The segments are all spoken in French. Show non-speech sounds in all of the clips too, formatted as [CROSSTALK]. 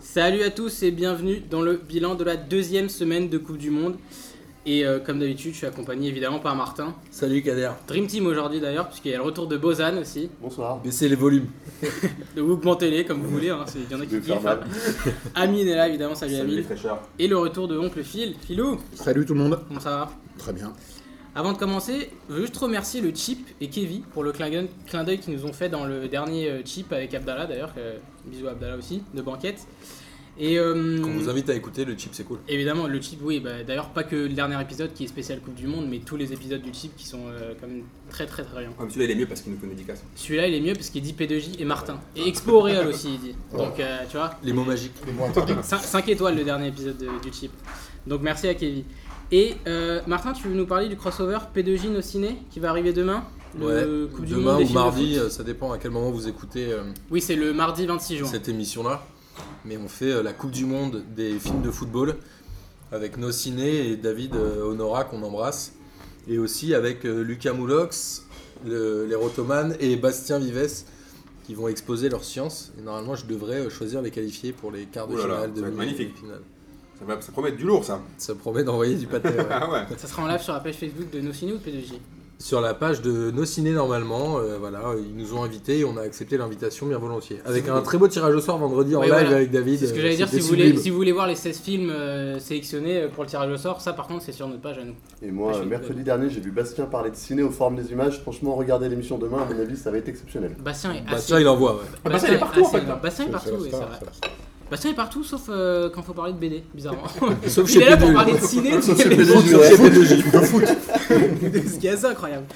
Salut à tous et bienvenue dans le bilan de la deuxième semaine de Coupe du Monde. Et euh, comme d'habitude, je suis accompagné évidemment par Martin. Salut Kader. Dream Team aujourd'hui d'ailleurs, puisqu'il y a le retour de Bozan aussi. Bonsoir. Baissez les volumes. De augmentez-les comme vous voulez, hein, c'est- il y en a qui De faire kiffent. mal. Amine est là évidemment, salut, Salut les Amine. fraîcheurs. Et le retour de Oncle Phil. Philou, Salut tout le monde. comment ça va Très bien. Avant de commencer, je veux juste remercier le Chip et Kevin pour le clin clin d'œil qu'ils nous ont fait dans le dernier euh, Chip avec Abdallah d'ailleurs. que- Bisous à Abdallah aussi, de banquette. Et euh, On vous invite à écouter, le chip c'est cool. Évidemment, le chip, oui, bah, d'ailleurs, pas que le dernier épisode qui est spécial Coupe du Monde, mais tous les épisodes du chip qui sont euh, quand même très très très bien. Comme Ah, celui-là, il est mieux parce qu'il nous connaît dédicace. Celui-là, il est mieux parce qu'il dit P2J et Martin. Et Expo au Real aussi, il dit. Donc, euh, tu vois, Les mots magiques. Les mots interdits. 5, étoiles le dernier épisode de- du chip. Donc, merci à Kevin. Et euh, Martin, tu veux nous parler du crossover P2J nos ciné qui va arriver demain le Coupe du Demain Monde des ou films de mardi, foot. euh, ça dépend à quel moment vous écoutez euh, Oui, c'est le mardi 26 juin. cette émission-là. Mais on fait euh, la Coupe du Monde des films de football avec nos ciné et David euh, Honora qu'on embrasse. Et aussi avec euh, Lucas Moulox, le- les Rotoman et Bastien Vives qui vont exposer leur science. Et normalement, je devrais euh, choisir les qualifiés pour les quarts de Ouh là là, finale, ça va être demi, magnifique. finale. Ça, va- ça promet être du lourd, ça. Ça promet d'envoyer du pâté. ouais. Ah ouais. Ça sera en live sur la page Facebook de nos ciné ou de P2J Sur la page de Nos Ciné normalement, euh, voilà, ils nous ont invités et on a accepté l'invitation bien volontiers. Avec C'est un beau. très beau tirage au sort vendredi en Oui, live voilà. avec David. C'est ce que euh, j'allais dire, si c'était vous, voulez, sublime. si vous voulez voir les 16 films euh, sélectionnés euh, pour le tirage au sort, ça par contre c'est sur notre page à nous. Et moi, Ah, je suis mercredi dernier, j'ai vu Bastien parler de ciné au Forum des Images. Franchement, regardez l'émission demain, à mon avis, ça va être exceptionnel. Bastien est Bah, assez... ça, il envoie, ouais. Bastien, Bastien, il est partout, en assez- fait, là. Bastien est partout, oui, c'est vrai. Bastien est partout sauf euh, quand faut parler de BD, bizarrement. [LAUGHS] Sauf Il chez est là pour P2J. parler de ciné, mais Sauf chez les autres, P2J, [LAUGHS] ouais. [LAUGHS] c'est ce qui est assez incroyable.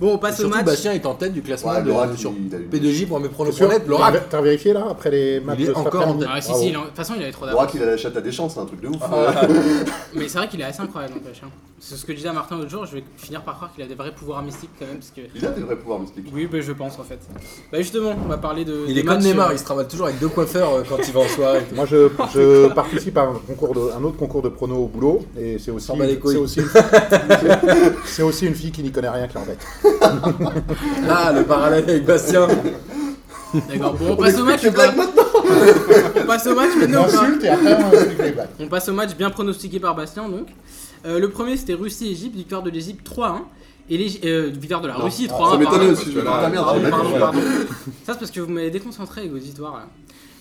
Bon, on passe au Surtout, match. Bastien est en tête du classement Ouais, de- Laura, sur il- il a eu- P2J pour mes pronos Sûr, pour net, Laura. T'as t'as vérifié là après les matchs est de cet encore en après-midi Ah, si, Bravo. si, il en- de toute façon il avait trop Droit d'avance. qu'il a la chatte à des chances, c'est un truc de ouf. Ah [LAUGHS] Mais c'est vrai qu'il est assez incroyable, n'empêche. hein. C'est ce que disait Martin l'autre jour, je vais finir par croire qu'il a des vrais pouvoirs mystiques quand même. Parce que... Il a des vrais pouvoirs mystiques. Oui, bah, je pense en fait. Bah justement, on va parler de. Il des est comme matchs, Neymar, euh, il se travaille toujours avec deux coiffeurs euh, quand il va en soirée. Moi je, [LAUGHS] je participe à un, concours de, un autre concours de pronos au boulot et c'est aussi, S'en bat les couilles. c'est aussi, c'est aussi une fille qui n'y connaît rien [LAUGHS] Clarvette. Ah, le parallèle avec Bastien. D'accord, bon, on passe au match. ou pas On passe au match maintenant. ou pas Insulte et après on explique les blagues. On passe au match bien pronostiqué par Bastien donc. Euh, le premier c'était Russie-Égypte, victoire de l'Égypte 3-1. Et l'Égy- euh, victoire de la Non, Ah, Russie 3-1. ça pardon. m'étonnait parce aussi. que je me là, dis, ah, merde, Ah, Pardon, j'ai pas pardon, vu ça. pardon. Ça c'est parce que vous m'avez déconcentré avec vos histoires là.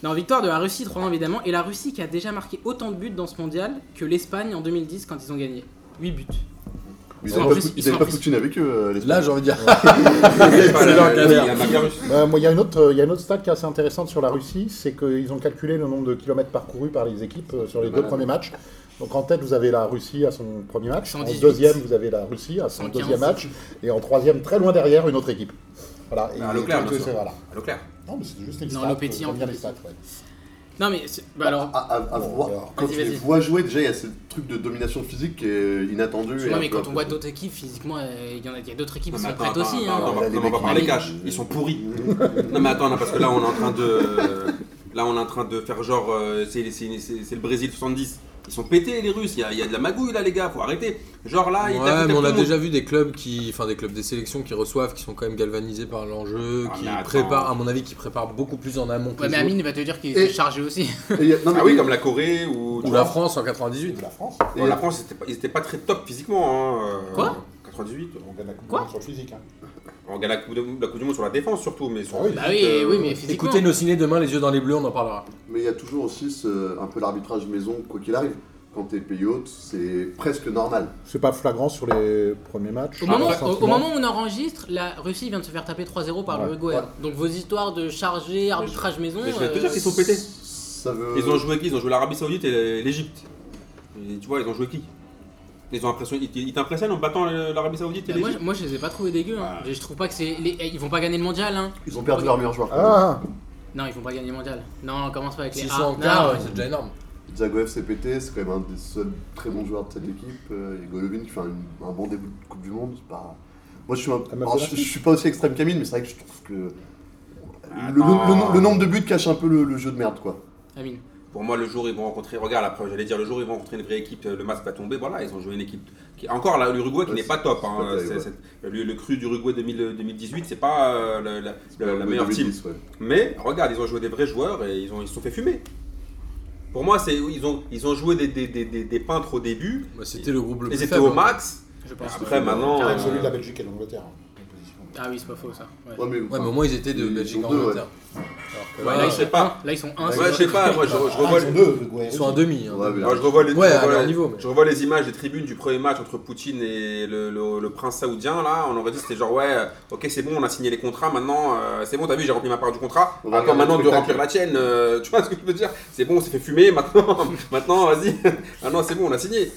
Non, victoire de la Russie 3-1 évidemment. Et la Russie qui a déjà marqué autant de buts dans ce mondial que l'Espagne en 2010 quand ils ont gagné. 8 buts. Ils sont en avaient pas plus- foutu- ils ils sont avaient en pas plus- foutu une avec eux, euh, les Là, j'ai envie de dire. [LAUGHS] C'est leur galère. Euh, moi, il y a une autre, euh, il y a une autre stat qui est assez intéressante sur la Russie, c'est qu'ils ont calculé le nombre de kilomètres parcourus par les équipes euh, sur les deux Malade. premiers matchs. Donc en tête, vous avez la Russie à son premier match, 118. en deuxième, vous avez la Russie à son 115. deuxième match, et en troisième, très loin derrière, une autre équipe. Voilà. Et Ah, Leclerc, donc, bien sûr. c'est- voilà. Allô, Claire. Non, mais c'est juste les Non, stats, Lopetit, euh, en j'aime bien plus. les stats, ouais. Non mais c'est- bah alors. À, à- à Bon, voir- alors, quand vas-y, tu les vas-y. vois jouer, déjà, il y a ce truc de domination physique qui est inattendu. et non un mais peu quand on voit impressionnant. d'autres équipes physiquement, euh, il y en a, il y a d'autres équipes Non, qui mais sont attends, prêtes attends, aussi. hein. attends, attends, Là, les non, on va mecs, parler ils- cash. Ils sont pourris. Non, mais attends, non, parce que là, on est en train de. Là, on est en train de faire genre. euh, C'est c'est- c'est- c'est le Brésil 70. Ils sont pétés, les Russes. Il y, a, il y a de la magouille, là, les gars. Faut arrêter. Genre, là, ils tapent- Ouais, mais ils tapent on a tout le monde. déjà vu des clubs qui, enfin des clubs, des sélections qui reçoivent, qui sont quand même galvanisés par l'enjeu, Ah, qui mais attends. préparent, à mon avis, qui préparent beaucoup plus en amont que Ouais mais les autres. Amine va te dire qu'il Et- est chargé aussi. Et il y a- non, mais Ah oui, il- comme la Corée ou. Ou la France en 98. De la France, Bon, la France, c'était pas- ils étaient pas très top physiquement. Hein. euh, Quoi 98. on gagne la Coupe du Quoi Monde sur le physique. hein. On gagne la Coupe de- la Coupe du Monde sur la défense surtout, mais sur. Ah oui. Bah oui, euh, oui mais physiquement. Écoutez nos ciné demain, les yeux dans les bleus, on en parlera. Mais il y a toujours aussi ce- un peu l'arbitrage maison, quoi qu'il arrive. Quand t'es pays haute, c'est presque normal. C'est pas flagrant sur les premiers matchs. Au j'ai moment, Ah, le au- au, sentiment. moment où on enregistre, la Russie vient de se faire taper 3-0 par Ouais. l'Uruguay. Donc vos histoires de chargé, arbitrage maison. mais je vais te euh, dire qu'ils sont pétés. Ça veut... Ils ont joué qui Ils ont joué l'Arabie Saoudite et l'Égypte. Et Tu vois, ils ont joué qui Ils ont impression- ils- ils t'impressionnent en battant l'Arabie Saoudite et bah, moi, je- l'Égypte. moi, je les ai pas trouvés dégueux. hein. Je trouve pas que c'est. les- eh, Ils vont pas gagner le mondial. Hein. Ils ont perdu leur meilleur joueur. quand même. Ah, Non, ils vont pas gagner le mondial. Non, on commence pas avec les. S'ils Ah, sont en non, quart, euh. ouais. c'est déjà énorme. Zagoev s'est pété, c'est quand même un des seuls très bons joueurs de cette équipe. Euh, Il y a Golovin qui fait un, un bon début de Coupe du Monde. c'est Pas... Moi je suis, un- meuf alors, de la je, je suis pas aussi extrême qu'Amine, mais c'est vrai que je trouve que. Le, le- Attends. le- le nombre de buts cache un peu le, le jeu de merde quoi. Amine. Pour moi, le jour ils vont rencontrer, regarde, après j'allais dire le jour ils vont rencontrer une vraie équipe, euh, le masque va tomber. Voilà, ils ont joué une équipe qui encore là, l'Uruguay qui Ouais, n'est pas top. c'est hein. pas terrible, C'est- ouais. c'est- le, le cru d'Uruguay euh, 2000 2018, c'est pas euh, la, la- la- la Le meilleure team. 2010, ouais. Mais regarde, ils ont joué des vrais joueurs et ils ont ils se sont fait fumer. Pour moi, c'est ils ont, ils ont joué des, des, des, des, des peintres au début. Bah, c'était le groupe le Ils plus étaient faible. hein. au max. je pense. Après, ouais. maintenant. Avec euh, celui de la Belgique et de l'Angleterre. hein, les positions. Ah oui, c'est pas faux ça. Ouais. Ouais, mais, Ouais, mais au moins ils étaient de Ils Belgique ont en deux, ouais. Angleterre. Alors que Ouais, là, là, ils ils sont- pas. Là, ils sont 1. Ouais, je sais pas, moi je, je Ah, revois. ils sont deux, le Guerrero. sont à demi. hein. Ouais, mais- moi, je revois les, Ouais, je à revois leur la- niveau, mais- je revois les images des tribunes du premier match entre Poutine et le, le- le prince saoudien. Là, on aurait dit c'était genre ouais, euh, ok c'est bon, on a signé les contrats. Maintenant, euh, c'est bon, t'as vu, j'ai rempli ma part du contrat. On va Attends regarder maintenant le de spectacle. remplir la tienne. euh, [LAUGHS] tu vois ce que je veux dire C'est bon, on s'est fait fumer. Maintenant, [LAUGHS] maintenant, vas-y. Maintenant, c'est bon, on a signé.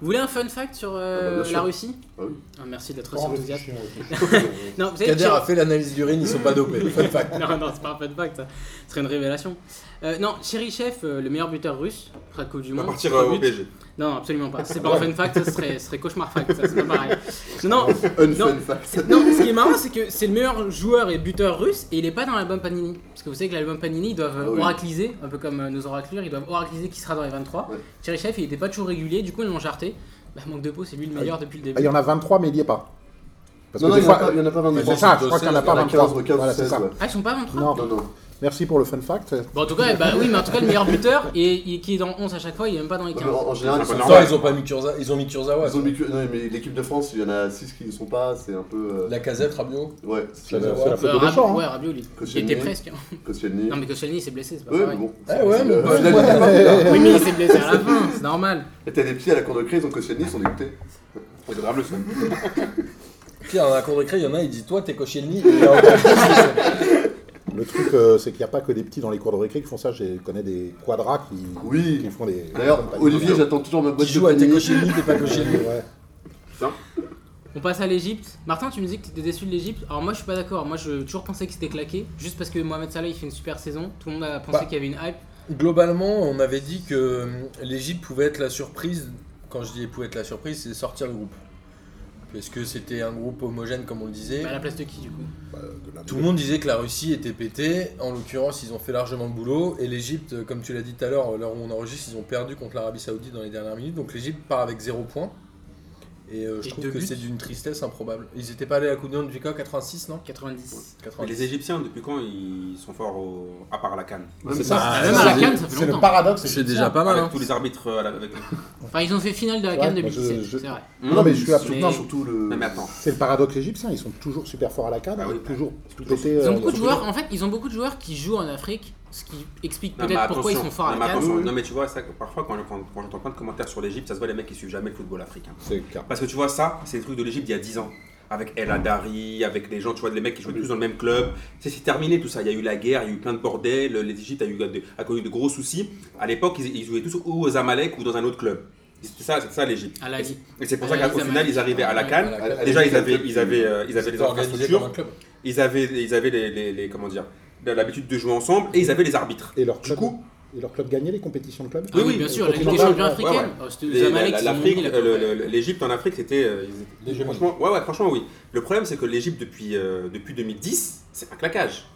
Vous voulez un fun fact sur euh, Ah bah, bien sûr. la Russie Ah oui. Ah, Merci Oh, d'être Sans aussi enthousiaste. réfléchir, réfléchir. Non, vous savez, Kader Pierre- a fait l'analyse d'urine, ils sont pas dopés. Fun fact. non, non, c'est pas un fun fact, ça. Ce serait une révélation. Euh, non, Cherichev, euh, le meilleur buteur russe, après la Coupe du On va Monde. partir trois euh, au buts. PSG. Non, non, absolument pas. C'est pas un fun fact, ça serait, ce serait cauchemar fact, ça, c'est pas pareil. Non, [LAUGHS] Un Non. fun fact. c'est- non, ce qui est marrant, c'est que c'est le meilleur joueur et buteur russe et il est pas dans l'album Panini. Parce que vous savez que l'album Panini, ils doivent Ah euh, oui. oracliser, un peu comme euh, nos oraclures, ils doivent oracliser qui sera dans les 23. Ouais. Cherichev, il était pas toujours régulier, du coup, ils l'ont jarté. Bah, manque de peau, c'est lui le meilleur depuis le Ah, Il y début. en a 23, mais il n'y est pas. Parce Non, que non, des il n'y en a fois- pas- il y en a pas 23. C'est ça, je crois qu'il n'y en a pas Il y en a 15 ou 23. 15 Voilà, c'est 16. ça. ouais. Ah, ils sont pas 23 Non, Non, non. merci pour le fun fact. Bon, en tout cas, bah oui, mais en tout cas, le meilleur buteur, et, et qui est dans 11 à chaque fois, il est même pas dans les Ouais, 15. Ah, mais En en général, ils C'est sont pas Pourtant, normal. ils ont pas mis Kurza, ils ont mis Kurzawa. Ils ont mis que- non, mais l'équipe de France, il y en a 6 qui ne sont pas, c'est un peu. euh, La casette, Rabiot. Ouais, C'est c'est la ça. c'est la faute de Bah, Rab- Deschamps. ouais, hein. Rabiot, il- il Koscielny. était presque. hein. Koscielny. Non, mais Koscielny il s'est blessé, c'est pas Ouais, mais pareil. bon. Eh ouais, mais Euh, bon. finalement, il est pas là. Oui, mais il s'est blessé à la fin, c'est normal. Et T'as des petits à la cour de crise, donc Koscielny, ils sont dégoûtés. C'est grave le seum. Pire, dans la cour de créé, il y en a, il dit Toi, t'es coché le nid. Et là, on- Le truc, euh, c'est qu'il n'y a pas que des petits dans les cours de récré qui font ça. Je connais des quadras qui, Oui. qui font des. D'ailleurs, Olivier, j'attends toujours ma Tu boîte de joues à t'es Panini. coché le nid, t'es pas coché le nid. Ouais. On passe à l'Egypte. Martin, tu me disais que tu étais déçu de l'Egypte. Alors, moi, je suis pas d'accord. Moi, je toujours pensais que c'était claqué. Juste parce que Mohamed Salah, il fait une super saison. Tout le monde a pensé Bah. qu'il y avait une hype. [LAUGHS] Globalement, on avait dit que euh, l'Égypte pouvait être la surprise. Quand je dis pouvait être la surprise, c'est sortir le groupe. Parce que c'était un groupe homogène, comme on le disait. Mais à la place de qui, du coup Bah, Tout le monde disait que la Russie était pétée. En l'occurrence, ils ont fait largement le boulot. Et l'Égypte, euh, comme tu l'as dit tout à l'heure, l'heure où on enregistre, ils ont perdu contre l'Arabie Saoudite dans les dernières minutes. Donc l'Égypte part avec 0 points. Et euh, je Et trouve deux que buts. c'est d'une tristesse improbable. Ils étaient pas allés à la Coupe du Monde du 86, non 90. Mais 90. Les Égyptiens, depuis quand ils sont forts au- à part à la canne C'est Ah, hein. ça. même à la Cannes, ça fait C'est le longtemps. paradoxe. C'est déjà pas mal. Avec Hein. tous les arbitres euh, à la- avec. Enfin, ils ont fait finale de la Ouais, Cannes moi, 2017, je- je- c'est vrai. Non, mais je suis Surtout- Mais- absolument. non, surtout le. Non, mais attends. C'est le paradoxe égyptien. Ils sont toujours super forts à la canne. hein, Bah oui. Toujours tout pété. Ah Ils euh, ont beaucoup de toujours- joueurs. En fait, ils ont beaucoup de joueurs qui jouent en Afrique. Ce qui explique Non, mais peut-être pourquoi ils attention. sont forts à non, la mais Cannes. attention. Non, mais tu vois, ça, parfois quand, quand- quand j'entends plein de commentaires sur l'Égypte, ça se voit les mecs qui suivent jamais le football africain. hein. C'est clair. Parce que tu vois, ça, c'est des trucs de l'Égypte d'il y a 10 ans. Avec El Hadari, avec les gens, tu vois, les mecs qui jouaient tous dans le même club. C'est c'est terminé tout ça. Il y a eu la guerre, il y a eu plein de bordels. L'Égypte a, eu de- a connu de gros soucis. À l'époque, ils, ils jouaient tous ou aux Amalek ou dans un autre club. C'était ça, c'est ça l'Égypte. À la Et Ligue. c'est- Et c'est pour À la ça qu'au Ligue final, ils arrivaient à la Cannes. À la Cannes. Déjà, ils C'était avaient, ils avaient, euh, ils avaient les C'était organisé infrastructures. comme un club. Ils avaient, ils avaient les, les- les- comment dire, l'habitude de jouer ensemble et ils avaient les arbitres. Et leur Du club. coup- Et leur club gagnait les compétitions de club. Ah oui, Oui, bien oui, sûr, le la Ligue des continent champions arabe, ouais, africaine. Oh, C'était Les- aux Amalek la- qui la- sont venus, L'Afrique, la euh, le- le- l'Égypte en Afrique, c'était. euh, ils étaient- L'hégémonie. franchement, ouais, ouais, franchement, oui. Le problème, c'est que l'Égypte, depuis, euh, depuis 2010, c'est un claquage.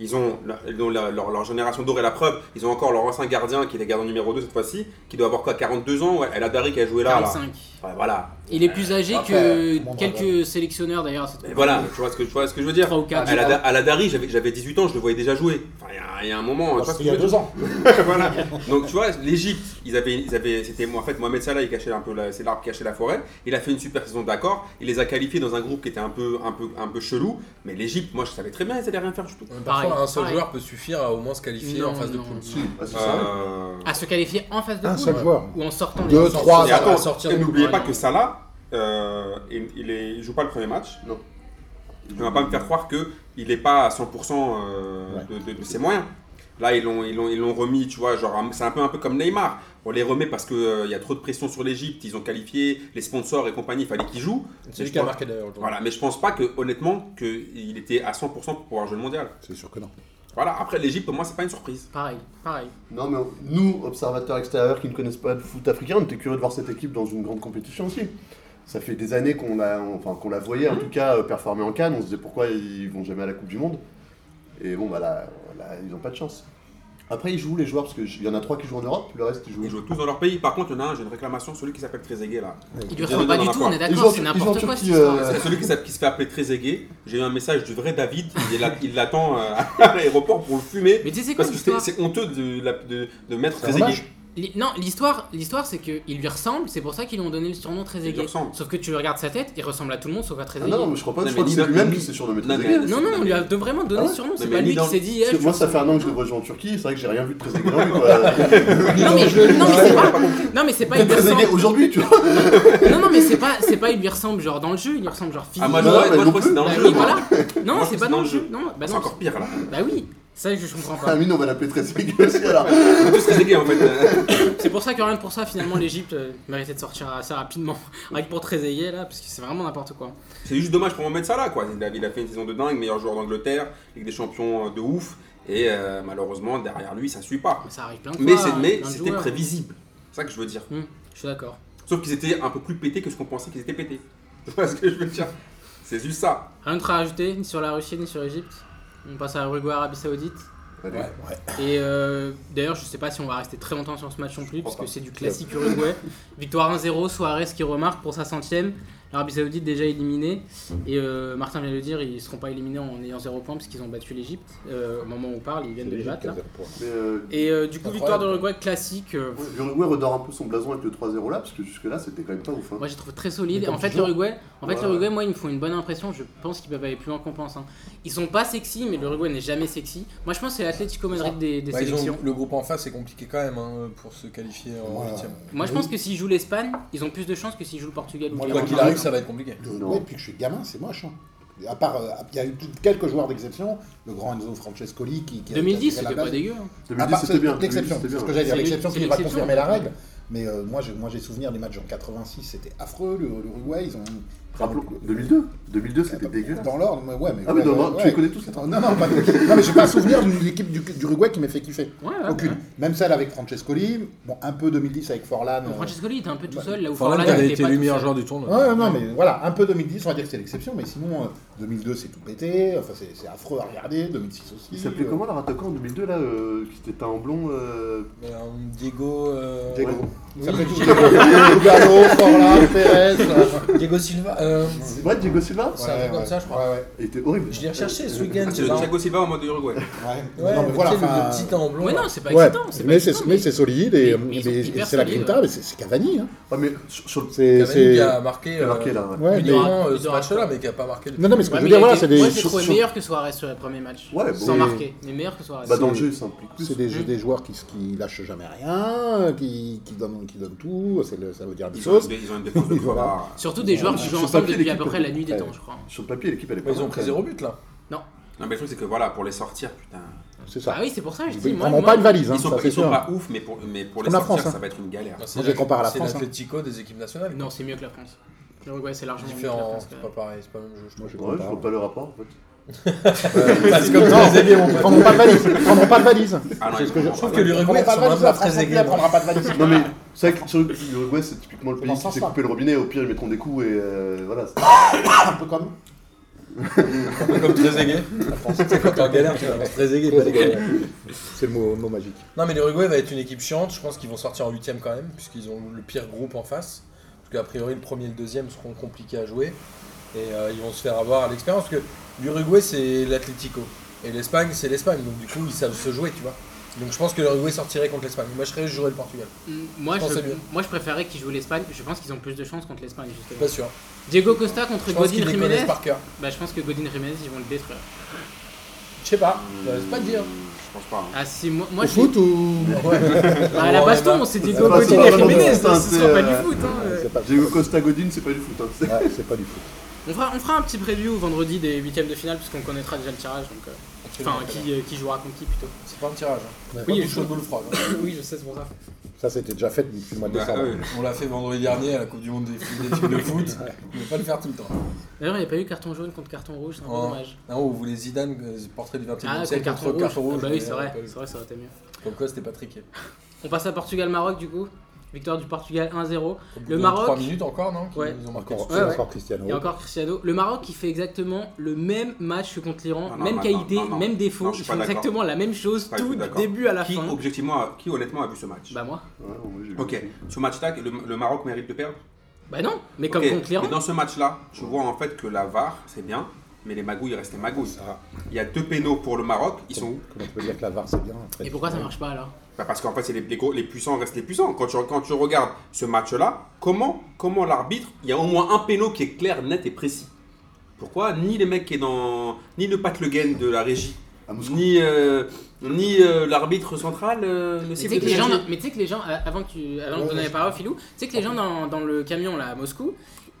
Ils ont, la- ils ont la- leur, leur génération d'or et la preuve. Ils ont encore leur ancien gardien qui est le gardien numéro 2 cette fois-ci, qui doit avoir quoi 42 ans ouais, El Hadari qui a joué là. là. 45. Ouais, voilà. Il est plus âgé Après, que tout le monde quelques sélectionneurs d'ailleurs. cette Mais Coupe. voilà, tu vois, ce que, tu vois ce que je veux dire Trois ou quatre. El Hadda- El Hadari, j'avais j'avais 18 ans, je le voyais déjà jouer. Enfin, il y a- il y, a un moment. tu vois Parce ce qu'il que je y a veux deux ans. voilà. Donc tu vois, l'Égypte, ils avaient, ils avaient, c'était en fait Mohamed Salah, il cachait un peu, la- c'est l'arbre qui cachait la forêt. Il a fait une super saison, d'accord. Il les a qualifiés dans un groupe qui était un peu, un peu, un peu chelou. Mais l'Égypte, moi, je savais très bien, ils allaient rien faire du tout. Ouais, Pareil, Parfois, un seul pareil. joueur peut suffire à au moins se qualifier Non, en phase de non, poule. non. Si, ah, c'est ça. Euh, À se qualifier en phase de Un poule, seul ouais. joueur. hein. ou en sortant Deux, les autres. trois, et Ah, ça va attends, sortir et du n'oubliez groupe, pas ouais, que non. Salah, euh, il, il est- il joue pas le premier match. Non. On va pas me faire croire que il est pas à 100% euh, Ouais. de, de- de ses moyens. Là, ils l'ont, ils l'ont, ils l'ont remis, tu vois, genre, un- c'est un peu, un peu comme Neymar. On les remet parce qu'il y a trop de pression sur l'Égypte, ils ont qualifié, les sponsors et compagnie, il fallait qu'ils jouent. C'est Mais lui je qui a pense- marqué d'ailleurs. aujourd'hui. Voilà, mais je pense pas que, honnêtement, qu'il était à 100% pour pouvoir jouer le mondial. C'est sûr que non. Voilà, après l'Égypte, pour moi, c'est pas une surprise. Pareil, pareil. Non, mais on- nous, observateurs extérieurs qui ne connaissent pas le foot africain, on était curieux de voir cette équipe dans une grande compétition aussi. Ça fait des années qu'on la, on- enfin, qu'on la voyait Mhm. en tout cas euh, performer en Cannes. On se disait pourquoi ils vont jamais à la Coupe du Monde. Et bon, bah là, là, ils n'ont pas de chance. Après, ils jouent les joueurs, parce qu'il y en a trois qui jouent en Europe, le reste, ils jouent. Ils jouent tous dans leur pays. Par contre, il y en a un, j'ai une réclamation, celui qui s'appelle Trezeguet là. Il lui Ils ressemble ont pas dans du la tout, foire. on est Ils ont- d'accord, c'est ils ont n'importe quoi. Turquie, cette histoire. euh, C'est celui qui, s'appelle- qui se fait appeler Trezeguet. J'ai eu un message du vrai David. Il est là- il l'attend euh, [LAUGHS] à l'aéroport pour le fumer. euh, Mais tu sais, c'est quoi Parce que c'est l'histoire c'est honteux de, la- de, de mettre C'est Trezeguet. dommage. Li- Non, l'histoire, l'histoire, c'est qu'il lui ressemble, c'est pour ça qu'ils lui ont donné le surnom très Il lui ressemble. Sauf que tu regardes sa tête, il ressemble à tout le monde sauf à très Ah non, mais je crois pas, Non, je mais crois que c'est Nino- lui-même qui s'est surnommé Non, Trezeguet. mais- Non, non, on lui a de- vraiment donné Ah le ouais surnom, c'est mais pas ni lui dans- qui s'est dit. eh, Parce que je moi, vais ça fait un an que je le vois jouer en Turquie, c'est vrai que j'ai rien vu de [LAUGHS] Trezeguet hein, en lui, quoi. Non mais, non, mais c'est pas, non mais c'est pas, il [LAUGHS] lui Trezeguet ressemble. aujourd'hui, tu vois. Non non mais c'est pas, c'est pas, il lui ressemble genre dans le jeu, il lui ressemble genre Ah, physiquement. moi, Non, je- moi, mais je non crois que c'est dans Bah le oui, jeu. moi. voilà. [LAUGHS] Moi, Non, je c'est pense pas que dans le jeu. Non, bah C'est non. encore pire là. Bah oui, ça je comprends pas. Amine, Ah, on va l'appeler Trezeguet aussi, alors. Tous Trezeguet en fait. [LAUGHS] euh, C'est pour ça que rien que pour ça finalement l'Egypte méritait de sortir assez rapidement, [LAUGHS] rien que pour Trezeguet là, parce que c'est vraiment n'importe quoi. C'est juste dommage qu'on remette ça là quoi. Il a, il a fait une saison de dingue, meilleur joueur d'Angleterre, Ligue des champions euh, de ouf. Et euh, malheureusement, derrière lui, ça suit pas. Ça arrive plein de Mais fois. hein, c'est- mais plein de c'était joueurs. prévisible. C'est ça que je veux dire. Hmm, je suis d'accord. Sauf qu'ils étaient un peu plus pétés que ce qu'on pensait qu'ils étaient pétés. [LAUGHS] C'est pas ce que je veux dire. C'est juste ça. Rien de rajouter, ni sur la Russie, ni sur l'Egypte. On passe à Uruguay, Arabie Saoudite. Allez. Et euh, d'ailleurs, je sais pas si on va rester très longtemps sur ce match non plus, parce que crois c'est du classique Uruguay. Victoire 1-0, Suarez qui remarque pour sa centième. L'Arabie Saoudite déjà éliminée. Et euh, Martin vient de le dire, ils seront pas éliminés en ayant 0 points, parce qu'ils ont battu l'Egypte. au moment où on parle, ils viennent de les battre là. Mais, euh, Et euh, du coup, Incroyable. victoire de l'Uruguay classique. euh, Ouais, L'Uruguay redore un peu son blason avec le 3-0 là, parce que jusque-là c'était quand même pas ouf. hein. Moi, j'ai trouvé très solide. Mais Et en comme fait, toujours. l'Uruguay, en fait, Ouais. l'Uruguay, moi, ils me font une bonne impression. Je pense qu'ils peuvent aller plus loin qu'on pense. hein. Ils sont pas sexy, mais l'Uruguay n'est jamais sexy. Moi, je pense que c'est l'Atlético Madrid des, des Bah, ils ont- sélections. le groupe en face est compliqué quand même hein, pour se qualifier en Voilà. huitième. Moi, je pense que s'ils jouent l'Espagne, ils ont plus de chances que s'ils jouent le Portugal ou Moi, le Quoi Ouais, qu'il ouais. Cameroun. arrive, ça va être compliqué. Le Non. Uruguay, depuis que je suis gamin, c'est moche. hein. À part, euh, il y a eu quelques joueurs d'exception, le grand Enzo Francescoli qui, qui a- qui a 2010, tiré la c'était pas base. dégueu. hein. À 2010 part c'était bien. L'exception, 2010, c'était c'est ce que bien. j'allais dire, C'est l'exception l'ex- qui c'est va l'exception. confirmer la règle. Mais euh, moi, j'ai moi, j'ai souvenir des matchs en 86, c'était affreux. le- L'Uruguay, ils ont. Rappelons- 2002 2002 c'était Pas- dégueu. Dans l'ordre, mais ouais, mais. Ah oui, ouais, dans ouais, l'ordre, tu ouais. les connais tous, hein. les Non, non, pas- non, mais j'ai pas souvenir d'une équipe du- d'Uruguay qui m'ait fait kiffer. Ouais, ouais, Aucune. Ah, ouais. Même celle avec Francescoli, bon, un peu 2010 avec Forlan. Donc, euh, Francescoli était un peu tout seul là où Forlan Forlan qui avait n'était été pas le tout meilleur seul. joueur du tournoi. Ouais, non, mais voilà, un peu 2010, on va dire que c'est l'exception, mais sinon, euh, 2002, c'est tout pété, enfin, c'est c'est affreux à regarder, 2006 aussi. Il s'appelait euh, comment leur attaquant en 2002 là euh, qui était un blond euh, Mais, euh, Diego, euh, Diego. Il s'appelait Oui. tout [LAUGHS] Diego, Gallo, Forlan, Pérez. euh, Diego Silva. euh, C'est vrai Diego Silva C'est un ouais, peu comme ouais, ça, je crois. Ouais, ouais. Il était horrible. Je l'ai recherché ce Ah, week-end. C'est le marrant. Thiago Silva en mode Uruguay. ouais. Ouais, non, mais voilà, tu sais, le- enfin, le petit en blond. Ouais, là. non, c'est pas ouais, excitant. c'est pas mais c'est excitant, mais c'est solide et, mais ils et- sont hyper et c'est la solides, Quinta, ouais. mais c'est c'est Cavani. Hein. Ah mais sur, sur le C'est Cavani qui c'est- a marqué, c'est euh, marqué là. ouais. ouais, mais- uniquement euh, Il ce aura- match-là, mais qui a pas marqué le. Non, non, mais ce que Ouais, je mais veux il dire, voilà, était- c'est des, Moi, j'ai sur- trouvé sur- meilleur que Suarez sur le premier match. Ouais, bon. Sans marquer, mais meilleur que Suarez. Bah dans le jeu il s'implique plus. c'est des, jeux- des joueurs qui, qui lâchent jamais rien, qui, qui, donnent, qui donnent tout, c'est le- ça veut dire des Ils ont, choses. une, ils ont une défense de connard. Surtout des joueurs qui Sur jouent le ensemble papier, depuis à peu l'équipe près la nuit des est- temps, je crois. Sur le papier l'équipe elle est Mais pas ils ont mal, pris quand zéro but là. Non, mais le truc, c'est que voilà, pour les sortir, putain. C'est ça. Ah oui, c'est pour ça que je Ils dis. ne moi- prendront moi- pas une valise, hein, Ils sont, ça ils c'est sont sûr. pas ouf, mais pour, mais pour les Comme la sortir, France, hein. ça va être une galère. C'est Moi, je les compare à la France, C'est hein. l'Atletico des équipes nationales. Non, c'est mieux que la France. L'Uruguay, c'est C'est largement mieux que la différent, France. c'est pas pareil, c'est pas le même jeu. je Moi, trouve. je même. Ouais, je comprends vois pas le rapport en fait. Parce que Non, très aimé, mon ils pote. prendront pas de valise. Ils prendront pas de valise. Ah non, C'est ce que je ils trouve vont- que l'Uruguay Ils prendront pas de sont valise, vraiment la très France non plus, aigles. elle prendra pas de valise. Non mais c'est vrai que sur l'Uruguay c'est typiquement le pays Comment ça qui s'est se passe coupé le robinet au pire ils mettront des coups et euh, voilà. c'est- [COUGHS] un peu comme. Comme très aigué. C'est quand t'es en galère, tu vas très aigué, pas dégueu. C'est le mot, mot magique. Non, mais l'Uruguay va être une équipe chiante. Je pense qu'ils vont sortir en huitième quand même, puisqu'ils ont le pire groupe en face. Parce qu'a priori, le premier et le deuxième seront compliqués à jouer. Et euh, ils vont se faire avoir à l'expérience. Parce que l'Uruguay, c'est l'Atlético. Et l'Espagne, c'est l'Espagne. Donc du coup, ils savent se jouer, tu vois. Donc je pense que l'Uruguay sortirait contre l'Espagne. Moi, je serais jouer le Portugal. Mm, Moi, Je je, pense que c'est mieux. moi, je préférais qu'ils jouent l'Espagne. Je pense qu'ils ont plus de chances contre l'Espagne, Je suis justement. pas sûr. Diego Costa contre Je pense Godin qu'ils les Jiménez. connaissent par cœur. Bah, je pense que Godin Jiménez, ils vont le détruire. Je sais pas. Hum, Euh, C'est pas dire. Je pense pas. hein. Ah, si, moi, moi Au je suis- foot ou. Bah, à la Ouais, baston, bah. c'est Diego Bah, c'est Godin pas et vraiment Jiménez, du foot, hein, donc ce sera c'est, pas euh, du foot. hein, euh. C'est pas Diego Costa Godin c'est pas du foot. hein, c'est- Ouais, c'est pas du foot. On fera, on fera un petit preview vendredi des huitièmes de finale, puisqu'on connaîtra déjà le tirage. Donc, euh, Enfin, qui, euh, qui jouera contre qui plutôt. C'est pas un tirage. hein. Ouais. Pas Oui, du je- chaud de boule froide. [LAUGHS] hein. oui, je sais, c'est pour ça. Ça, c'était déjà fait depuis le mois de Bah, décembre. eux, On l'a fait vendredi dernier à la Coupe du Monde des, des équipes de [LAUGHS] foot. On ne pas le faire tout le temps. D'ailleurs, il n'y a pas eu carton jaune contre carton rouge, c'est un peu Oh. dommage. Non, on voulait Zidane, euh, portrait du 21 Ah, e c'est siècle carton contre Euh, rouge. carton rouge. Ah bah mais oui, c'est on vrai, l'a pas eu. c'est vrai, ça aurait été mieux. Comme quoi, c'était pas triqué. On passe à Portugal-Maroc du coup. Victoire du Portugal 1-0. Au bout Le de Maroc- trois minutes encore, non Ouais. Ils nous ont marqué Encore, dessus. Ouais, ouais. encore Cristiano. Et Oh. encore Cristiano. Le Maroc qui fait exactement le même match que contre l'Iran, Non, non, même non, qualité, non, non, non. même défaut. Non, je Ils suis pas font d'accord. exactement la même chose, Pas du tout tout du d'accord. début à la Qui fin. objectivement, a- qui honnêtement a vu ce match Bah moi. Ok, ce match-là, le, le Maroc mérite de perdre. Bah non, mais comme Ok, contre l'Iran. Mais dans ce match-là, je vois en fait que la VAR, c'est bien, mais les magouilles restent les magouilles. Il y a deux pénaux pour le Maroc, ils sont où Comment tu peux dire que la VAR c'est bien en fait Et pourquoi ça marche pas alors Bah, Parce qu'en fait, c'est les, les gros- les puissants restent les puissants. Quand tu, quand tu regardes ce match-là, comment, comment l'arbitre, il y a au moins un péno qui est clair, net et précis. Pourquoi ni les mecs qui est dans. ni le Pat Le Guen de la régie, À Moscou. ni, euh, ni euh, l'arbitre central, euh, le Mais tu sifflet sais que de les gens, pénalty. mais tu sais que les gens, euh, avant que tu, avant Ouais, de donner ouais. la parole, Filou, tu sais que les gens dans, dans le camion là à Moscou,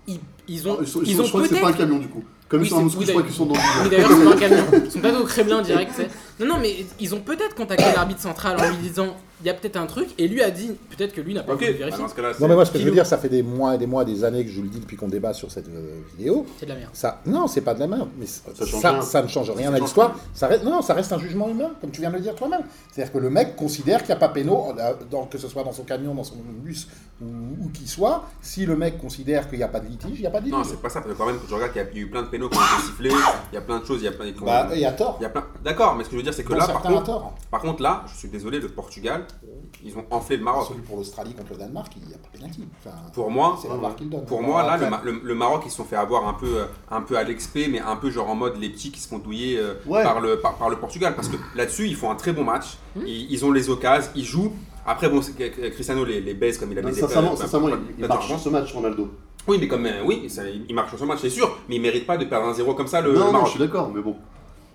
ils, ils ont, Ah, ils sont- ils ils sont- ont je crois que c'est peut-être- pas un camion du coup. Comme Oui, ils sont en c'est- Moscou, oui, je crois d'ailleurs. qu'ils sont dans Oui, le d'ailleurs, c'est pas un camion. [LAUGHS] Ils sont pas au Kremlin direct. tu sais. Non, non, mais ils ont peut-être contacté l'arbitre central en lui disant il y a peut-être un truc. Et lui a dit peut-être que lui n'a pas Ok, voulu bah, vérifier. dans ce cas-là, Non mais moi ce que je veux Kilo. dire, ça fait des mois, des mois, des années que je le dis depuis qu'on débat sur cette euh, vidéo. C'est de la merde. Ça, non, c'est pas de la merde, mais ça, Ça change ça, rien. ne change Ça rien à change l'histoire. Ça reste, non, ça reste un jugement humain, comme tu viens de le dire toi-même. C'est-à-dire que le mec considère qu'il n'y a pas péno, euh, dans- que ce soit dans son camion, dans son bus, ou où qu'il soit. Si le mec considère qu'il n'y a pas de litige, il n'y a pas de litige. Non, c'est pas ça, parce que quand même, quand je regarde, il y a- il y a eu plein de pénaux qui ont été sifflés, il y a plein de choses, il y a plein. qu'on- Bah, et à tort. il y a plein... D'accord, mais ce que je veux dire, c'est que Pour là, par certains, à contre, tort. par contre, là, je suis désolé, le Portugal, ils ont enflé le Maroc. Celui pour l'Australie contre le Danemark, il n'y a pas de pénalty. Enfin, Pour moi, c'est la VAR qui le donne. Pour moi, là, Après, le, Ma- le- le Maroc, ils se sont fait avoir un peu, euh, un peu à l'expé, mais un peu genre en mode les petits qui se font douiller euh, Ouais. Hmm. par, le, par, par le Portugal. Parce que là-dessus, ils font un très bon match. Ils, ils ont les occasions, ils jouent. Après, bon, c'est que- que Cristiano les, les baise comme il a baisé. Sincèrement, euh, sincèrement, pas- il- il pas- marche pas- dans ce match, Ronaldo. Oui, mais comme, euh, oui, ça- il marche sur ce match, c'est sûr. Mais il mérite pas de perdre un 0 comme ça, le, le Non, non, Maroc. je suis d'accord, mais bon.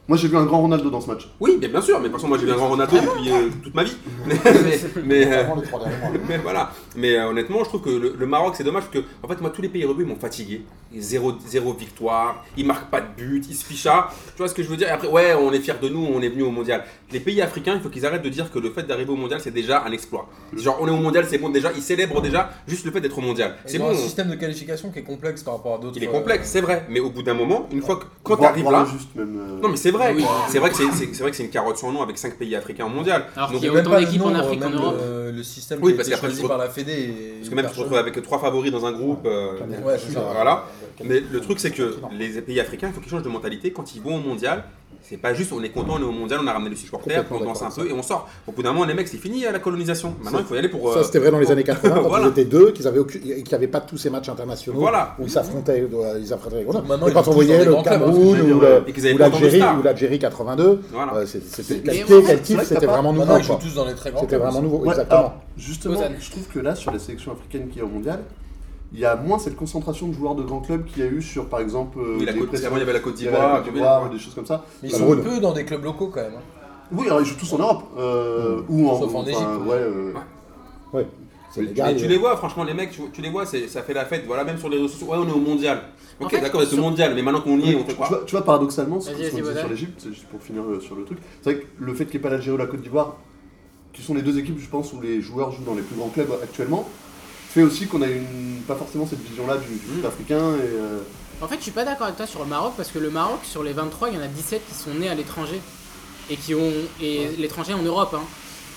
Moi j'ai vu un grand Ronaldo dans ce match. Oui, bien, bien sûr. Mais de toute façon, moi, j'ai bien grand Ronaldo Ah depuis euh, toute ma vie. mais, [LAUGHS] mais, mais, euh, avant les trois derniers mois. Mais voilà, mais euh, honnêtement, je trouve que le, le Maroc, c'est dommage parce que, en fait, moi, tous les pays européens m'ont fatigué. Zéro, zéro victoire, ils marquent pas de but, ils se fichent. Tu vois ce que je veux dire Et après, ouais, on est fiers de nous, on est venu au mondial. Les pays africains, il faut qu'ils arrêtent de dire que le fait d'arriver au mondial, c'est déjà un exploit. Genre, on est au mondial, c'est bon déjà, ils célèbrent déjà juste le fait d'être au mondial. Ils C'est ont bon, un système de qualification qui est complexe par rapport à d'autres. il est euh, complexe, c'est vrai, mais au bout d'un moment, une fois que quand Voire- t'arrives voire là. juste même. euh, Non, mais c'est vrai, c'est vrai que c'est- c'est c'est vrai que c'est une carotte sans nom avec 5 pays africains au mondial. Alors Donc, qu'il y a même autant pas le d'équipes en nombre, Afrique qu'en même Europe. Le, le système Oui, qui a parce été qu'après, tu choisi te par la Fédé. est Parce que même tu te retrouves avec trois favoris dans un groupe. euh, Ouais, c'est ça. Voilà. Mais le truc, c'est que les pays africains, il faut qu'ils changent de mentalité. Quand ils vont au mondial, c'est pas juste on est content, on est au mondial, on a ramené les supporters, Complètement on danse un d'accord, peu et on sort. Au bout d'un moment, les mecs, c'est fini euh, la colonisation. Maintenant, Ça, il faut y aller pour. euh, Ça, c'était vrai dans les [LAUGHS] années 80, quand Voilà. ils étaient deux, qu'ils avaient, aucune- qu'ils avaient pas tous ces matchs internationaux Voilà. où ils s'affrontaient, euh, ils s'affrontaient les Maintenant, Et ils quand sont on tous dans voyait des le grands clubs, Cameroun hein, ce que je ou veux le- et qu'ils avaient ou pas autant de l'Algérie, stars. ou l'Algérie 82, Voilà. euh, c'est- c'était Mais quel ouais, kiff, c'est quel kiff, vrai que c'était t'as pas- vraiment nouveau. Maintenant, ils sont quoi. tous dans les très grands. C'était clubs. vraiment nouveau, Ouais, exactement. alors, justement, Lausanne. je trouve que là, sur la sélection africaine qui est au mondial, il y a moins cette concentration de joueurs de grands clubs qu'il y a eu sur, par exemple, euh, Oui, la des Côte- pressions- avant, il y avait la Côte il y avait la d'Ivoire. Côte tu d'Ivoire, vois. ou des choses comme ça. Mais ils sont Cameroun. peu dans des clubs locaux quand même. hein. Oui, alors ils jouent tous en Europe. euh, Ou en. Sauf en enfin, Égypte, Ouais, euh, Ouais. Ouais. C'est Mais les tu- gars, Et tu les- les vois, franchement, les mecs, tu, tu les vois, c'est- ça fait la fête. Voilà, même sur les réseaux sociaux, ouais, on est au mondial. En Ok, fait, d'accord, c'est au sur- mondial, mais maintenant qu'on y est, on tu, fait tu quoi vois, tu vois, paradoxalement, ce Vas-y, qu'on vas-y, disait Bodan. sur l'Égypte, c'est juste pour finir euh, sur le truc, c'est vrai que le fait qu'il n'y ait pas l'Algérie ou la Côte d'Ivoire, qui sont les deux équipes, je pense, où les joueurs jouent dans les plus grands clubs actuellement, fait aussi qu'on a une, pas forcément cette vision-là du, du Mm. foot africain. Et, euh, En fait, je suis pas d'accord avec toi sur le Maroc parce que le Maroc, sur les 23, il y en a 17 qui sont nés à l'étranger et qui ont et l'étranger en Europe. hein.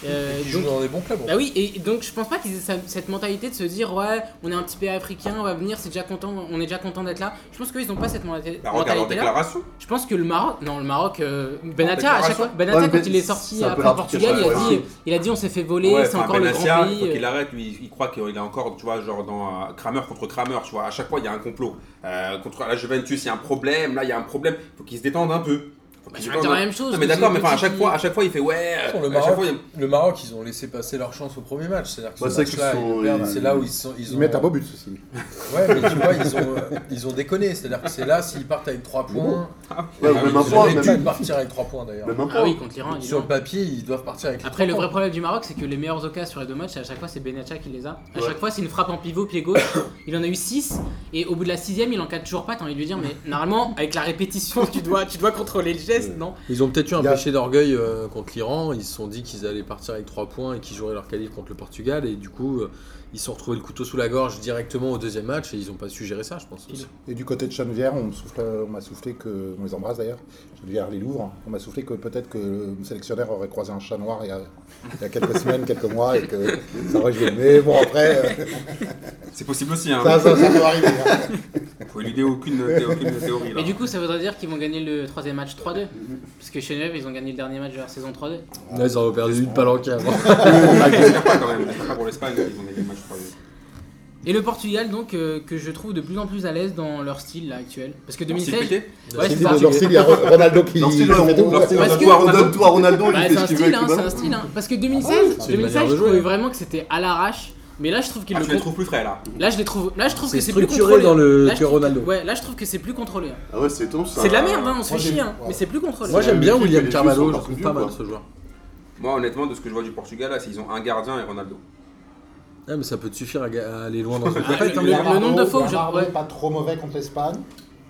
Euh, Ils jouent donc- dans des bons clubs. en bah oui, et donc je pense pas qu'ils aient sa- cette mentalité de se dire ouais, on est un petit pays africain, on va venir, c'est déjà content, on est déjà content d'être là. Je pense qu'ils ont pas cette Bah, regarde leur mentalité là. déclaration. Je pense que le Maroc, non le Maroc, euh, En Benatia à chaque déclaration. fois, Benatia Ouais, mais quand il est c'est sorti un peu après l'arbitre Portugal, qui il a a fait dit, euh, il a dit on s'est fait voler, Ouais, c'est enfin, encore le Benassia, grand il faut pays. euh. qu'il arrête, lui, il croit qu'il est encore, tu vois, genre dans euh, Kramer contre Kramer, tu vois, à chaque fois il y a un complot. Euh, contre la Juventus, il y a un problème, là il y a un problème, faut qu'il se détende un peu. Faut Bah, qu'il tu se vas détende dire la un- même chose, Non, que mais d'accord, j'ai mais enfin, à petit chaque qui- fois, à chaque fois il fait ouais. Sur Le à chaque Maroc, fois, il- le Maroc, ils ont laissé passer leur chance au premier match. C'est-à-dire que ce Ouais, c'est vrai match-là, qu'ils ils sont- le perdent. ils- C'est là où ils sont. Ils, ils ont- mettent un beau but, ceci. dit. Ouais, mais tu vois, ils ont, euh, ils ont déconné. C'est-à-dire que c'est là, s'ils partent avec 3 points. ouais, Ah, même mais un tu Ils point, auraient même, dû partir avec 3 points d'ailleurs. même un point. Ah oui, contre l'Iran, Sur évidemment. le papier, ils doivent partir avec les Après, le trois vrai points. problème du Maroc, c'est que les meilleures occasions sur les deux matchs, à chaque fois, c'est Benatia qui les a. À Ouais. chaque fois, c'est une frappe en pivot, pied gauche. [COUGHS] Il en a eu 6, et au bout de la sixième, il en 4 toujours pas. T'as envie de lui dire, mais normalement, avec la répétition, tu dois, tu dois contrôler le l'Est, non Ils ont peut-être eu un Il y a- péché d'orgueil euh, contre l'Iran. Ils se sont dit qu'ils allaient partir avec 3 points et qu'ils joueraient leur qualif contre le Portugal. Et du coup, euh, ils se sont retrouvés le couteau sous la gorge directement au deuxième match. Et ils n'ont pas su gérer ça, je pense. aussi. Et du côté de Chennevière, on me souffle- on m'a soufflé que. On les embrasse d'ailleurs. Chennevière les Louvres. hein. On m'a soufflé que peut-être que le sélectionneur aurait croisé un chat noir il y a, il y a quelques [LAUGHS] semaines, quelques mois, et que ça aurait joué. Mais bon, après, euh, C'est possible aussi, hein. ça, ça, ça peut arriver. hein. Faut éluder aucune, thé- aucune théorie là. Mais du coup, ça voudrait dire qu'ils vont gagner le troisième match 3-2. Parce que chez Genève, ils ont gagné le dernier match de leur saison 3-2. Là, ils auraient perdu une palanquée avant. Ah, je l'espère pas quand même. Je l'espère pas pour l'Espagne, ils ont gagné le match 3 Et le Portugal, donc, euh, que je trouve de plus en plus à l'aise dans leur style là, actuel. Parce que 2016. pété Ouais, C'est c'est dit, ça. dans le style, il y a Ro- Ronaldo qui. Leur style, euh, qui fait tout. leur style, Parce leur que- style, on donne tout à Ronaldo, Bah, il c'est fait un ce qu'il veut style, avec hein, le c'est un ballon. style. Hein. Parce que 2016, c'est une 2016 manière je de jouer, trouvais hein. vraiment que c'était à l'arrache. Mais là, je trouve qu'ils Ah, le tu les contrôlent. trouves plus frais là. Là, je les trouve. Là, je trouve C'est que c'est plus structuré contrôlé. dans le Là, je que trouve- Ronaldo. Ouais, là, je trouve que c'est plus contrôlé. hein. Ah ouais, c'est étonnant. ça. C'est de la merde, hein, on se fait Moi, j'ai- chier, hein, ouais. mais c'est plus contrôlé. Moi, j'aime bien Mais William les Carvalho. Juifs Je sont le trouve partout pas nuls, mal, quoi. ce joueur. Moi, honnêtement, de ce que je vois du Portugal là, c'est qu'ils ont un gardien et Ronaldo. Ouais, mais ça peut te suffire à, ga- à aller loin dans une Ah, compète. hein. le- le nombre de fois que je- Bernardo, ouais. Pas trop mauvais contre l'Espagne.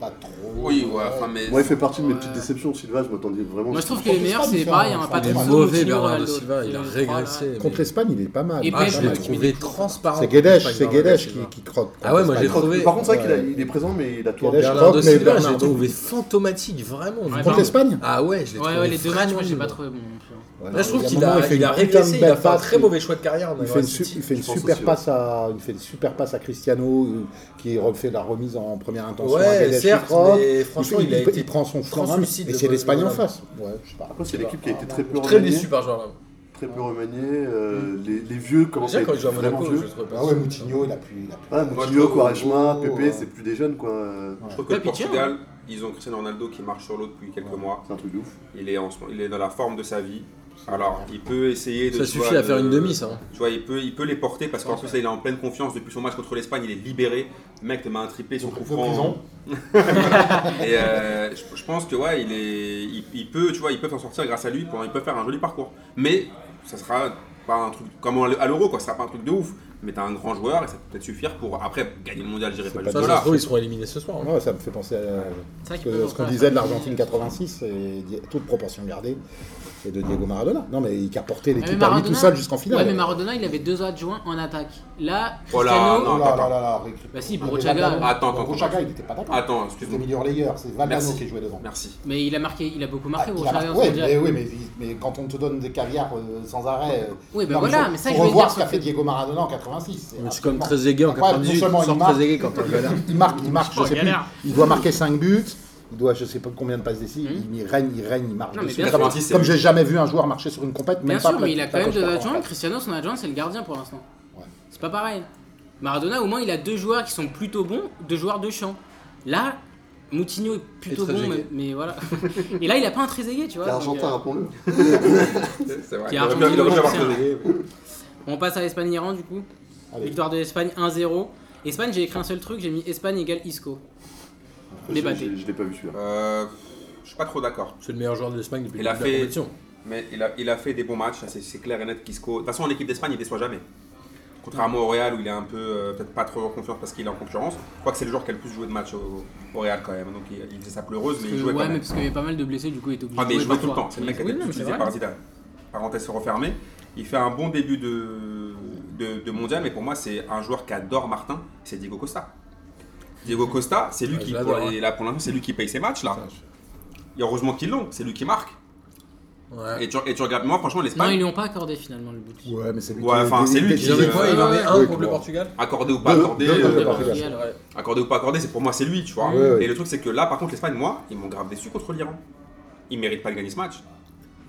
Pas trop. Oui, ouais, enfin, mais. Moi, il fait partie de mes petites déceptions, Silva. Je m'attendais vraiment. Moi, je trouve que trouve les que meilleurs, c'est pas c'est différent, pareil, hein, enfin, pas Il est de Ronaldo, mauvais, Bernardo Silva. Il a régressé. Contre mais- l'Espagne, il est pas mal. Et Il est Ah, Bernardo, je pas l'ai mal. trouve trouvé transparent. C'est Guedes, contre c'est l'Espagne, Guedes Silva. qui, qui croque. Ah ouais, moi, j'ai Par contre, trouvé- Par contre, c'est vrai qu'il a- Ouais. il est présent, mais il a tout Il a en l'air- garde. Bernardo mais Silva, je l'ai Bernardo- trouvé fantomatique, vraiment. Ouais, Contre Pardon. l'Espagne Ah ouais, je l'ai Ouais, trouvé. ouais, les deux vraiment matchs, moi, je l'ai nul. pas trouvé bon. non plus, hein. Là, je trouve Il y a qu'il un moment, a, il fait il a une putain régressé, de il a belle fait un passe, très il- mauvais choix de carrière. Il d'ailleurs, fait, une à su- City. il fait une je pense super aussi, passe à, il fait une super passe à Cristiano euh, qui refait la remise en première intention. à Ouais, Guedes, qui certes, croque. mais Il, franchement, il- il a il- été il prend son flanc et translucide, c'est le- l'Espagne le- en face. Ouais, je sais pas. Après, c'est l'équipe qui a été très peu très remaniée. déçu par ce joueur-là. Très peu remaniée. euh, Les les vieux commencent à Déjà, quand il être joue à vraiment Monaco, je le vieux. trouvais pas. Ah ouais, Moutinho, il a pu. il a pu- Ah, Moi, je Moutinho, trouve- Quaresma, Oh, Pepe, ouais. c'est plus des jeunes, quoi. Je trouve que Ouais, le puis tiens. hein. Portugal, ils ont Cristiano Ronaldo qui marche sur l'eau depuis quelques mois. C'est un truc de ouf. Il est, en ce moment- il est dans la forme de sa vie. Alors, il peut essayer de. Ça tu suffit vois, à faire de- une demi, ça. hein. Tu vois, il peut, il peut les porter parce qu'en plus, là, il est en pleine confiance. Depuis son match contre l'Espagne, il est libéré. Le mec, m'a un triplé sur coup de franc. prison. [LAUGHS] Et euh, je, je pense que ouais, il est, il, il peut, tu vois, ils peuvent s'en sortir grâce à lui. Pour, ils peuvent faire un joli parcours. Mais ça sera pas un truc comme à l'Euro, quoi. Ça sera pas un truc de ouf. Mais t'as un grand joueur et ça peut peut-être suffire pour après gagner le mondial. J'irai C'est pas pas jusque Ça, de ça se là. trouve, ils seront éliminés ce soir. hein. Ouais, ça me fait penser à C'est vrai ce qu'ils que- peuvent ce qu'on encore disait de faire- l'Argentine 86, et di- toute proportion gardée, et de Diego Maradona. Non, mais qui a porté Ah, mais l'équipe à lui Maradona- tout seul jusqu'en finale. Ouais, mais Maradona, il avait deux adjoints en attaque. Là, Oh là, Cristiano, non. Oh là là là Ah, là. Bah si, Borruchaga- Valdano. Attends, attends, Borruchaga, il n'était pas d'accord. Attends, C'était excuse-moi. milieu relayeur, c'est Valdano Merci. qui jouait devant. Merci. mais il a marqué, il a beaucoup marqué Ah, au il a marqué- Borruchaga, ouais, faut dire. mais, oui, mais, mais quand on te donne des caviars euh, sans arrêt, euh, Oui, ben non, voilà, faut- mais ça, faut je veux revoir dire, ce qu'a fait c'est- Diego Maradona en 86. Mais C'est comme absolument- Trezeguet en Incroyable. Non 98. seulement Tu il sors marque- Trezeguet quand on galère. Il marque, il marque, je Oh, sais plus. galère. Il doit marquer 5 buts. Il doit, je sais pas combien de passes décisives. Il règne, il règne, il marche Mmh. Non, mais dessus. bien Comme, sûr. comme j'ai jamais vu un joueur marcher sur une compète, même Bien pas sûr, plat- mais il a quand plat- même coche deux par- adjoints. en fait. Cristiano, son adjoint, c'est le gardien pour l'instant. Ouais. C'est pas pareil. Maradona, au moins, il a deux joueurs qui sont plutôt bons, deux joueurs de champ. Là, Moutinho est plutôt Et bon, Trezeguet. mais, mais voilà. [LAUGHS] Et là, il a pas un Trezeguet, tu vois. donc, L'Argentin, euh, rappelons-le. C'est vrai. Qui Il a aurait pu- il aurait pu avoir arrondi le Trezeguet, mais- [LAUGHS] On passe à Espagne-Iran, du coup. Allez. Victoire de l'Espagne 1-0. Espagne, j'ai écrit un seul truc, j'ai mis Espagne égale Isco. Je- Débatté. Je je l'ai pas vu celui-là. Euh, Je suis pas trop d'accord. C'est le meilleur joueur de l'Espagne depuis Il le a début de la fait- compétition. Mais il a, il a fait des bons matchs, ça, c'est c'est clair et net. Kisco. De toute façon, en équipe d'Espagne, il déçoit jamais. Contrairement au Real, où il est un peu, euh, peut-être pas trop en confiance parce qu'il est en concurrence. Je crois que c'est le joueur qui a le plus joué de matchs au, au Real quand même. Donc il, il faisait ça pleureuse, mais Parce il que- ouais, jouait quand mais même. parce qu'il y avait pas mal de blessés, du coup, il était obligé Ah, mais il de jouait jouait tout le temps. C'est le mec qui a Oui, été non, mais c'est utilisé vrai. par Zidane. Parenthèse refermée. Il fait un bon début de, de, de mondial, mais pour moi, c'est un joueur qu'adore Martin, c'est Diego Costa. Diego Costa, c'est lui Ah, je qui, l'adore, pour, hein. et là, pour l'instant, c'est lui qui paye ses matchs là. Et heureusement qu'ils l'ont, c'est lui qui marque. Ouais. Et tu, et tu regardes, moi franchement, Non, ils l'Espagne, lui ont pas accordé finalement le but. Ouais, mais c'est lui Ouais, qui- enfin, c'est lui qui- Ils en avaient quoi Il en met un Ouais, contre le bon. Portugal accordé ou pas Deux- accordé. deux- euh, deux- Portugal, Portugal, ouais. Accordé ou pas accordé, c'est pour moi, c'est lui, tu vois. Ouais, ouais. Et le truc, c'est que là, par contre, l'Espagne, moi, ils m'ont grave déçu contre l'Iran. Ils méritent pas de gagner ce match.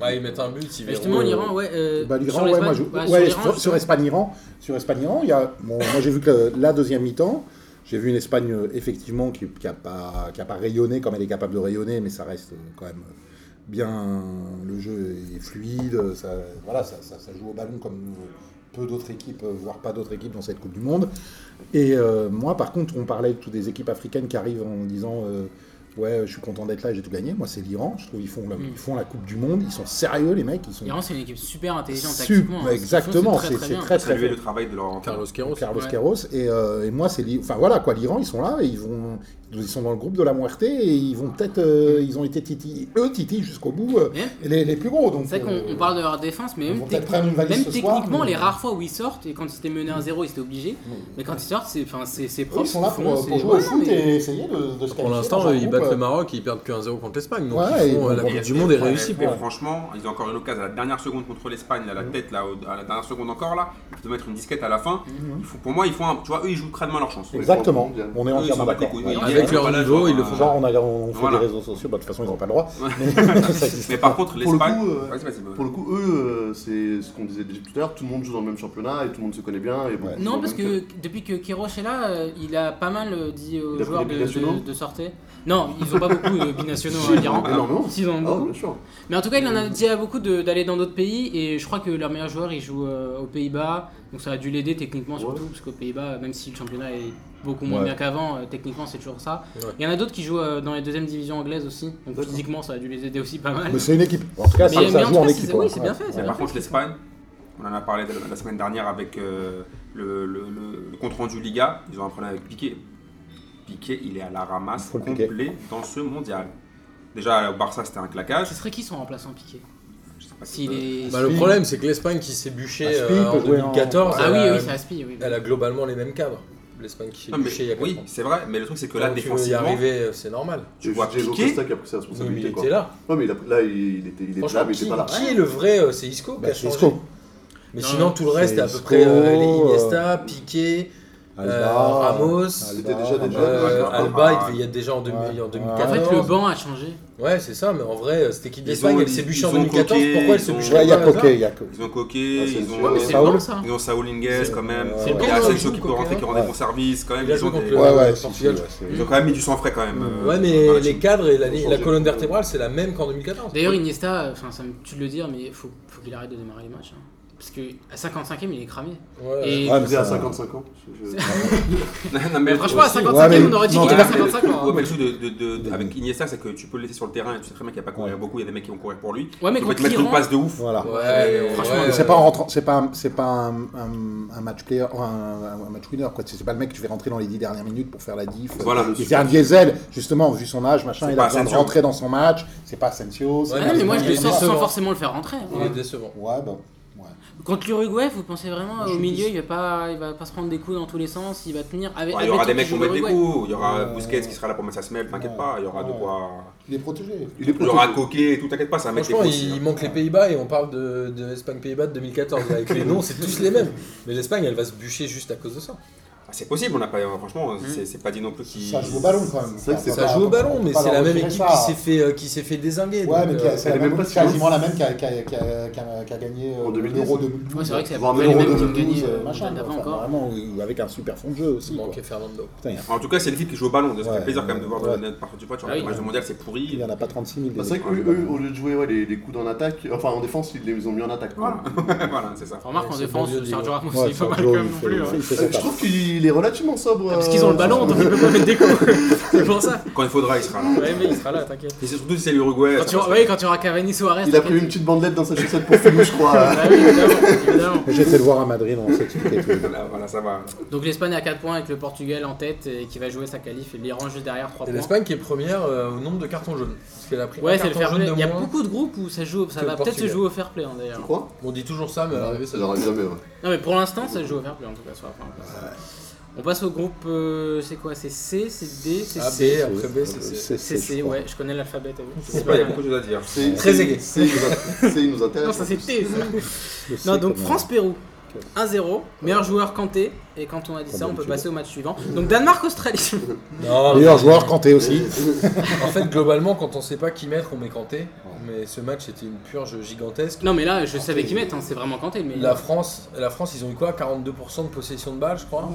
Ouais, ils mettent Bah, un but, ils Mais Justement, verront. l'Iran, ouais. euh, Bah, l'Iran, sur ouais, l'Espagne- moi, je- bah, ouais, l'Iran, sur, sur Espagne-Iran, sur Espagne-Iran, il y a, bon, moi j'ai vu que euh, la deuxième mi-temps, j'ai vu une Espagne euh, effectivement qui n'a qui a pas, qui a pas rayonné comme elle est capable de rayonner, mais ça reste euh, quand même euh, bien, le jeu est fluide, euh, ça, voilà, ça, ça- ça joue au ballon comme euh, peu d'autres équipes, euh, voire pas d'autres équipes dans cette Coupe du Monde. Et euh, moi, par contre, on parlait de toutes des équipes africaines qui arrivent en disant euh, ouais, je suis content d'être là et j'ai tout gagné. Moi, c'est l'Iran. Je trouve qu'ils font, la- ils font la Coupe du Monde. Ils sont sérieux, les mecs. Ils sont L'Iran, c'est une équipe super intelligente Sup- tactiquement. hein. Exactement, Ce qu'ils font, c'est c'est bien. très très, Saluer bien. le travail de Laurent Carlos Queiroz. Carlos Ouais. Queiroz et, euh, et moi c'est l'I- enfin voilà quoi l'Iran ils sont là et ils vont ils sont dans le groupe de la Muerte et ils vont peut-être euh, ils ont été titi eux titi jusqu'au bout euh, Mais- les, les plus gros donc C'est vrai qu'on euh, on parle de leur défense, mais ils même, vont peut-être techni- prendre une valise même ce soir, techniquement, mais- les rares fois où ils sortent, et quand ils étaient menés 1-0, ils étaient obligés. Mais quand ils sortent, c'est enfin, c'est- c'est eux, propre. ils sont là ce qu'ils pour, font, euh, c'est- pour jouer au ouais, foot mais- et essayer de, de se qualifier Pour l'instant, dans un ils groupe, battent euh, le Maroc et ils perdent que 1-0 contre l'Espagne. Donc Ouais, ils font, euh, ils vont la prendre Coupe du Monde est réussie pour pour eux. Franchement, ils ont encore une occasion à la dernière seconde contre l'Espagne, à la tête, là, au- à la dernière seconde encore, là. Ils peuvent mettre une disquette à la fin. Mhm. Il faut- pour moi, ils font un- tu vois, eux, ils jouent crânement leur chance. exactement Eux, on est Eux, ils entièrement s'en battent les d'accord couilles. Ouais. Ils Avec disent, leur voilà, niveau, genre, ils le euh, font. genre on, a, on fait Voilà. des réseaux sociaux bah, de toute façon ils n'ont pas le droit mais ça existe Mais pas. par contre, Pour le l'Espagne. coup, euh, Ouais, c'est possible. pour le coup, eux, euh, c'est ce qu'on disait déjà tout à l'heure, tout le monde joue dans le même championnat et tout le monde se connaît bien. Et beaucoup Ouais. jouent dans Non, le parce même club. que depuis que Kiroche est là, euh, il a pas mal euh, dit Il aux a pris joueurs des de, binationaux de- de sortir. Non, ils ont pas beaucoup euh, de binationaux [LAUGHS] à hein, l'Iran. Énormément. Si, ils en ont Ah, beaucoup. ouais, bien sûr. Mais en tout cas, il en a dit à beaucoup de- d'aller dans d'autres pays et je crois que leur meilleur joueur, il joue euh, aux Pays-Bas. Donc ça a dû l'aider techniquement surtout, parce qu'aux Pays-Bas, même si le championnat est beaucoup moins Ouais. bien qu'avant, euh, techniquement c'est toujours ça. Ouais. Il y en a d'autres qui jouent euh, dans les deuxièmes divisions anglaises aussi. Donc D'accord. physiquement, ça a dû les aider aussi pas mal. [LAUGHS] mais c'est une équipe en tout cas Mais- ça, ça mais en joue tout en cas, équipe c'est- quoi. oui, c'est bien fait, c'est Ouais. bien Par contre, l'Espagne, on en a parlé de- la semaine dernière avec euh, le, le- le- le compte-rendu Liga, ils ont un problème avec Piqué. Piqué, il est à la ramasse Faut le complet piquer. dans ce mondial. Déjà, au Barça, c'était un claquage. Ce serait qui son remplaçant piqué Je sais pas si- S'il est. Bah, le Aspi. problème, c'est que l'Espagne qui s'est bûchée Aspi euh, en peut jouer en- 2014, Ah elle, oui, a, oui, ça aspire. Oui. euh, elle a globalement les mêmes cadres. L'Espagne qui s'est Non, mais- bûchée il y a 4 oui, ans. c'est vrai, mais le truc, c'est Ah, que là, Quand tu veux y défensivement, arriver, euh, c'est normal. tu C'est vois Diego Piqué. Costa qui a pris ses Oui, mais il responsabilités. quoi. était là. Ouais, mais il a- là, il était, il était là, Franchement, mais il qui, était pas là. qui est le vrai euh, C'est Isco qui Bah, a c'est changé. Isco. Mais Non, sinon, tout le reste, c'est c'est à peu près euh, les Isco, Iniesta, Piqué, euh, Ramos, C'était déjà des Alba. jeunes. euh, ouais. Alba, il devait y être déjà en, 2000, Ouais. en En fait, 2014. le banc a changé. Ouais, c'est ça, mais en vrai, euh, cette équipe Ils d'Espagne, ont- elle s'est bûchée en ils ont 2014. Coquet, Pourquoi elle ils se ont- bûche Ouais, il y a pas au hasard Coquet, il y a Coquet. ils ont Coquet, Ah, c'est ils sûr. ont, Ouais, Mais mais euh, c'est Saoul. le banc ça. hein. ils ont Saul Inguez C'est- quand même. ouais, Il y ouais. C'est a le Asensio banc, qui peut rentrer, qui rend ouais. des bons services quand même. Il a Ils joué ont, contre des- le- Ouais, ouais, Portugal, si, si, ouais, c'est- ils ont quand même mis du sang frais quand même. euh, Ouais, dans la mais les team. cadres et la, Ils ont la changé. colonne vertébrale, c'est la même qu'en 2014. D'ailleurs, Iniesta, euh, enfin, ça me tue de le dire, mais faut, faut qu'il arrête de démarrer les matchs. hein. Parce que à 55ème, il est cramé. Ouais. Et Ouais, Il faisait à ça- 55 ans. Je- je- [LAUGHS] non, mais franchement, à 55ème, ouais, mais- on aurait dit non, qu'il Ouais, avait mais- 55 ans. hein. ouais, mais le truc de, de- de- de- avec Iniesta, c'est que tu peux le laisser sur le terrain et tu sais très bien qu'il n'y a pas courir beaucoup, il y a des mecs qui vont courir pour lui. Ouais, mais il va contre te mettre une l'Iran- passe de ouf. Voilà. Ouais, mais Franchement, ouais, Mais c'est euh, pas en rentrant, c'est pas, un- c'est pas un, un- un match player, un, un- un match winner quoi. C'est c'est pas le mec que tu fais rentrer dans les 10 dernières minutes pour faire la diff. Euh, Voilà, le Il était un diesel justement vu son âge, machin. C'est Il a pas besoin de Asensio. rentrer dans son match. C'est pas Asensio. c'est Ouais, Ah pas- non, mais moi je c'est le pas- sors sans décevant. forcément le faire rentrer. hein. Il est décevant. Ouais, bah, ouais. Contre l'Uruguay, vous pensez vraiment euh, je au suis milieu, déçu. il va pas, il va pas se prendre des coups dans tous les sens, il va tenir. Avec, Ouais, il y aura admettons des mecs qu'il qui joue vont mettre des l'Uruguay. coups, il y aura Ouais. Busquets qui sera là pour mettre sa semelle, t'inquiète Ouais. pas, il y aura de Ouais. quoi. Il est protégé. Il est Il y aura protégé. Coquet et tout, t'inquiète pas, ça va mettre des Franchement, coups. il, aussi, hein. manque les Pays-Bas et on parle de, de Espagne-Pays-Bas de [LAUGHS] 2014. Avec les noms, c'est tous les mêmes. Mais l'Espagne, elle va se bûcher juste à cause de ça. Ah, C'est possible, on n'a pas. Franchement, Mm. c'est c'est pas dit non plus qu'il. Ça joue au ballon quand même. C'est vrai que c'est- Enfin, Ça pas- joue au on ballon, peut mais pas c'est leur la même retirer équipe ça. qui s'est fait, euh, qui s'est fait désinguer. Ouais, donc, mais qui euh, a- c'est elle la est même même pas c'est quasiment sûre. la même qui a, qui a- qui a- qui a- qui a gagné euh, En 2010. l'Euro 2012. Ouais, c'est vrai que c'est Voire pas les même mêmes Euro qui ont 2012, gagné, euh, machin, d'avant quoi. Enfin, encore. Vraiment, euh, avec un super fond de jeu aussi. il quoi. manquait Fernando. Putain, il y a- En tout cas, c'est l'équipe qui joue au ballon. Ça fait Ouais, plaisir quand même de voir. ouais. de- Par contre, tu vois, tu Ah vois, le oui. match de mondial, c'est il pourri. n'y en a pas 36 000. des Bah, C'est vrai équipes. qu'eux, eux, au lieu de jouer ouais, les, les coups en attaque, enfin en défense, ils les ont mis en attaque. quoi. Voilà, [LAUGHS] voilà c'est ça. Remarque Ouais, en c'est défense, bon, je Sergio dis, Ramos, Ouais, il fait Sergio, mal quand même il non fait- plus. il hein. fait- il fait Euh, sa Je part. trouve qu'il est relativement sobre. Parce qu'ils ont le euh, ballon, donc ils peuvent pas mettre des coups. C'est pour ça. Quand il faudra, il sera là. Ouais, mais il sera là, t'inquiète. Et c'est surtout si c'est l'Uruguay. Quand ça tu passe. auras- ouais, quand tu auras Cavani Suarez. Il a pris t'inquiète. une petite bandelette dans sa chaussette pour fumer, je [LAUGHS] crois. Ah oui, évidemment, évidemment. J'ai été le voir à Madrid, on s'expliquait tout. Voilà, voilà, ça va. Donc l'Espagne à 4 points avec le Portugal en tête et qui va jouer sa qualif et l'Iran juste derrière 3 Et points. l'Espagne qui est première euh, au nombre de cartons jaunes. Parce qu'elle a pris un Ouais, c'est le carton fair jaune play. de Il y a moins. beaucoup de groupes où ça joue, au- ça Que va le peut-être se Portugal. jouer au fair play hein, Tu d'ailleurs. crois On dit toujours ça, mais à l'arrivée, ça Ça leur donne- arrive jamais, ouais. Non, mais pour l'instant, ça se joue au fair play en tout cas sur la première place. On passe au groupe, euh, c'est quoi C'est C, c'est D, c'est A, C. B, après B, c'est C. C'est C'est- c'est- C, je crois. ouais, je connais l'alphabet, t'as vu Je C'est sais pas, il y a mal. beaucoup de choses à dire. C'est- Très c'est- aigué. c'est- il nous a- C'est, il nous intéresse. Non, ça c'est T. ça. Le C Non, donc comme- France-Pérou. 1-0, meilleur joueur Kanté, et quand on a dit ça, on peut passer au match suivant. Donc Danemark-Australie. Non, Meilleur joueur Kanté aussi. en fait, globalement, quand on sait pas qui mettre, on met Kanté. Mais ce match était une purge gigantesque. [LAUGHS] Non, mais là, je savais qui mettre, hein, c'est vraiment Kanté. Mais La France, la France, ils ont eu quoi 42% de possession de balle, je crois.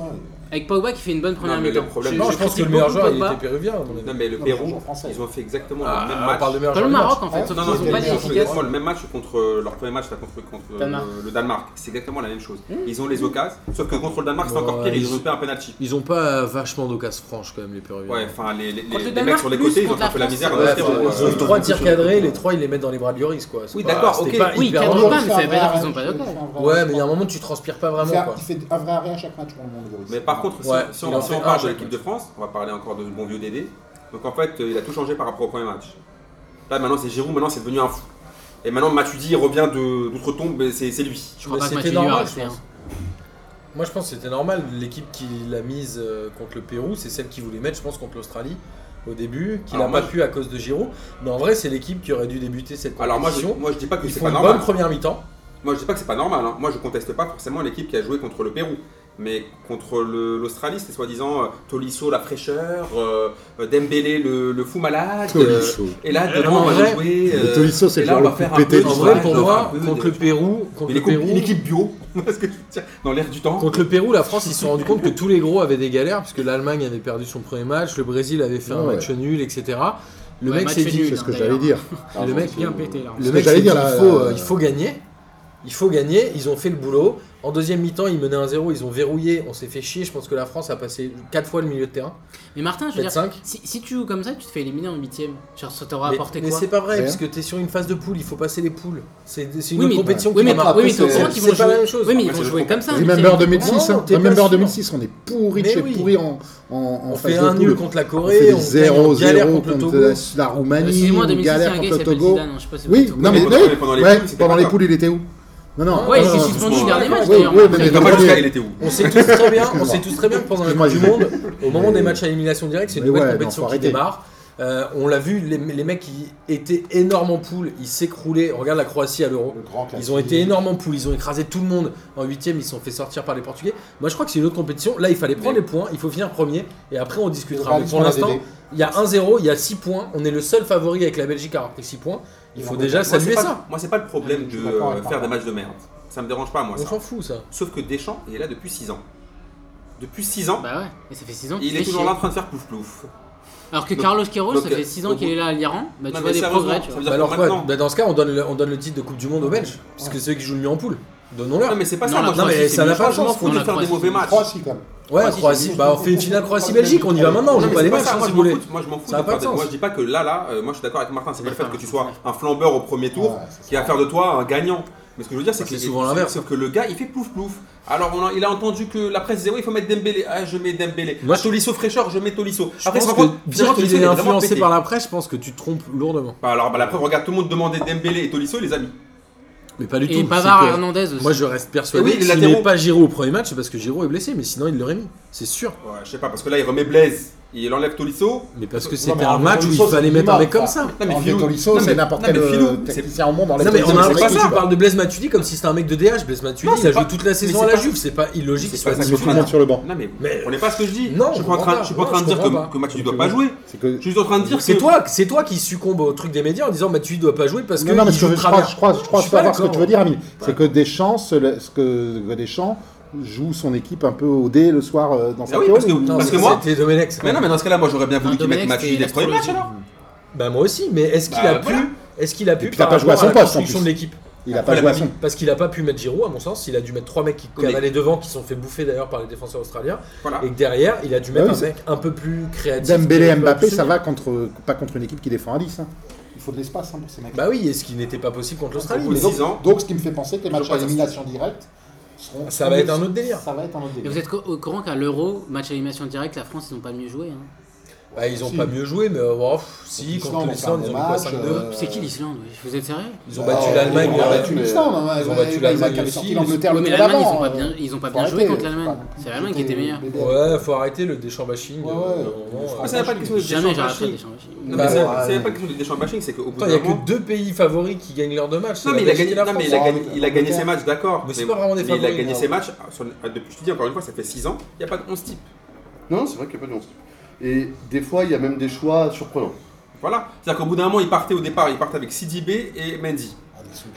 Avec Pogba qui fait une bonne première Non, mais le mi-temps. problème- Non, je, pense que critique le meilleur beaucoup joueur, il Pogba. était péruvien. à mon avis. Non, mais le Non, mais ils Pérou, jouent en français. ils ont fait exactement Ah, le même on match. parle de meilleur Comme le joueur du match. Maroc en fait, Ah, sauf Non, qu'ils non, sont pas non, meilleur efficaces. exactement le même match contre leur premier match là, contre, contre Danemark. Hmm. le, le Danemark. C'est exactement la même chose. choses. Ils ont les occasions, sauf que contre le Danemark, c'est encore Ouais, pire, ils ils- ont fait un penalty. Ils ont pas euh, vachement d'occasions franches quand même, les Péruviens. Ouais, enfin, les, les, les- Contre le les mecs Danemark, sur les plus côtés, ils ont contre un peu la la misère. France. à Ouais, se faire- enfin, ouais. ils ont ouais. trois tirs Ouais. cadrés, les trois ils les mettent dans les bras de Lloris quoi. C'est Oui, pas- d'accord, c'était ok. pas Oui, hyper cadrés, dangereux. pas, mais ça veut pas dire qu'ils ont pas Ouais, mais il y a un moment tu transpires pas vraiment quoi. Il fait un vrai arrêt à chaque match pour le moment. Lloris. Mais par contre, si, Ouais, si il on, en si fait on un, parle de ouais. l'équipe de France, on va parler encore de bon vieux Dédé. Donc en fait, euh, il a tout changé par rapport au premier match. Là, maintenant, c'est Giroud, maintenant, c'est devenu un fou. Et maintenant, Matuidi il revient de- d'outre-tombe, et c'est c'est lui. Je crois Mais pas que Matuidi c'était va normal, rester. je hein. pense. Moi je pense que c'était normal. L'équipe qui l'a mise euh, contre le Pérou, c'est celle qui voulait mettre, je pense, contre l'Australie au début, qui Alors n'a moi, pas pu à cause de Giroud. Mais en vrai, c'est l'équipe qui aurait dû débuter cette compétition. Alors moi, je, moi, je dis pas que Ils c'est font pas une normal. bonne première mi-temps. Moi, je dis pas que c'est pas normal. hein. Moi, je conteste pas forcément l'équipe qui a joué contre le Pérou. Mais contre le- l'Australie, c'était soi-disant euh, Tolisso la fraîcheur, euh, euh, Dembélé le, le fou malade. Tolisso. euh, et là, en devant, on va vrai, jouer. euh, le Tolisso, et c'est le là, joueur on va le plus faire un pété peu de du En Ouais, vrai, trash, pour on va faire moi, un peu de- contre le Pérou, Mais contre les le coupes- Pérou, une équipe bio, [LAUGHS] parce que tu tiens, dans l'air du temps. Contre le Pérou, la France, ils se sont rendus compte que tous les gros avaient des galères, puisque l'Allemagne avait perdu son premier match, le Brésil avait fait un Ouais. match nul, etc. Le Ouais, mec match s'est dit, nul. C'est ce que j'allais dire. Le le mec mec bien pété là. le que mec j'allais s'est dit, dire, là, il, faut, là, euh, il faut gagner, il faut gagner, ils ont fait le boulot. En deuxième mi-temps, ils menaient 1-0, ils ont verrouillé, on s'est fait chier. Je pense que la France a passé 4 fois le milieu de terrain, Mais Martin, je veux peut-être dire, 5. si, si tu joues comme ça, tu te fais éliminer en huitième. Genre, ça t'aura Mais, apporté mais quoi c'est pas vrai, Rien. parce que t'es sur une phase de poule, il faut passer les poules. C'est c'est une Oui, autre mais- compétition Oui, qui mais, démarre. oui, mais c'est- t'es au courant qu'ils vont c'est pas la jouer. même chose. Oui, mais ils Après, vont c'est jouer le comme ça. en Remember huitième. 2006, hein. t'es pas Remember sûr. 2006, on est pourri de Mais chez oui. pourri en, en, en On phase fait de un poule. nul contre la On fait Corée, des on, gagne, on 0-0 galère contre, contre le Togo. la, la Roumanie, Excusez-moi, on 2006, il y a galère un gars qui contre le s'appelle Togo. Zidane. Je sais pas si vous Oui, êtes au non courant. mais, Pendant- ouais, pendant les ouais, poules, c'était pendant pas les top. poules, il était où Non, non. Euh, Ouais, il non, s'est non, suspendu ouais, le dernier ouais, match ouais, d'ailleurs. ouais, après. Il n'a mais le pas premier- jusqu'à elle était où On sait tous très bien, on Excuse-moi. sait tous très bien que pendant la Excuse-moi, Coupe du je vais- Monde, au moment des Mais- matchs à élimination directe, c'est une Mais nouvelle ouais, compétition non, faut qui arrêter. démarre. Euh, on l'a vu, les, les mecs qui étaient énormes en poule, ils s'écroulaient. On regarde la Croatie à l'Euro. Le grand classique. Ils ont été énormes en poule, ils ont écrasé tout le monde. En huitième, ils se sont fait sortir par les Portugais. Moi, je crois que c'est une autre compétition. Là, il fallait prendre les points, il faut finir premier, et après on discutera. Grave, Mais pour ils sont l'instant, aidés. il y a 1-0, il y a 6 points. On est le seul favori avec la Belgique à avoir pris 6 points. Il Et faut l'Angleterre. déjà Moi, c'est saluer pas- ça. Moi, c'est pas le problème Je de suis d'accord euh, avec faire Martin. des matchs de merde. Ça me dérange pas, moi, On ça. s'en fout, ça. Sauf que Deschamps, il est là depuis 6 ans. Depuis 6 ans, Bah ouais, mais ça fait 6 ans qu'il il fait est toujours chier. là en train de faire plouf plouf. Alors que Donc- Carlos Queiroz, ça donc, fait 6 ans au qu'il bout- est là à l'Iran. Bah tu vois Non, mais des sérieusement, progrès, tu ça vois. Bah veut dire alors que quoi maintenant- Bah Dans ce cas, on donne le, on donne le titre de Coupe du Monde aux Belges, puisque c'est eux qui jouent le mieux en poule. Donnons-leur. Non, mais c'est pas Non, ça, la moi, je Croatie, pense que ça n'a c'est pas de franchement sens. fou Non, de la faire des Croatie, mauvais c'est matchs. Trois, si, quand même. Ouais, Croatie, Croatie, bah on fait une finale Croatie-Belgique, on y va maintenant, on Non, joue mais pas c'est les pas matchs, ça, hein, moi, si vous je m'en voulez. fous de- Moi, je m'en fous. Ça de a pas faire de des- Moi, sens. je dis pas que là, là, euh, moi, je suis d'accord avec Martin. C'est pas le fait que tu sois un flambeur au premier tour Ouais, c'est qui va ça. faire de toi un gagnant. Mais ce que je veux dire, c'est Bah, que c'est souvent l'inverse. Sauf que le gars, il fait plouf plouf. Alors, on a- il a entendu que la presse disait oui, il faut mettre Dembélé. Ah, je mets Dembélé. Moi, Ah, Tolisso fraîcheur, je mets Tolisso. Je pense il se rend que compte, dire finalement, qu'il Tolisso, est il vraiment influencé pété. par la presse, je pense que tu te trompes lourdement. Bah, alors, bah, la preuve, regarde, tout le monde demandait Dembélé et Tolisso, il les amis. Mais pas du tout. Et c'est Pavard que- à Hernandez aussi. Moi je reste persuadé Et oui, que les s'il latéraux. n'est pas Giroud au premier match, c'est parce que Giroud est blessé, mais sinon il l'aurait mis. C'est sûr. Ouais, je sais pas, parce que là, il remet Blaise, il enlève Tolisso. Mais parce que Non, c'était mais un Arnaud match où il Tolisso, c'est fallait mettre un Neymar, mec comme ça. ça. Non, mais Enlever Filou- Tolisso, non, mais- c'est n'importe non, mais quel euh, Filou, c'est- technicien au monde. Non mais on a c'est pas l'impression ça. qu'il parle de Blaise Matuidi comme si c'était un mec de DH. Blaise Matuidi, Non, il a c'est joué pas- toute la saison c'est à la pas- Juve. C'est pas illogique qu'il pas soit ça Il met tout le titulaire. monde sur le banc. Non, mais vous Mais- comprenez pas ce que je Non, dis. je suis je pas en train, comprends je suis pas en pas. train de Non, dire je comprends que, pas. que Matuidi doit pas jouer. C'est que Je suis juste en train de dire C'est que. toi, c'est toi qui succombe au truc des médias en disant Matuidi doit pas jouer parce que Non, non, mais il ce que joue je, de crois, travers. je crois, je crois Je suis pas savoir ce que tu d'accord. veux dire, Amine. C'est que Deschamps, ce ce que que Deschamps joue son équipe un peu au dé le soir euh, dans sa Ah oui, théorie. parce que- ou- Non, Parce c'est- moi- c'était Domenech. Mais non, mais dans ce cas-là, moi, j'aurais bien voulu Un qu'il mette Domenech, Matuidi c'est dès le premier match l'astrologie. alors. Bah moi aussi, mais est-ce qu'il Bah, a voilà. pu est-ce qu'il a pu puis t'as pas joué à rapport son la poste, en construction de plus. l'équipe Il a Après, pas la joué à famille- son. parce qu'il a pas pu mettre Giroud à mon sens, il a dû mettre trois mecs qui Mais- Ah. cavalaient devant qui se sont fait bouffer d'ailleurs par les défenseurs australiens Voilà. et que derrière, il a dû mettre Bah oui, un c'est- mec un peu plus créatif. qui Dembélé avait pas Mbappé, pu ça se- va contre, pas contre une équipe qui défend à 10. hein. Il faut de l'espace hein, pour ces mecs. Bah oui, et ce qui n'était pas possible contre l'Australie. Au bout de mais- six ans. Donc, ce qui me fait penser que les Je matchs crois à que ça- élimination directe seront. Ça va être un autre délire. Ça va être un autre Et délire. vous êtes co- au courant qu'à l'Euro, match animation directe, la France, ils n'ont pas mieux joué. hein. Bah, ils ont Si. pas mieux joué, mais euh, oh, pff, si, L'Islande, contre on l'Islande, fait ils un ont bon pas match, 5-2. euh, C'est qui l'Islande oui Vous êtes sérieux Ils ont Bah, battu on- l'Allemagne, euh, on a la- battu mais- l'Islande, hein, ils ont ouais, battu ouais, l'Allemagne Ils avaient aussi, sorti mais- l'Angleterre Ouais, le mais coup l'Allemagne, ils d'avant, ont pas euh, bien, ils ont pas faut bien joué arrêter, contre l'Allemagne. pas- C'est l'Allemagne qui était meilleure. Ouais, faut arrêter le Deschamps bashing. euh, Ouais, ouais. au moment, Ah, Moi, euh, c'est même pas une question de Jamais Deschamps j'arrêterai bashing. des champions. Non, mais c'est Bah, c'est même ouais. pas une question de Deschamps bashing, c'est qu'au bout Attends, d'un il y a que moment. deux pays favoris qui gagnent leur deux matchs. Non, mais c'est il la a gagné, Belgique et la non, mais il France. hein. a gagné, il a gagné ses matchs, d'accord. Mais c'est pas vraiment des mais il a favoris, gagné non. ses matchs, sur- depuis, je te dis encore une fois, ça fait 6 ans, il n'y a pas de 11 types. Non, c'est vrai qu'il n'y a pas de nuance. Et des fois, il y a même des choix surprenants. Voilà. C'est-à-dire qu'au bout d'un moment, il partait au départ, il partait avec Sidibé et Mendy.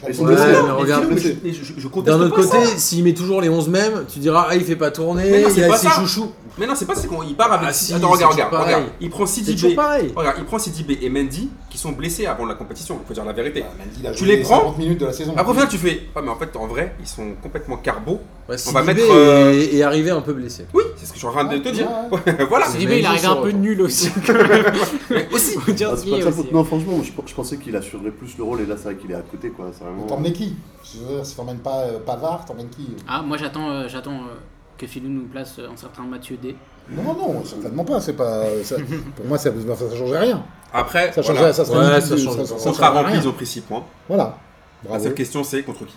Ils Ouais, blessés, mais hein. regarde. Ils sont Mais blessés. je, mais je- je conteste D'un autre pas ça. côté, s'il met toujours les 11 mêmes, tu diras Ah, il fait pas tourner, Mais non, il y c'est a pas ses ça. chouchous. Mais non, c'est pas c'est qu'on il part avec. Ah si, Attends, c'est toujours regarde, regarde, regarde. pareil. Il prend C'est Sidi toujours B. pareil. Regarde, il prend Sidi B et Mendy qui sont blessés avant la compétition. Faut dire la vérité. Ah, Mendy, il a Tu joué les prends 50 minutes de la saison. Après, au final, tu fais. Ah, mais en fait, en vrai, ils sont complètement carbo. Ouais, On va Sidibé mettre, euh, est, est arrivé un peu blessé. Oui, c'est ce que je suis en train de te dire. [LAUGHS] voilà. C'est- Sidibé, il arrive un peu nul [LAUGHS] aussi. Aussi. Faut dire Ah, ce c'est qui pas est de sa aussi. faute. Non, franchement, moi, je, je pensais qu'il assurerait plus le rôle et là, c'est vrai qu'il est à côté, quoi. C'est vraiment. T'emmènes qui Je veux dire, si t'emmènes pas euh, Pavard, t'emmènes qui Ah, moi j'attends euh, j'attends euh, que Philou nous place euh, un certain Mathieu D. Non, non, non, certainement pas. C'est pas. [LAUGHS] euh, ça- pour moi, ça, ça changerait rien. Après, Ça voilà. changerait, ça serait Ouais, inutile, ça change- Ah ça contrat changerait rempli, rien. ils ont pris 6 points. Voilà. La Bravo. seule question, c'est contre qui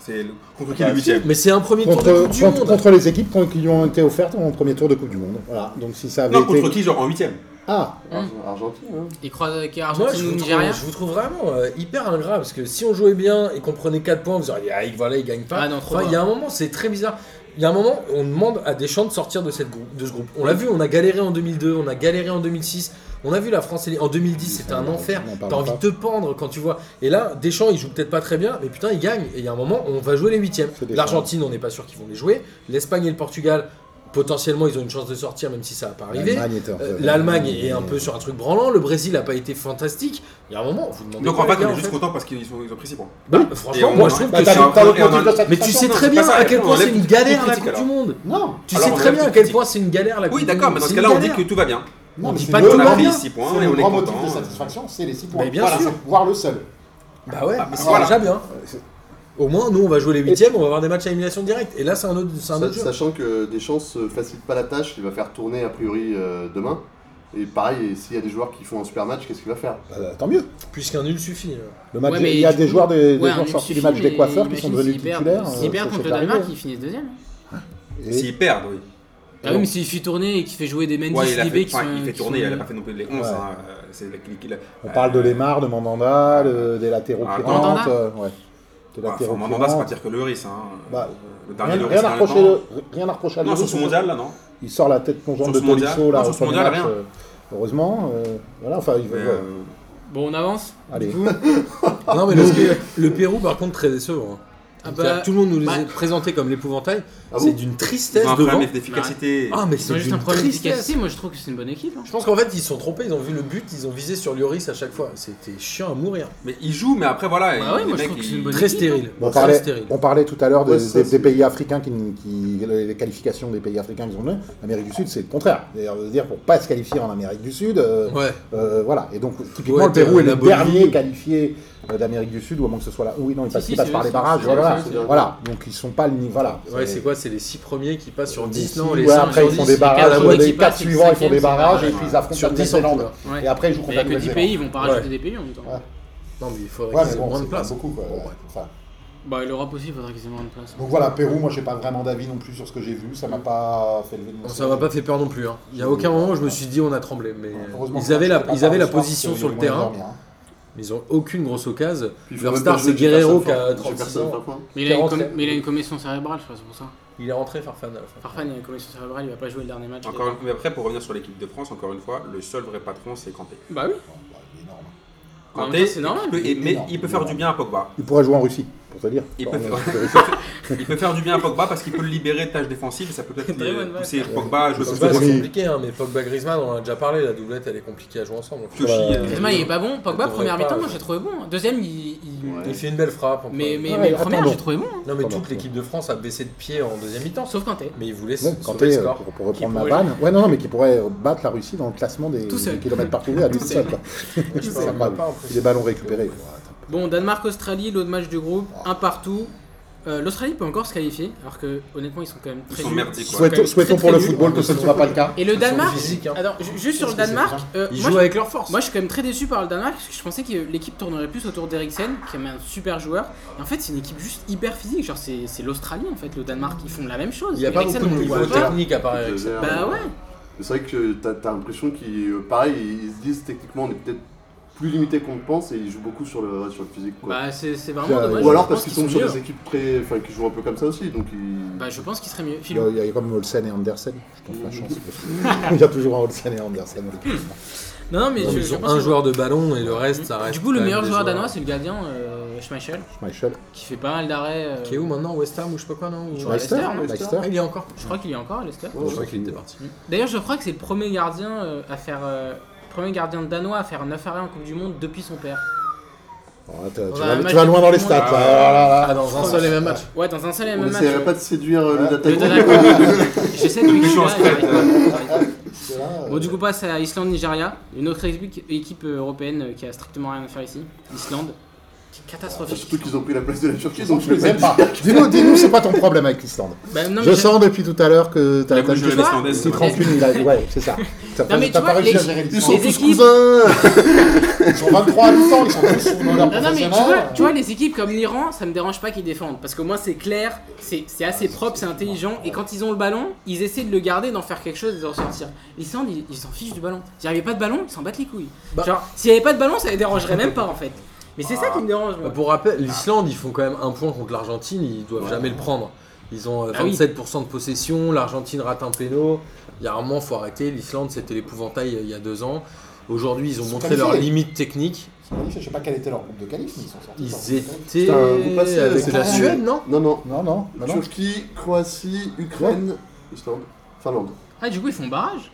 C'est le- contre qui Ah, le 8 Mais c'est un premier tour de Contre, Coupe du contre- Monde. contre les équipes qu'on- qui lui ont été offertes en premier tour de Coupe du Monde. Voilà. Donc si ça avait Non, été. contre qui, genre en 8 Ah, Arge- Argentine, hein. Il croise avec Moi, je Argentine vous, ou trouve, Nigeria je vous trouve vraiment euh, hyper ingrat parce que si on jouait bien et qu'on prenait 4 points, vous auriez dit, ah, il- voilà, il gagne pas. Ah non, trop Enfin, bas. il y a un moment, c'est très bizarre. Il y a un moment, on demande à Deschamps de sortir de, cette groupe, de ce groupe. On l'a vu, on a galéré en 2002, on a galéré en 2006, on a vu la France. En 2010, c'était un on en enfer. parle T'as envie pas. de te pendre quand tu vois. Et là, Deschamps, il joue peut-être pas très bien, mais putain, il gagne. Et il y a un moment, on va jouer les huitièmes. C'est Deschamps. L'Argentine, on n'est pas sûr qu'ils vont les jouer. L'Espagne et le Portugal, potentiellement, ils ont une chance de sortir, même si ça va pas arriver. l'Allemagne était en- Euh, L'Allemagne est un peu sur un truc branlant, le Brésil n'a pas été fantastique. Il y a un moment, vous demandez. Donc quoi, en fait, les gars, on est juste content parce qu'ils sont- ils ont pris 6 points. Bah, Et franchement, on- moi je trouve Bah, que t'as- c'est. un- t'as le et on motif de Mais tu a- satisfaction, sais non très c'est pas bien ça, à quel on point c'est lève une toute galère la critique, Coupe du alors. Monde. Non, Tu Alors, sais on très lève bien à quel toute critique. point c'est une galère la Coupe Oui, du d'accord, Monde. mais dans Ah, C'est ce une cas-là, on dit galère. Ah, que tout va bien. non, on mais dit c'est pas le tout On va a grand- pris bien. 6 c'est points et le on est grand motif content. hein. de satisfaction, c'est les 6 points. Mais bien Voilà, sûr. c'est Voire le seul. Bah ouais, Ah, bah, c'est voilà. déjà bien. Au moins, nous on va jouer les huitièmes, on va avoir des matchs à élimination directe. Et là, c'est un autre, c'est un Sa- autre jeu. Sachant que Deschamps ne facilite pas la tâche, il va faire tourner a priori euh, demain. Et pareil, s'il y a des joueurs qui font un super match, qu'est-ce qu'il va faire Bah, tant mieux. Puisqu'un nul suffit. euh. Le match, Ouais, mais il y a tu- des joueurs, des, des Ouais, un joueurs nul sortis du suffit, match des mais coiffeurs qui sont imagine devenus s'ils perdent- titulaires. euh, S'ils perdent ça contre fait le Danemark, arriver. ils finissent deuxième. Et- S'ils perdent, oui. Ah oui, mais s'il fait tourner et qu'il fait jouer des Mendy, Ouais, il, a Sidibé fait, qui enfin, sont- il fait qui tourner, sont- il a pas fait non plus les 11. Ouais. hein, euh, c'est le- le- le- On parle de euh, Lemar, de Mandanda, le- des latéraux qui Mandanda. rentrent. euh, ouais. Des Enfin, latéraux qui Mandanda, c'est pas rentrent. pire que le Riss. Hein. Bah, le dernier Rien le rien à Riss. reprocher rien à reprocher à Non, Lloris, sur son mondial, là, non Il sort la tête plongeante Sur de ce mondial- Tolisso là non, sur au ce premier mondial, match. rien. euh, Heureusement, euh, voilà, enfin, il va. Mais, ouais. euh, Bon, on avance Allez. Ah. Non, mais parce que le Pérou, par contre, très décevant. hein. Ah C'est-à-dire bah, que Tout le monde nous les bah- a présentés comme l'épouvantail. Ah C'est bon d'une Ils tristesse ont un devant. problème d'efficacité. Ah, mais Ils c'est ont juste un d'une problème tristesse. d'efficacité. Moi, je trouve que c'est une bonne équipe. hein. Je pense qu'en fait ils se sont trompés, ils ont vu le but, ils ont visé sur Lloris à chaque fois. C'était chiant à mourir. Mais ils jouent, mais après, voilà. Bah ouais, les moi, je mecs, trouve que ils- c'est une bonne Très équipe, stérile. On Très parlait, stérile. on parlait tout à l'heure des, Ouais, ça, des- des c'est- pays africains qui, qui- les qualifications des pays africains qu'ils ont donné. L'Amérique du Sud, c'est le contraire. D'ailleurs, de se dire pour pas se qualifier en Amérique du Sud, euh, Ouais. euh, voilà. Et donc typiquement, Ouais, le Pérou est la le Bolivie. dernier qualifié euh, d'Amérique du Sud, ou à moins que ce soit là. Oui, non, ils Si, passent, si, ils passent c'est par vrai, les c'est barrages. vrai, Voilà, c'est vrai, c'est voilà. Donc ils sont pas le niveau. Voilà. Ouais, c'est quoi C'est les 6 premiers qui passent sur Des 10 six, non les ouais, cinq après sur ils font 10, des barrages, quatre ouais, qui les passent, 4 c'est le suivants ils font cinquième, des c'est barrages barrage, et puis ils ouais. affrontent Sur la dix, on Nouvelle-Zélande. trouve, Ouais. Et après ils jouent Mais contre il y la a que 10 Nouvelle-Zélande. pays, ils vont pas rajouter Ouais. des pays en même temps. Ouais. Non, mais il faudrait Ouais, qu'ils mais aient bon, moins de c'est pas place. beaucoup. quoi. Ouais, enfin. Bah, et l'Europe aussi, il faudrait qu'ils aient moins de place. Donc voilà, Pérou, moi j'ai pas vraiment d'avis non plus sur ce que j'ai vu, ça m'a pas fait lever le Bon, Ça m'a pas fait peur non plus. hein. Il y a aucun moment où je me suis dit on a tremblé. Mais Heureusement que ils avaient la, j'étais pas ils avaient la tard le soir, position parce que sur le j'ai moyen terrain. de dormir, hein. Mais ils ont aucune grosse occasion. Puis il faut Leur même star pas jouer c'est Guerrero qui Jefferson a Farfan. 36 Jefferson ans. Farfan. Mais il, a une com- 40. mais il a une commotion cérébrale, je crois, c'est pour ça. Il est rentré Farfan à la Ah, fin. Farfan, il a une commotion cérébrale, il va pas jouer le dernier match. Encore une- Mais après, pour revenir sur l'équipe de France, encore une fois, le seul vrai patron, c'est Kanté. Bah oui. Bon, bah, il est énorme. En même Kanté, temps, c'est normal. il peut- et- mais énorme, il peut faire du bien à Pogba. Il pourrait jouer en Russie, pour te dire. Il Bon, peut, euh, faire... il peut faire du bien à Pogba parce qu'il peut le libérer de tâches défensives et ça peut peut-être Très les- bonne pousser Pogba à jouer Ça plus C'est se voit, souvent. c'est- compliqué, hein, mais Pogba Griezmann, on en a déjà parlé, la doublette elle est compliquée à jouer ensemble. Kyoshi, Ouais. euh, Griezmann, il est pas bon. Pogba, Il devrait première pas, mi-temps, moi, ouais. j'ai trouvé bon. Deuxième, il. il- Ouais. Il fait une belle frappe. en Mais, mais, Ouais, mais attends, première, donc. j'ai trouvé bon. Non mais Pardon. toute l'équipe de France a baissé de pied en deuxième mi-temps, Sauf Kanté. mais ils voulaient Bon, sauver quand le t'es, euh, score. pour reprendre ma pourrait vanne, ouais, non, non, mais qui pourrait euh, battre la Russie dans le classement des, Tout seul. des kilomètres parcourus à lui Tout tout seul. seul. quoi. Je C'est sais pas, incroyable. pas impressionnant. Puis les ballons récupérés. quoi. Bon, Danemark-Australie, l'autre match du groupe, un partout. Euh, L'Australie peut encore se qualifier, alors que honnêtement, ils sont quand même Ils très sont nuls. merdiques, quoi. Ils sont quand Souhaitons, même souhaitons très, pour très le nuls. football que ce ne sera pas le cas. Et le Ils sont Danemark. physiques, hein. Attends, ju- juste sur le Parce que c'est Danemark, euh, Ils moi, jouent je- avec leur force. moi je suis quand même très déçu par le Danemark parce que je pensais que l'équipe tournerait plus autour d'Eriksen, qui est un super joueur. Et en fait, c'est une équipe juste hyper physique. Genre, c'est c'est l'Australie en fait, le Danemark, ils font la même chose. Il n'y a pas Eriksen, beaucoup on de le niveau voit pas. technique à part Eriksen. Bah ouais. C'est vrai que t'as as, l'impression qu'ils, euh, pareil, ils se disent techniquement on est peut-être plus limité qu'on le pense et ils jouent beaucoup sur le, sur le physique. Quoi. Bah, c'est c'est Puis, vraiment euh, dommage. ouais, Ou je alors pense parce qu'ils qu'ils sont sur mieux. des équipes très, enfin, qui jouent un peu comme ça aussi, donc ils... Bah, je pense qu'ils seraient mieux. Il y a- Philou. il [LAUGHS] y a comme Olsen et Andersen, je tente la chance. il y a toujours un Olsen et Andersen. Non, non, mais Non, je, ils je ont pense un que- joueur de ballon et le reste, ça reste. Du coup, le quand même meilleur des joueur joueurs- danois, c'est le gardien euh, Schmeichel, Schmeichel. qui fait pas mal d'arrêts. euh, Qui est où maintenant West Ham ou je sais pas quoi, non ou- Sur Ah, Leicester, Leicester, Leicester. Leicester. Il est encore. Je crois qu'il y a encore à Leicester. Je crois qu'il était parti. D'ailleurs, je crois que c'est le premier gardien euh, à faire. euh, Premier gardien danois à faire 9 arrêts en Coupe du Monde depuis son père. Oh, t'as- Dans tu, un vas, match tu vas loin dans les de stats. Coupe du Monde. là. Oh là là. Ah, dans un seul et même match. Ouais, dans un seul et On même match. n'essaierait pas de séduire euh, le Ouais. Le data. Danois- J'essaie de lui là, Chance, il arrive pas, il arrive pas. C'est là, euh, Bon, du coup, passe à Islande-Nigeria, une autre équipe équipe européenne euh, qui a strictement rien à faire ici. L'Islande, qui est catastrophique. Surtout qu'ils ont pris la place de la Turquie, donc je je les sais aime [LAUGHS] pas. pas. Dis-nous, dis-nous, c'est quoi ton problème avec l'Islande Bah, non, mais Je j'ai- sens depuis tout à l'heure que t'as La as une bouche de petite vois, l'Islandaise, c'est ouais. rancune. il a- Ouais, [LAUGHS] c'est ça. T'as pas, mais tu t'as pas vois, réussi à les- gérer Ils l'Islande. sont Les tous équipes- cousins [LAUGHS] Ils sont 23 à l'Islande, ils sont tous dans leur Non, non, mais tu professionnel. euh. vois, tu vois, les équipes comme l'Iran, ça me dérange pas qu'ils défendent. Parce que moi, c'est clair, c'est c'est assez propre, c'est intelligent. Et quand ils ont le ballon, ils essaient de le garder, d'en faire quelque chose et de ressortir. L'Islande, ils ils s'en fichent du ballon. S'il n'y avait pas de ballon, ils s'en battent les couilles. Bah. Genre, s'il n'y avait pas de ballon, ça les dérangerait même pas en fait. Mais c'est ça qui me dérange. Bah, Moi. Pour rappel, l'Islande, ils font quand même un point contre l'Argentine, ils doivent jamais le prendre. Ils ont euh, Ah oui. 27% de possession, l'Argentine rate un péno. Il y a un moment, faut arrêter. L'Islande, c'était l'épouvantail euh, il y a deux ans. Aujourd'hui, ils ont Ils sont montré leurs qualifiés. limites techniques. C'est magnifique, je sais pas quel était leur groupe de qualif, mais ils sont sortis. par Ils contre. étaient Putain, vous passez, avec c'est la pas- Suède, non Non, non. Non, non, non, non. Turquie, Croatie, Ukraine, Islande, Finlande. Ah, du coup, ils font barrage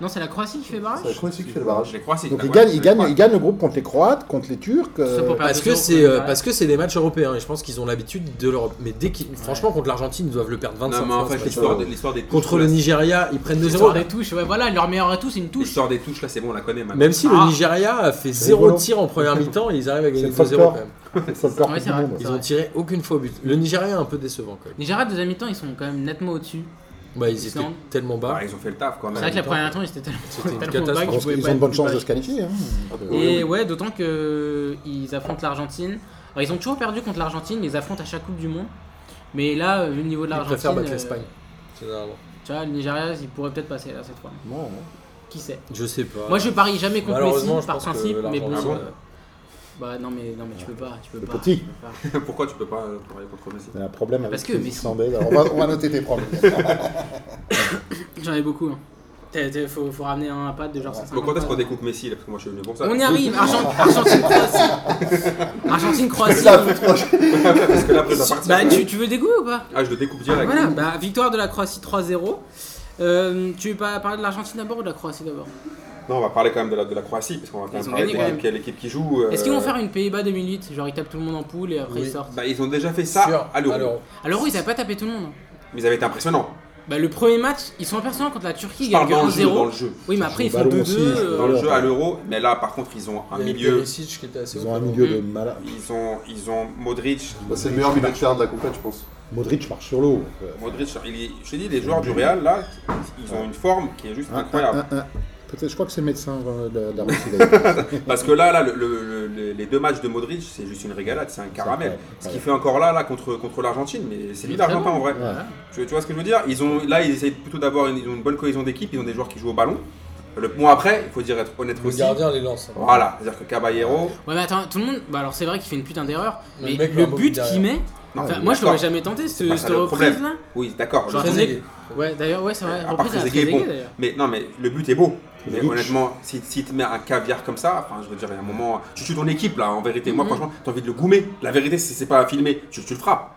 Non, c'est la Croatie qui fait C'est la barrage Croatie qui fait le barrage. Je les crois, c'est Donc la ils Croatie, gagnent, ils, je les gagnent, crois. ils gagnent le groupe contre les Croates, contre les Turcs. euh, Ça pour perdre parce que 2-0, c'est euh, ouais. parce que c'est des matchs européens et je pense qu'ils ont l'habitude de leur mais dès qu'ils franchement contre l'Argentine ils doivent le perdre 25 Non, mais en fait, fois, c'est pas l'histoire ça. de- l'histoire des touches. euh, contre là, le Nigeria ils prennent 2-0 L'histoire des touches, ouais, voilà, leur meilleur atout, c'est une touche. L'histoire des touches, là, c'est bon, on la connaît maintenant. même si Ah. le Nigeria a fait zéro rigolo. tir en première mi-temps et ils arrivent à gagner 2-0 C'est le facteur. quand même c'est le corps Ouais, du c'est vrai. monde. Ils ont tiré aucune fois au but. Le Nigeria est un peu décevant quand même. Nigeria, deuxième mi-temps, ils sont quand même nettement au-dessus. Bah, ils étaient Islande. tellement bas. Ah, ils ont fait le taf quand C'est même. vrai que la mi-temps, première mi-temps, ils étaient tellement- C'était une tellement catastrophe. bas Je qu'ils pense pouvaient qu'ils pas ont de être bonnes plus chances bas. de se qualifier. hein. Donc, euh, Et ouais, d'autant que euh, ils affrontent l'Argentine. Alors, ils ont toujours perdu contre l'Argentine, mais ils affrontent à chaque Coupe du Monde. Mais là, euh, vu le niveau de Ils l'Argentine, préfèrent battre euh, l'Espagne. généralement. tu vois, le Nigeria, ils pourraient peut-être passer là cette fois. ouais, ouais. Qui sait Je sais pas. Moi, je parie jamais contre Messi Malheureusement, je par pense que principe, mais bon. l'Argentine, euh, Bah non, mais non, mais tu peux pas, tu peux Le pas. petit. tu peux pas. [LAUGHS] Pourquoi tu peux pas euh, travailler contre Messi Il y a un problème avec Parce que les Messi. Islandais. Alors, on, va, on va noter [LAUGHS] tes problèmes. J'en ai beaucoup. hein. T'as- t'as- faut, faut ramener un à patte de genre 150. Donc quand est-ce qu'on découpe Messi là Parce que moi, je suis venu pour ça. On y arrive, [LAUGHS] Argent- Argentine-Croatie. Argentine-Croatie. [LAUGHS] Parce que là, après, ça partir. Bah, tu, tu veux des goûts ou pas Ah, je le découpe direct. Voilà, bah, victoire de la Croatie 3-0. Euh, tu veux pas parler de l'Argentine d'abord ou de la Croatie d'abord Euh. Non, on va parler quand même de la, de la Croatie, parce qu'on va quand Ils même ont gagné parler de quand l'équipe- quelle équipe qui joue. euh, Est-ce qu'ils vont faire une Pays-Bas 2008 Genre ils tapent tout le monde en poule et après Oui. ils sortent. bah, Ils ont déjà fait ça sûr, à l'Euro. alors, À l'Euro ils avaient pas tapé tout le monde. hein. Mais ils avaient été impressionnants. Bah le premier match, ils sont impressionnants contre la Turquie, Je ils parle gagnent dans le jeu, dans le 1-0. jeu. Oui mais après ils Sur font le ballon aussi, 2-2. sur le euh, Dans le Ouais, jeu ouais. à l'Euro, mais là par contre ils ont un il y avait milieu, Perisic qui était assez Ils haut, ont un quand même. milieu de malade. ils ont, ils ont Modric, Bah, C'est le meilleur milieu de terrain de la compète, je pense. Modric marche sur l'eau. donc, euh, Modric, il est- je te dis les joueurs du Real là, ils ont une forme qui est juste Ah, un, incroyable. un, un, un. Peut-être, je crois que c'est le médecin euh, de, de [LAUGHS] la Russie. d'ailleurs. Parce que là, là le- le- le- les deux matchs de Modric, c'est juste une régalade, c'est un caramel. Ce qu'il fait encore là, là contre, contre l'Argentine, mais c'est Il lui est très l'Argentin bon. en vrai. Ouais. Tu, tu vois ce que je veux dire ils ont, Là, ils essayent plutôt d'avoir une, ils ont une bonne cohésion d'équipe, ils ont des joueurs qui jouent au ballon. Le mois après, il faut dire être honnête Le aussi. gardien les lance. hein. Voilà, c'est-à-dire que Caballero, Ouais mais attends, tout le monde. Bah alors c'est vrai qu'il fait une putain d'erreur. Le Mais mec met le un beau but derrière. qu'il met. Non, enfin, mais moi je l'aurais Ah, d'accord. jamais tenté ce- pas ça cette le reprise là. problème. oui, d'accord, je Genre, sais. Trezeguet. Ouais d'ailleurs ouais c'est vrai. À part Reprise à Trezeguet, Trezeguet, bon. d'ailleurs. Mais non, mais le but est beau. Mais but. honnêtement, si, si tu te mets un caviar comme ça, enfin, je veux dire, il y a un moment, tu tues ton équipe là, en vérité. Moi, franchement, t'as envie de le goumer. La vérité, si c'est pas filmé, tu, tu le frappes.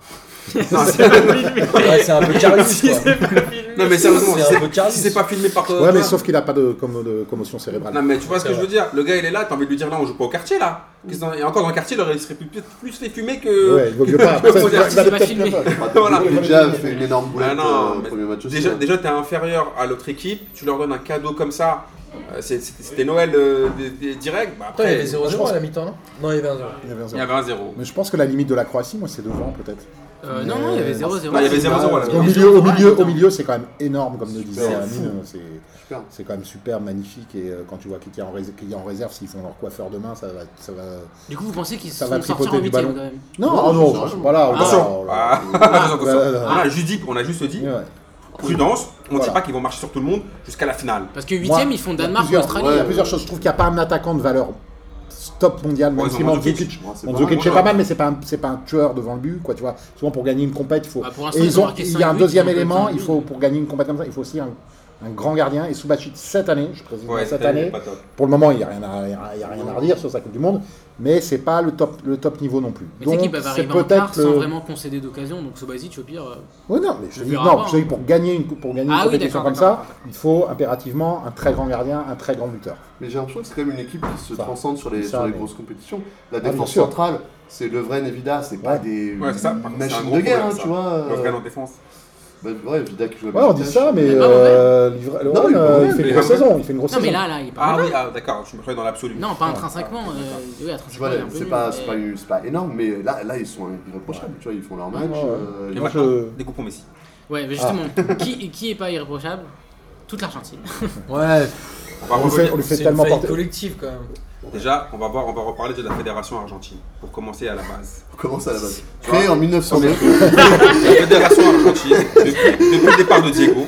non, c'est- Ouais, c'est un peu [LAUGHS] Carlis. Si quoi. c'est pas filmé. non, mais sérieusement, C'est si un peu c'est- Carlis. si c'est pas filmé par toi. Ouais, mais sauf qu'il n'a pas de, commo- de commotion cérébrale. Ah, Non, mais tu vois ce que C'est je veux dire Le gars, il est là, t'as envie de lui dire là, on joue pas au quartier là. Qu'est-ce qu'on- Et encore dans le quartier, il aurait- il serait plus, plus fait fumer que. Ouais, il [LAUGHS] vaut mieux pas. que- Ça, que- ça, si ça c'est peut pas être filmé. bien. [LAUGHS] Voilà. Le Déjà fait une énorme boulette Ah non, euh, au mais premier match aussi. Déjà, hein. déjà t'es inférieur à l'autre équipe, tu leur donnes un cadeau comme ça. euh, c'est- C'était c'était Noël euh, d- d- direct. Bah, Après, il y après, avait 0-0 à la mi-temps, non Non, il y avait 1-0. Il y avait un il y zéro. avait un zéro. Mais je pense que la limite de la Croatie, moi, c'est devant peut-être. Euh, non non il y avait 0-0. Non, il y avait 0-0 à la Au mi-temps. milieu, au Ouais, milieu, putain. au milieu, c'est quand même énorme, comme le disait C'est Amine. C'est Super. C'est quand même super magnifique et euh, quand tu vois qu'il y a en réserve, qu'il y a en réserve s'ils font leur coiffeur demain, ça va. Ça va... Du coup vous pensez qu'ils se Ça va sont sortis tripoter en du huitième ballon. quand même. Non, Non, ah non, c'est je- vrai. voilà, Attention, voilà. Ah, [LAUGHS] attention. Là, là, là. On a juste dit, on a juste dit, Ouais, ouais. prudence, on ne Voilà. dit pas qu'ils vont marcher sur tout le monde jusqu'à la finale. Parce que huitième Moi, ils font il y a Danemark ou plusieurs- Australie. ouais, Il y a euh, plusieurs choses. Je trouve qu'il n'y a pas un attaquant de valeur top mondial, Ouais, même ils si ont Mandzukic. Mandzukic, Ouais, c'est pas Mandzukic mal. c'est pas mal, mais c'est pas un- c'est pas un tueur devant le but, quoi. Tu vois, souvent pour gagner une compète, il faut. Bah, pour et l'instant, ils ils ont ont. marqué Il y a un 5-8, deuxième ils ont fait élément. Il 5-8. faut pour gagner une compète comme ça, il faut aussi un un grand gardien. Et Subachit, cette année, je présume Ouais, cette cette année, année, pas top. pour le moment, il n'y a, rien à- il y a- il y a rien à redire sur sa Coupe du Monde, mais c'est pas le top, le top niveau non plus. Mais tu sais qu'ils Donc, peuvent c'est arriver en quart peut-être. sans le- vraiment concéder d'occasion, donc Subasic au pire. euh, Ouais, non, mais je On dis, verra non, voir. je dis pour gagner une, cou- pour gagner hein. Ah une oui, compétition d'accord, comme d'accord, ça, il faut impérativement un très grand gardien, un très grand buteur. Mais j'ai l'impression que c'est quand même une équipe qui se Ça, transcende sur les, ça, sur les mais- Ah, grosses compétitions. La bien défense sûr. centrale, c'est Levren et Vida, c'est pas Ouais. des Ouais, c'est ça, par contre, c'est un machines gros de guerre, problème, hein, ça. tu vois. Le euh, Real en défense. bah, ouais, Vida qui joue à Ouais, on dit Besiktas. ça, mais Il est pas euh, l'Ivra- le Non, Rhône, il est pas euh, il mauvais, fait une mais- grosse saison. Il fait une grosse Non, mais saison. là, là, il est pas. Ah oui, ah, d'accord, je me croyais dans l'absolu. Non, Ah, pas intrinsèquement. euh, oui, Tu intrinsèquement. vois, il est un peu c'est nul, pas, mais- c'est pas, une- c'est pas énorme, mais là, là ils sont irréprochables, tu vois, ils font leur match. Ouais, ouais. euh, Et ils- Moi, maintenant, je- des coups pour Messi. Ouais, mais justement, [LAUGHS] Ah. qui, qui est pas irréprochable Toute [LAUGHS] l'Argentine. Ouais, On va On lui fait, revenir- on lui fait c'est une tellement faillite porter. collective quand même. Déjà, on va voir, on va reparler de la fédération argentine pour commencer à [LAUGHS] la base. on commence à la base. Créé en 1909, La fédération argentine, depuis, depuis le départ de Diego,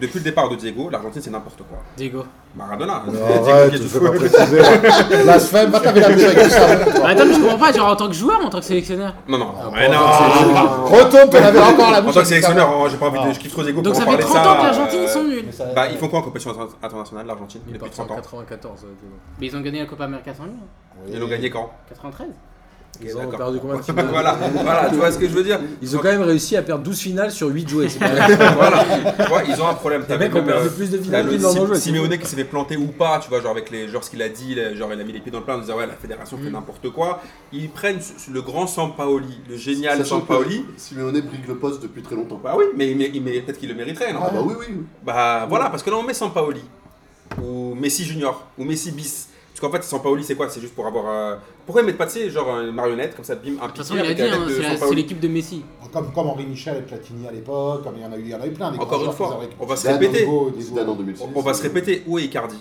depuis le départ de Diego, l'Argentine c'est n'importe quoi. Diego. Maradona. hein. Non, Diego Arrête, qui est tu sous- fais pas préciser. Blasphème, va taper la bouche avec tout ça. Bah, Attends, mais je comprends pas, genre en tant que joueur ou en tant que sélectionneur Non, non, Ah, mais non. Retourne, t'en avais encore la En tant que bouche. avec ça. sélectionneur, hein, j'ai pas Ah. envie de. Je kiffe trop Diego Donc pour ça fait parler 30 ça, ans que l'Argentine euh, ils sont nuls. Bah, ils font quoi en compétition inter- internationale, l'Argentine Il est Depuis parti en 30 ans. 94. euh, Diego. Mais ils ont gagné la Copa América sans lui. hein. Ils l'ont gagné quand 93 Ils ont D'accord. [LAUGHS] perdu combien de finales Voilà, voilà, tu vois ce que je veux dire Ils ont quand même réussi à perdre 12 finales sur 8 jouées. C'est pas [LAUGHS] mal. Voilà, tu vois, ils ont un problème. Les T'avais mecs ont même, euh, perdu plus de [LAUGHS] T'as finales le que dans le jeu. Sim- Simeone qui s'est fait planter ou pas, tu vois, genre avec les, genre ce qu'il a dit, là, genre il a mis les pieds dans le plat en disant ouais la fédération fait n'importe quoi. Ils prennent ce- ce- le grand Sampaoli, le génial sachant Sampaoli. que Simeone brigue le poste depuis très longtemps. Bah oui, mais, il mé- il mé- peut-être qu'il le mériterait, non Ah bah oui, oui, oui. Bah voilà, parce que là on met Sampaoli ou Messi Junior ou Messi bis. Parce qu'en fait Sampaoli c'est quoi C'est juste pour avoir. euh, Pourquoi ils mettent pas tu sais, genre une marionnette comme ça, bim, un De toute piqué façon, il a avec dit, la hein, tête c'est de la- c'est Sampaoli. l'équipe de Messi. Comme, comme Henri Michel et Platini à l'époque, comme il y en a eu, il y en a eu plein. des Encore grands une joueurs fois, qu'ils avaient- on va se Zidane, répéter. Diego, Diego. Zidane en 2006. On, on va se répéter. Où est Icardi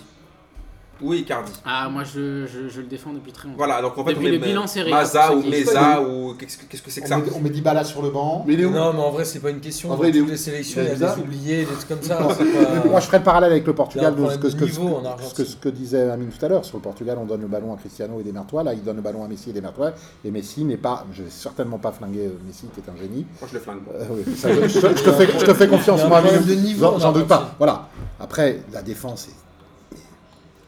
Où est Icardi Ah, moi je, je, je le défends depuis très longtemps. Voilà, donc en fait, Depuis on le met bilan serré, Maza pour ou ceux qui- Meza ou qu'est-ce que qu'est-ce que c'est que On ça met- On met Dybala sur le banc. Mais il est où Non, mais en vrai, c'est pas une question. hein. En vrai, il est Toutes où les sélections, Il il est y a bizarre. des oubliés, des trucs comme ça. alors c'est pas- [LAUGHS] Euh, Moi, je ferai le parallèle avec le Portugal, Il y a un de ce que, ce, que, problème de niveau en ce que- ce que, Argentine. ce que disait Amine tout à l'heure. Sur le Portugal, on donne le ballon à Cristiano et Demertois. Là, il donne le ballon à Messi et Demertois. Et Messi n'est pas, je vais certainement pas flinguer euh, Messi, qui est un génie. Moi, je le flingue. Euh, oui, ça, je, je te- je te fais, je te fais Il confiance, y a un moi, problème Amine. de niveau J'en- en J'en doute Argentine. pas. Voilà. Après, la défense est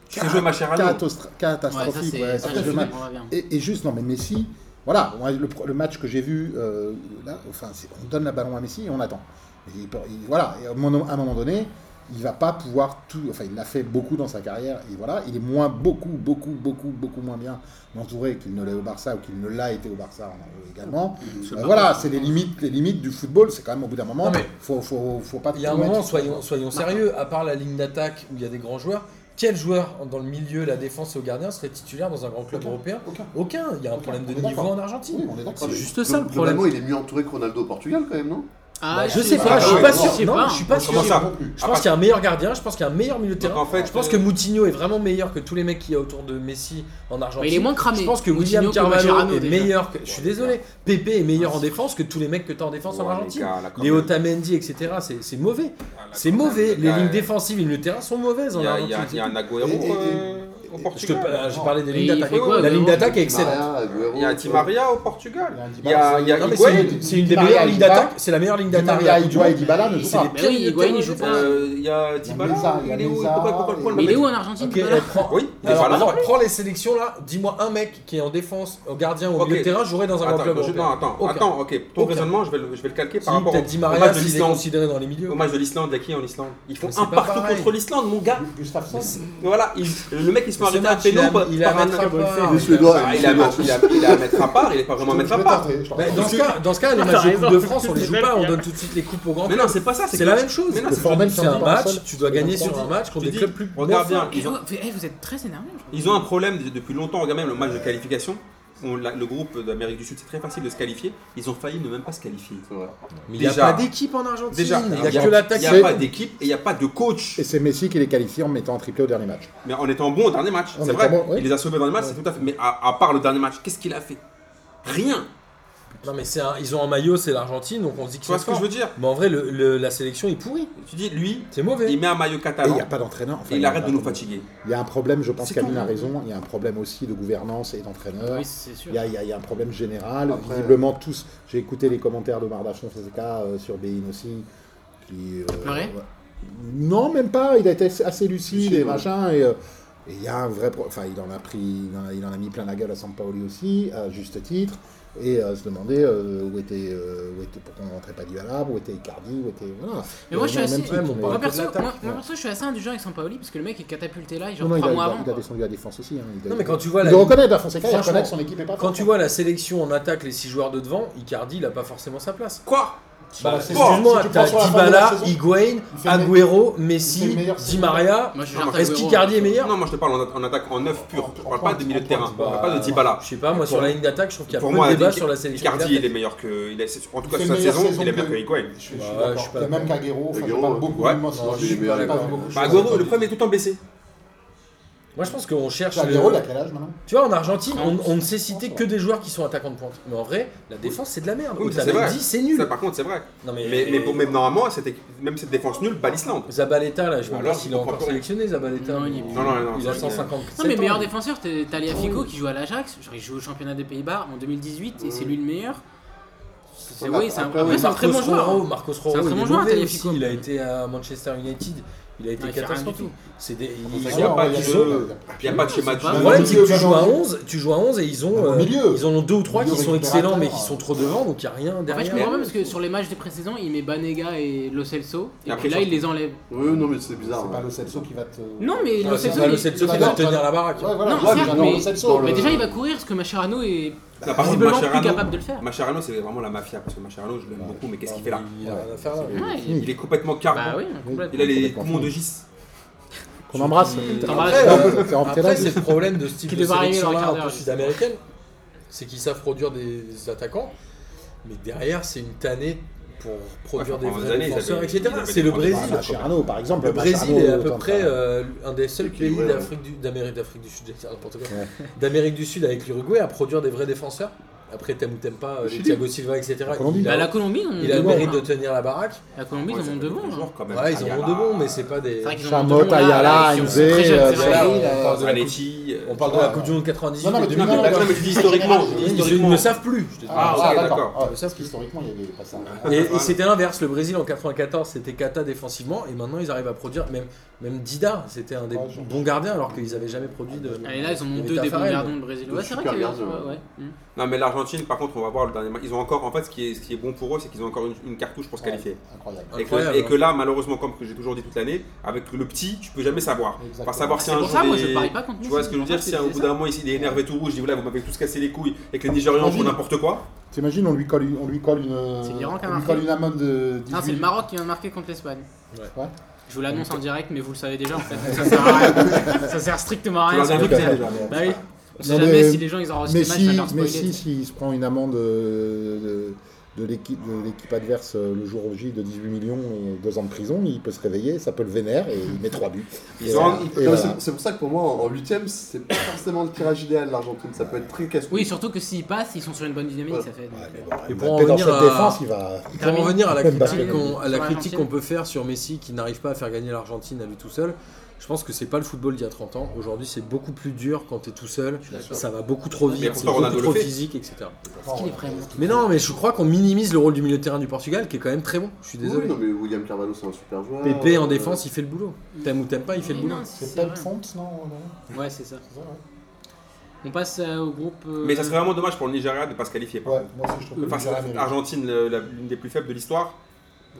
Tu sais jouer Mascherano catastra- Ouais, ça catastrophique. c'est. ouais, ça, ça, je je suis m'a- d'accord, on va bien. Et, et juste, non, mais Messi, voilà, moi, le, pro- le match que j'ai vu, euh, là, enfin, c'est- on donne le ballon à Messi et on attend. Et il peut- il- voilà, et à un moment à un moment donné, il va pas pouvoir tout. Enfin, il l'a fait beaucoup dans sa carrière, et voilà, il est moins, beaucoup, beaucoup, beaucoup, beaucoup moins bien entouré qu'il ne l'est au Barça ou qu'il ne l'a été au Barça euh, également. Euh, voilà, c'est les limites, les limites du football, c'est quand même au bout d'un moment, Non, mais- faut, faut, faut pas. Il y a un tout mettre. moment, soyons, soyons sérieux, à part la ligne d'attaque où il y a des grands joueurs, quel joueur dans le milieu, la défense et au gardien serait titulaire dans un grand club Aucun. européen Aucun. Aucun. Il y a un problème de On est niveau d'accord. en Argentine. Oui, on est d'accord. C'est mais juste ça le problème. Globalement, il est mieux entouré que Ronaldo au Portugal quand même, non Ah, Bah, je si, sais bah, pas, je suis ouais, pas non, sûr. je sais Non, pas. je suis pas Comment sûr. ça Non plus. Je pense qu'il y a un meilleur gardien, je pense qu'il y a un meilleur milieu de Donc, terrain. en fait, je pense euh, que Moutinho est vraiment meilleur que tous les mecs qu'il y a autour de Messi en Argentine. Mais il est moins cramé. Je pense que Moutinho William que Mascherano, Carvalho est déjà. meilleur que. Je suis désolé. Pepe est meilleur en défense que tous les mecs que t'as en défense en Ouais, les Argentine. gars, là, quand Les même. Otamendi, etc. c'est- C'est mauvais. Ah, là, C'est quand même, mauvais. le Les gars, lignes euh, défensives et le terrain sont mauvaises en Il y a- il y a- il y a Argentine. un Agüero Et- et- euh, au Je te- Portugal. euh, je parlais des Mais lignes il euh, d'attaque. fait quoi, La ligne Agüero d'attaque est excellente. Maria, Agüero, Il y a Di Maria au Portugal. Il y a, il y a Non, mais Higuaín. c'est une- c'est une des Di Maria, meilleures lignes Di Maria. d'attaque. C'est la meilleure ligne Di d'attaque. Maria, de la Coupe du Higuaín, Monde. Dybala ne Et joue c'est pas. les Ah, Mais pires oui, milieux de Higuaín, terrain il joue de pas. la- Euh, Il y a Di Meza, Maria. il y a Il est où Meza, Pourquoi- pourquoi- pourquoi le Mais il est mettre où en Argentine Ok, il est [LAUGHS] pas là on prend- Oui, il est Alors, pas là. alors, prends les sélections là, dis-moi un mec qui est en défense, au gardien au Ok. milieu de terrain, jouerait dans un grand Attends, club. je- non, européen. attends, Aucun. attends, ok. Ton Aucun. raisonnement, je vais le je vais le calquer Si, par rapport au peut-être Di au Maria match de s'il est l'Islande. considéré dans les milieux. Au match de l'Islande, il y a qui en Islande Ils font Mais c'est un pas partout pareil. contre l'Islande, mon gars. Gustafsson. Voilà, il- le mec il se fait Ce arrêter à match, il péno a- par il a par un- rattrapé. Les Suédois, Bah, les il a Suédois. il a- il a à mettre à part, il est pas vraiment à mettre à part. Mais dans, ce cas, dans ce cas, les T'as matchs de raison. Coupe de France, on les joue C'est pas, on bien. donne tout de suite les coupes au grand Mais club. non, c'est pas ça, C'est la même chose. Mais non, Le c'est- formel, C'est un c'est un match, seul. tu dois gagner Tu sur dis- un match contre tu des dis, clubs plus regarde bien, Mais ils ont, vous- eh, Vous êtes très énervé. ils ont un problème de- depuis longtemps. Regarde même le match de qualification. On l'a- le groupe d'Amérique du Sud, c'est très facile de se qualifier. Ils ont failli ne même pas se qualifier. C'est vrai. Mais il n'y a Déjà. pas d'équipe en Argentine, Déjà, il il n'y a, y a- que l'attaque. il y a C'est- pas d'équipe et il n'y a pas de coach. Et c'est Messi qui les qualifie en mettant un triplé au dernier match. Mais en étant bon au dernier match, En c'est étant vrai. bon, oui. Il les a sauvés dans le match, c'est tout à fait. Mais à, à part le dernier match, qu'est-ce qu'il a fait Rien. Non mais c'est un- ils ont un maillot, c'est l'Argentine, donc on se dit Tu qu'ils vois sont ce que je forts. veux dire Mais en vrai, le- le- la sélection est pourrie. Tu dis, lui, C'est mauvais. il met un maillot Et il catalan n'y a pas d'entraîneur. et enfin, y Ah il a arrête pas de nous d'entraîneur. fatiguer. Il y a un problème, je pense C'est qu'Amine tout. a raison, il y a un problème aussi de gouvernance et d'entraîneur. Oui, c'est sûr. Il y, a, il y a- il y a un problème général. Après- Visiblement, tous. J'ai écouté les commentaires de Mardache Fonseca euh, sur Bein aussi. Qui, euh, Pleurait ouais. Non, même pas. Il a été assez- assez lucide Lucide, et ouais. machin. Et euh, et il y a un vrai. pro- Enfin, il en a pris. Il en a, il en a mis plein la gueule à Sampaoli aussi, à juste titre. Et euh, se demander euh, où était. euh, où était pourquoi on rentrait pas Dialab, où était Icardi, où était. Voilà. Mais moi, je suis Il y a assez- Ouais, mon même mais- pote. Moi Parle perso, de l'attaque, moi, moi, ouais. perso, je suis assez indulgent avec Sampaoli parce que le mec est catapulté là, genre Non, non, il a, 3 il mois a- avant. il quoi. a descendu la défense aussi. hein. Il a- Non, mais quand tu vois Il la, le reconnaît, la Fonseca, il Franchement, reconnaît que son équipe est pas quand forte. tu vois la sélection en attaque, les 6 joueurs de devant, Icardi, il a pas forcément sa place. Quoi Bah, c'est- excuse-moi, si tu t'as penses sur la fin de la Dybala, saison, Higuain, il fait le meilleur- Agüero, il fait Messi, le meilleur Di saison. Maria. Moi, je Non, gère Est-ce Agüero, qu'Icardi est hein. meilleur Non, moi je te parle en, en attaque en 9 pur. Je En- en parle pas de milieu de terrain. pointe, Je parle pas de Dybala. Bah, Je sais pas, moi sur la ligne d'attaque, je trouve qu'il y a Pour peu moi, de débat Icardi- sur la sélection. Icardi, il est meilleur que. Il est, en tout Il cas, fait sur sa une meilleure saison, il saison est meilleur que- que Higuain. Je suis je suis Bah, je suis d'accord. pas Et Même Caguero, enfin, je Caguero, parle beaucoup ouais. de moi, c'est- Non, je je suis suis pas pas d'accord. beaucoup. Bah, Agüero, le problème est tout le temps blessé. Moi, je pense qu'on cherche. le- Caguero, il a quel âge maintenant Tu vois, en Argentine, on, on ne sait citer que des joueurs qui sont attaquants de pointe. Mais en vrai, la défense, c'est de la merde. Oui, mais ça, Otamendi, c'est vrai. c'est nul. Ça, par contre, c'est vrai. Non, mais, Mais, mais, bon, même normalement, cette équipe- même cette défense nulle bat l'Islande. Zabaleta, là, je me Alors, demande s'il je est comprends encore pas. sélectionné, Zabaleta. Non, il est- Non, non, non, Il c'est a vrai qu'il est- 150. Non, mais meilleur défenseur, t'es- t'as Liafico qui joue à l'Ajax, genre, il joue au championnat des Pays-Bas en 2018 et c'est lui le meilleur. C'est Après, ouais, c'est un, après, après, oui, c'est un très bon joueur. hein. Marcos C'est un Rojo, très il bon est joueur, mauvais Taliafico. aussi. Il a été à Manchester United. Il a été Non, il fait rien du catastrophique. tout. C'est des. Il ils- y a Non, pas il y de a- jeu. il y a- Il n'y a pas de schéma de Bah, Le jeu. problème, c'est que tu Milieu, joues à milieu. 11, tu joues à 11 et ils ont, Au euh, milieu. ils en ont hein. deux ou trois qui Milieu sont excellents mais qui récupérateur. sont trop devant donc il n'y a rien En fait, je derrière. comprends pas parce que sur les matchs des précédents, il met Banega et Lo Celso et, Et puis après, là, ça- il les enlève. Oui, non, mais c'est bizarre. C'est pas ouais. le Celso qui va te. Non, mais Lo Ah, c'est Celso. pas le il- Celso il- qui il- va il- te tenir la baraque. Ouais, voilà. Non, Ouais, certes, mais dans mais- le Celso, Mais le- déjà, il va courir parce que Mascherano est Là, par contre, visiblement Ah, plus Mascherano, capable de le faire. Mascherano, c'est vraiment la mafia. Parce que Mascherano, je l'aime beaucoup, mais Bah qu'est-ce qu'il fait là Il a rien à faire là. Ouais, Il est complètement Bah carbone. oui, complètement. Il a les poumons de gis. Qu'on embrasse. Qui- T'embrasses. Ouais, C'est rentré là. euh, Après, c'est le problème de ce type euh, Qui de devait arriver dans le sélection-là quart un peu d'heure, sud-américaine, c'est qu'ils savent produire des attaquants, mais derrière, c'est une tannée pour produire Ouais, des pendant des vrais années, ils défenseurs, avaient- etc. ils avaient C'est le des Brésil. problèmes. Mascherano, par exemple. Le Brésil Mascherano, est à peu autant de- près euh, un des seuls pays Équilibré, ouais. d'Afrique du, d'Amérique, d'Afrique du Sud, j'allais dire n'importe quoi. d'Amérique du Sud avec l'Uruguay à produire des vrais défenseurs. Après, t'aimes ou t'aimes pas, euh, les Thiago Silva, etc. Colombie. il Bah, a, la Colombie, ils en ont il a deux le mérite bons, de hein. tenir la baraque. La Colombie, ils en ont deux bons. hein. genre. Ouais, ils en ont de bons, mais c'est pas des. C'est vrai qu'ils en ont deux Chamot, bons, là, Ayala, ils sont Inze, très jeunes, c'est euh, vrai. Ayala, Zahir, Bah, on parle euh, de la coupe- Anetti. on parle de la Coupe du Monde 98. Non, non, mais de- du Non, mais Non, pas- non, mais je dis historiquement. je dis Ils ils historiquement. ne savent plus. je te dis. Ah, Ah, ah, ok, d'accord. d'accord. Oh, Ah, Parce qu'historiquement, il y a des passages. Et, et c'était l'inverse, le Brésil en 94 c'était cata défensivement et maintenant ils arrivent à produire, même, même Dida c'était un des Ouais, je- bons gardiens alors qu'ils avaient jamais produit de... Allez, là, ils en Il y ont avait deux des bons Taffarel. gardons de Brésil. Deux Ouais, c'est vrai super qu'il y avait- gardiens. ouais, ouais. Non, mais l'Argentine, par contre, on va voir le dernier match. Ils ont encore, en fait, ce qui est, ce qui est bon pour eux, c'est qu'ils ont encore une, une cartouche pour se qualifier. Incroyable. Et que, Incroyable, et hein. que là, malheureusement, comme que j'ai toujours dit toute l'année, avec le petit, tu peux jamais savoir. Exactement. Enfin, savoir si C'est un pour jour ça, moi, il je est- parie pas contre Tu vois ce que je veux dire Si C'est au bout d'un moment, ici, il est énervé tout rouge, il dit voilà, vous m'avez tous cassé les couilles et que les Nigérians font Imagine. n'importe quoi. T'imagines, on lui colle une. On lui colle une C'est l'Iran qui a on lui marqué. colle une amende de 18. Non, c'est le Maroc qui vient de marquer contre l'Espagne. Ouais. Je vous l'annonce en direct, mais vous le savez déjà en fait. Ça sert à rien. Ça sert strictement à Tu rien. leur dis un ce truc, truc. c'est déjà. Bah oui. On sait Non, jamais mais- si les gens ils enregistrent les matchs, ça va euh, Messi, leur spoiler. Messi s'il se prend une amende euh, de, de l'équipe de l'équipe adverse euh, le jour J de 18 millions et 2 ans de prison, il peut se réveiller, ça peut le vénère et il met 3 buts. Ils Et ont- voilà. Non, Et mais voilà. C'est c'est pour ça que pour moi, en 8ème, c'est pas forcément le tirage idéal l'Argentine. Ça peut être très casse Oui, surtout que s'ils passent, ils sont sur une bonne dynamique, Ouais. ça fait. Ouais, mais bon, Et Mbappé pour en dans revenir cette à- défense, il va. Pour en revenir à la Même critique Mbappé. qu'on à la Sur critique l'Argentine. qu'on peut faire sur Messi qui n'arrive pas à faire gagner l'Argentine à lui tout seul, je pense que c'est pas le football d'il y a 30 ans. Aujourd'hui, c'est beaucoup plus dur quand t'es tout seul. Ça va beaucoup trop Mais vite, c'est pourtant, beaucoup Ronaldo le trop fait. physique, etc. Est-ce qu'il est vraiment Mais non, mais je crois qu'on minimise le rôle du milieu de terrain du Portugal qui est quand même très bon. Je suis Oui, désolé. non, mais William Carvalho, c'est un super joueur. Pépé en Euh, défense, il fait le boulot. T'aimes ou t'aimes pas, il fait le Mais boulot. non, C'est vrai. Pep Fonte, non non, Ouais, c'est ça. c'est ça, ouais. On passe euh, au groupe. euh, Mais ça serait vraiment dommage pour le Nigeria de pas se qualifier. Ouais, moi aussi, je trouve que Face à Nigeria mérite. l'Argentine, le- la- l'une des plus faibles de l'histoire.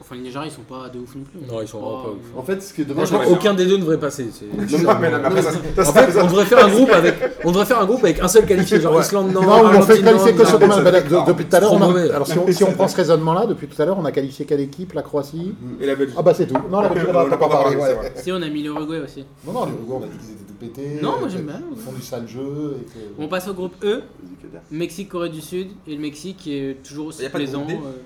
Enfin, les Nigériens ils sont pas de ouf non plus. Non, ils sont Oh, vraiment Oh, pas ouf. En fait, ce qui est dommage, Franchement, Ouais, ouais. aucun des deux ne devrait passer. c'est- Non, mais non, mais après, ça- ça- En fait, on devrait faire un groupe avec, on devrait faire un groupe avec un seul qualifié, genre Islande, non, Non, on fait Argentine, non, qualifier que ce Nigeria. combat. Bah, de- Depuis tout à l'heure, on Trop mauvais. a- alors si on, si on prend ce raisonnement-là, depuis tout à l'heure, on a qualifié quelle équipe La Croatie Et la Belgique. Ah bah c'est tout. Non, la Belgique, on On va n'a pas parler. c'est ouais. vrai. Si, on a mis l'Uruguay aussi. Non, non, les Rougois, on m'a dit qu'ils étaient tout pétés. Non, moi, euh, j'aime bien, Ils ouais. font du sale jeu. et que- On passe au groupe E. Vas-y, Kader. Mexique, Corée du Sud et le Mexique qui est toujours Y aussi a pas de plaisant. euh. Il groupe D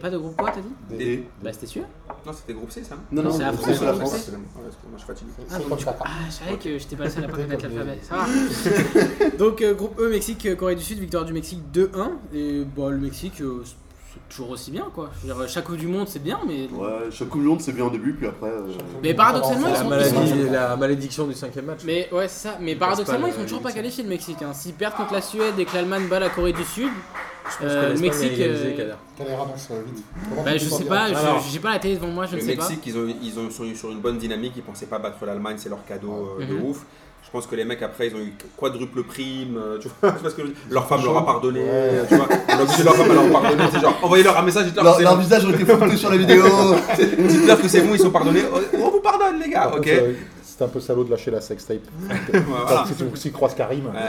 n'y a pas de groupe quoi, t'as dit Des- Bah, c'était sûr. Non, c'était groupe C, ça. hein. Non, Non, non, c'est la c'est France, sur la c'est France. la Ouais, c'est- moi, je suis fatigué. Ah, C'est donc comme tu- ça. ah, je savais que j'étais pas le seul à pas connaître l'alphabet. Ça [LAUGHS] va. Donc, euh, groupe E, Mexique, Corée du Sud, victoire du Mexique 2-1. Et bon, le Mexique, euh, c'est toujours aussi bien quoi. Je veux dire, chaque Coupe du Monde, c'est bien, mais. Ouais, chaque Coupe du Monde, c'est bien au début, puis après. euh, Mais paradoxalement, ils La, sont. ils sont- maladie- la malédiction du cinquième match. Mais ouais, c'est ça. Mais passe paradoxalement, pas ils sont le- toujours pas le- qualifiés le Mexique. hein. S'ils perdent contre la Suède et que l'Allemagne bat la Corée du Sud, Je pense Euh, que le l'Espagne a Mexique, égalisé, euh, Kader. Quelle avance euh, vite. Comment Bah, tu je dis sais en pas, direct Alors. je- j'ai pas la télé devant moi, je ne le sais pas. Mexique, ils ont, ils ont sont sur une bonne dynamique, ils pensaient pas battre l'Allemagne, c'est leur cadeau euh, de Mhm. ouf. Je pense que les mecs après ils ont eu quadruple prime, euh, tu vois, [LAUGHS] parce que leur femme leur a pardonné, euh, Ouais. tu vois. On a obligé leur femme à leur pardonner, c'est genre envoyez-leur un message, dites-leur que Leur, c'est leur bon, visage aurait été foutu sur la vidéo. [LAUGHS] dites-leur que c'est bon, ils sont pardonnés, Oh, on vous pardonne les gars, Par ok. Ah. contre, euh, C'est un peu salaud de lâcher la sextape. Voilà. Si tu si croise Karim. Ah,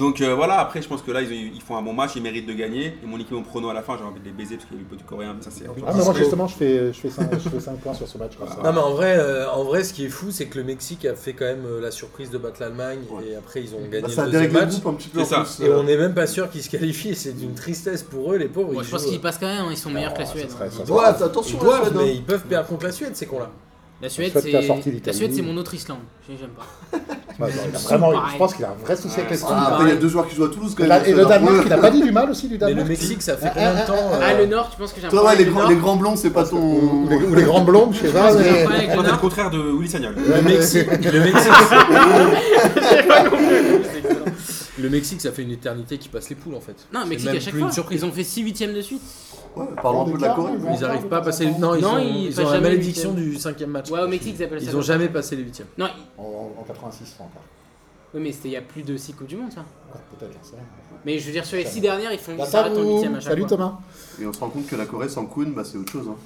Donc euh, voilà, après je pense que là ils, ont- ils font un bon match, ils méritent de gagner. Ils m'ont niqué mon prono à la fin, j'ai envie de les baiser parce qu'il y a du peu de coréen, mais ça c'est. Ah, mais moi justement, je fais, je fais, 5, je fais cinq points sur ce match. comme ça. Ah, Non mais en vrai, euh, en vrai, ce qui est fou, c'est que le Mexique a fait quand même euh, la surprise de battre l'Allemagne Ouais. et après ils ont Bah, gagné ça le deuxième dérègle le match. groupe un petit peu. C'est en ça. plus, Et euh, on n'est même pas sûr qu'ils se qualifient. C'est d'une tristesse pour eux, les pauvres. Moi, ils je pense jouent, qu'ils euh, passent quand même, hein, ils sont meilleurs que la Suède. Ah, Ça serait- ça ils serait- doivent, Ils attention à la doivent, Suède. mais hein. ils peuvent perdre contre la Suède, ces cons-là. La Suède, Suède qui a c'est sorti l'Italie. la Suède, c'est mon autre Islande. J'ai- J'aime pas. Ouais, bah, il a vraiment, pareil. je pense qu'il a un vrai souci avec Ouais, les Ah, Suédois. après, il y a deux joueurs qui jouent à Toulouse quand même. Et la- Et c'est le leur- Danemark, il a pas dit du mal aussi du Mais le Danemark Mexique, ça fait combien de temps Ah, euh, le Nord, tu penses que j'ai un Toi, ouais, problème les, avec le grands, Nord les grands blonds, c'est pas ton. ou les, ou les grands blondes, je sais pas. J'ai un mais- problème avec On le a le Nord. contraire de Willy Sagnol. Le Mexique, le Mexique, J'ai pas compris. C'est excellent. le Mexique, ça fait une éternité qu'ils passent les poules en fait. Non, C'est Mexique même à chaque plus fois. une surprise. Ils ont fait 6 huitièmes de suite. Ouais, parlons un peu de la Corée. Ils n'arrivent pas à passer. les- Non, ils Non, ont, ils ils passent ont la jamais les malédiction du cinquième match. Ouais, au Mexique, ils appellent ça. Ils comme n'ont ça. jamais passé les huitièmes. Non, En, en 86, ça encore. ils- oui, mais c'était il y a plus de 6 Coupes du Monde, ça. Encore peut-être, j'en sais rien. Mais je veux dire, sur les 6 Salut. dernières, ils font Bah, ils s'arrêtent en salut. 8 à chaque Salut fois. Thomas. Et on se rend compte que la Corée sans Kuhn, bah, c'est autre chose. Hein.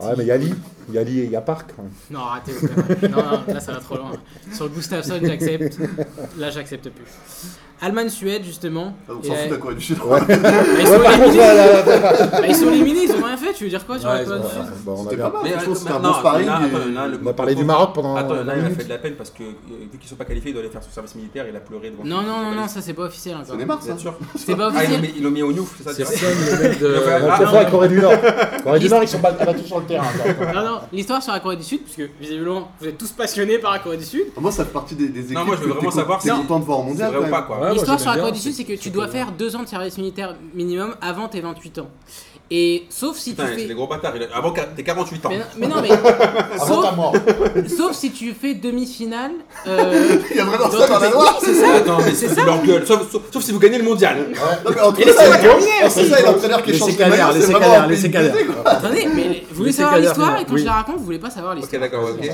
Ouais, mais il y a Lee, il y a Lee et hein. il y a Park. Non, arrêtez. vous, quand même. Non, non, là, ça va trop loin. Sur Gustafsson, j'accepte. Là, j'accepte plus. Allemagne-Suède, justement. Ah, on Et s'en là- fout de la Corée du Sud. Bah, ils, sont Ouais, par contre, éliminés. ouais, là, là, Bah, ils sont éliminés, ils ont rien fait. Tu veux dire quoi sur Ouais, la ils Corée ont du rien Sud là. Bon, on, a C'était bien- pas mal, Mais, je trouve euh, que c'était un non, bon sparring. là, et- attends, là, le- on a parlé du Maroc pendant. Attends, euh, là, il deux a minutes. fait de la peine parce que euh, vu qu'ils sont pas qualifiés, ils doivent aller faire son service militaire. Il a pleuré devant. Non, non, non, non, ça c'est pas officiel encore. Ça démarre, ça. Bien sûr. C'est pas Ah, ils l'ont officiel. mis- ils l'ont mis au New, c'est ça C'est tu vois Son, le mec de. Ah, Donc, non, cette fois, mais- la Corée du Nord. Corée du Nord, ils sont bat- battus sur le terrain. quoi. Non, non, l'histoire sur la Corée du Sud, puisque visiblement vous êtes tous passionnés par la Corée du Sud. Moi, ça fait partie des, des équipes. Non, moi, je veux que vraiment t'es- savoir t'es si- content de voir au C'est mondial. vrai quand ou pas même. quoi. Ouais, Ah, moi, l'histoire j'aimais sur la bien, Corée du Sud, c'est que tu dois faire deux ans de service militaire minimum avant tes 28 ans. Et sauf si Putain, tu c'est des fais. gros bâtards. il a- Avant qu'à- t'es 48 ans. Mais non, mais. non, mais- [LAUGHS] Avant ta sauf, mort. sauf si tu fais demi-finale. euh, Il y a vraiment dans ça dans tes- la loi. Oui, c'est ça. Attends, mais c'est leur gueule. Sauf, sauf- sauf si vous gagnez le mondial. Non, mais entre Et laissez-moi ça, terminer, entre ça et l'entraîneur qui Laissez change de Kader, manière, laissez c'est vraiment Kader, un laissez pays Kader. baisé, quoi. Attendez, mais vous voulez Laissez savoir Kader l'histoire finir. et quand Oui. je la raconte, vous voulez pas savoir Ok, l'histoire. d'accord, ok.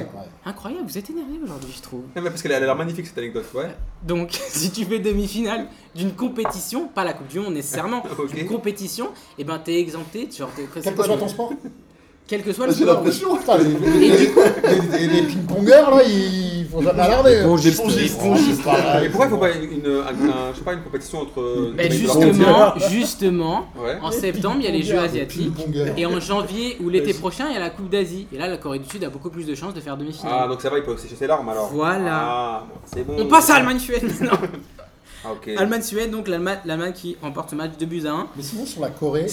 Incroyable, vous êtes énervé aujourd'hui, je trouve. Non, mais parce qu'elle a l'air magnifique cette anecdote, ouais. Donc, [LAUGHS] si tu fais demi-finale d'une compétition, pas la Coupe du Monde nécessairement, Ok. d'une compétition, et ben t'es exempté, tu- genre, t'es- c'est Quel que quoi soit le- ton sport. quel que soit le Ah, J'ai sport. oui. l'impression. Putain, les, les, les, les- les ping-pongers, là, ils font jamais alarmer. Bon, j'ai Mais pourquoi il faut pas une, un- un- je sais pas, une compétition entre. euh, Ben, des mecs justement, justement, blancs Ouais. en septembre, il y a les Jeux asiatiques. Et en janvier ou l'été prochain, il y a la Coupe d'Asie. Et là, la Corée du Sud a beaucoup plus de chances de faire Ah, demi-finale. donc ça va, il peut sécher ses larmes alors. Voilà. Ah, bon, c'est bon. On passe à Allemagne-Suède. Non. Ah, ok. Allemagne-Suède, donc l'Allemagne l'Allemagne qui emporte le match 2 buts à 1. Mais sinon, sur la Corée,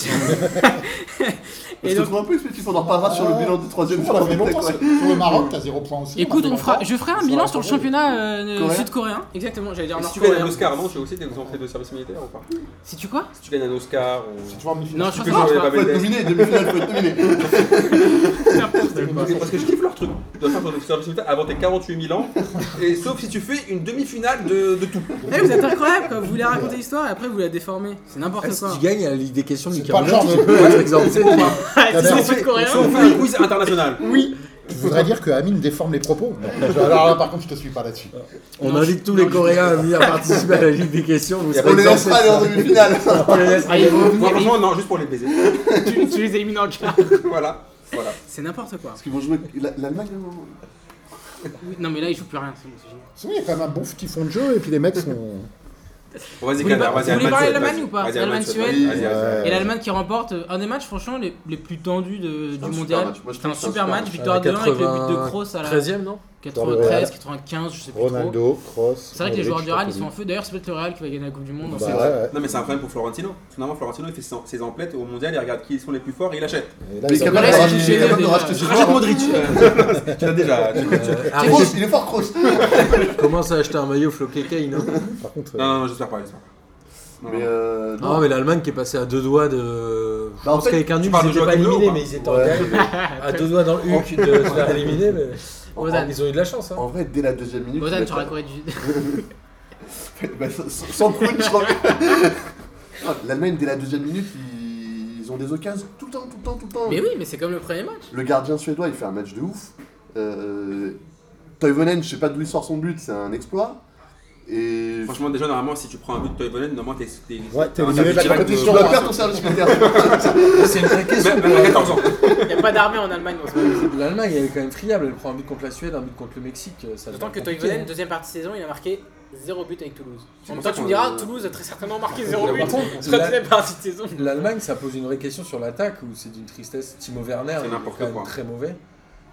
Je te trouve un peu expéditif, on en reparlera sur le bilan du troisième on avait longtemps Ouais. sur sur le Maroc, t'as 0 point aussi. Écoute, a fait on fera, longtemps. je ferai un Ça bilan va sur le changer. championnat euh, Coréen sud-coréen. Exactement, j'allais dire Et si tu gagnes un nord-coréen. Oscar, non, tu as aussi des exemples de service militaire ou pas Si tu quoi Si tu gagnes un Oscar ou. Si tu vois, en demi-finale, Non, tu je Tu pense peux pas. jouer je les pense Faut être Babel dominé, demi-finale, faut être dominé. [LAUGHS] Parce que je kiffe leur truc. Tu dois faire ton service militaire avant tes 48 000 ans. Et sauf si tu fais une demi-finale de, de tout. Eh, vous êtes incroyable quand vous voulez raconter l'histoire et après vous la déformez. C'est Ah, n'importe si quoi. tu gagnes euh, des questions du C'est pas le Cameroun, genre tu de- peux être exempté. Ah, Ah, si merde. c'est sud-coréen. Si on fait un quiz international. Oui. tu voudrais dire que Amine déforme les propos. Non, je- Alors là, par contre, je te suis pas là-dessus. On Non, invite je- tous les non, je- Coréens à venir participer à la Ligue des questions. Vous Y a serez On les exemptés. lancera aller en demi-finale. On les laissera Ah, ils gagner. vont Moi, venir, franchement, non, juste pour les baiser. ils- tu, tu les élimines en quart. voilà. Voilà. C'est n'importe quoi. [LAUGHS] Parce qu'ils vont jouer la- l'Allemagne. non Oui, Non mais là ils jouent plus rien. c'est bon, c'est génial. Sinon, il y a quand même un bon petit fond de jeu et puis les mecs sont. Bon, vas-y, Vous voulez Kader, pas- vas-y. vous voulez parler de Allemagne, Suède, l'Allemagne vas-y. ou pas Vas-y, Allemagne, Suède, Suède. vas-y, vas-y. Ouais. Et l'Allemagne qui remporte euh, un des matchs franchement les, les plus tendus de- un du Ah, super mondial. match. Moi, je C'était un trouve que c'est un super super match, match. victoire de 1 avec le but de Kroos à la 13ème, non 93, 95, je sais plus trop. Ronaldo, Cross. C'est vrai que les joueurs du Real ils sont en feu. D'ailleurs c'est peut-être le Real qui va gagner la Coupe du Monde. on sait pas. Bah, Non mais c'est un problème pour Florentino. Finalement Florentino il fait ses- ses emplettes au mondial, il regarde qui sont les plus forts et il achète. ouais. Et là, Mais ils ont- capable Ouais, de c'est racheter- génial, capable de déjà. racheter ce Rachète joueur. Modric Tu l'as déjà. tu- Euh, C'est arrêtez, Kroos, il est fort, Kroos. commence à acheter un maillot floqué Kane. hein. Par contre, euh, Non non non j'espère pas, j'espère pas. Non, Mais non. euh, Non, mais l'Allemagne qui est passée à deux doigts de. Bah, en Parce fait, qu'avec un nul, parles ils de étaient pas Joachim Löw, éliminés, ou pas mais hein. ils étaient en gagne. À deux doigts dans le huc de se faire éliminer, mais. Ozan. Ils ont eu de la chance. hein. En vrai, dès la deuxième minute. Ozan tu sur la Corée du Sud. [LAUGHS] mets- Bah, sans- sans- Sans couille, je crois. [LAUGHS] Ah, L'Allemagne, dès la deuxième minute, ils, ils ont des occasions tout le temps, tout le temps, tout le temps. Mais oui, mais c'est comme le premier match. Le gardien suédois, il fait un match de ouf. Euh, Toivonen, je sais pas d'où il sort son but, c'est un exploit. Et Franchement, déjà, normalement, si tu prends un but de Toivonen, normalement, t'es. t'es- Ouais, t'as t'es un éliminé de la direct tu compétition. hein. vas perdre ton service militaire. C'est une vraie question. Même même à 14 [LAUGHS] ans. Il n'y a pas d'armée en Allemagne en ce moment. L'Allemagne, elle est quand même friable. Elle prend un but contre la Suède, un but contre le Mexique. euh, Ça D'autant que devient Toivonen, compliqué, deuxième partie de saison, il a marqué 0 but avec Toulouse. C'est En même pour temps, ça tu qu'on me diras, le- Toulouse a très certainement marqué 0 hein. but [LAUGHS] Par sur contre, la la- deuxième partie de saison. L'Allemagne, ça pose une vraie question sur l'attaque où c'est d'une tristesse. Timo Werner, C'est il est n'importe quand même quoi. très mauvais.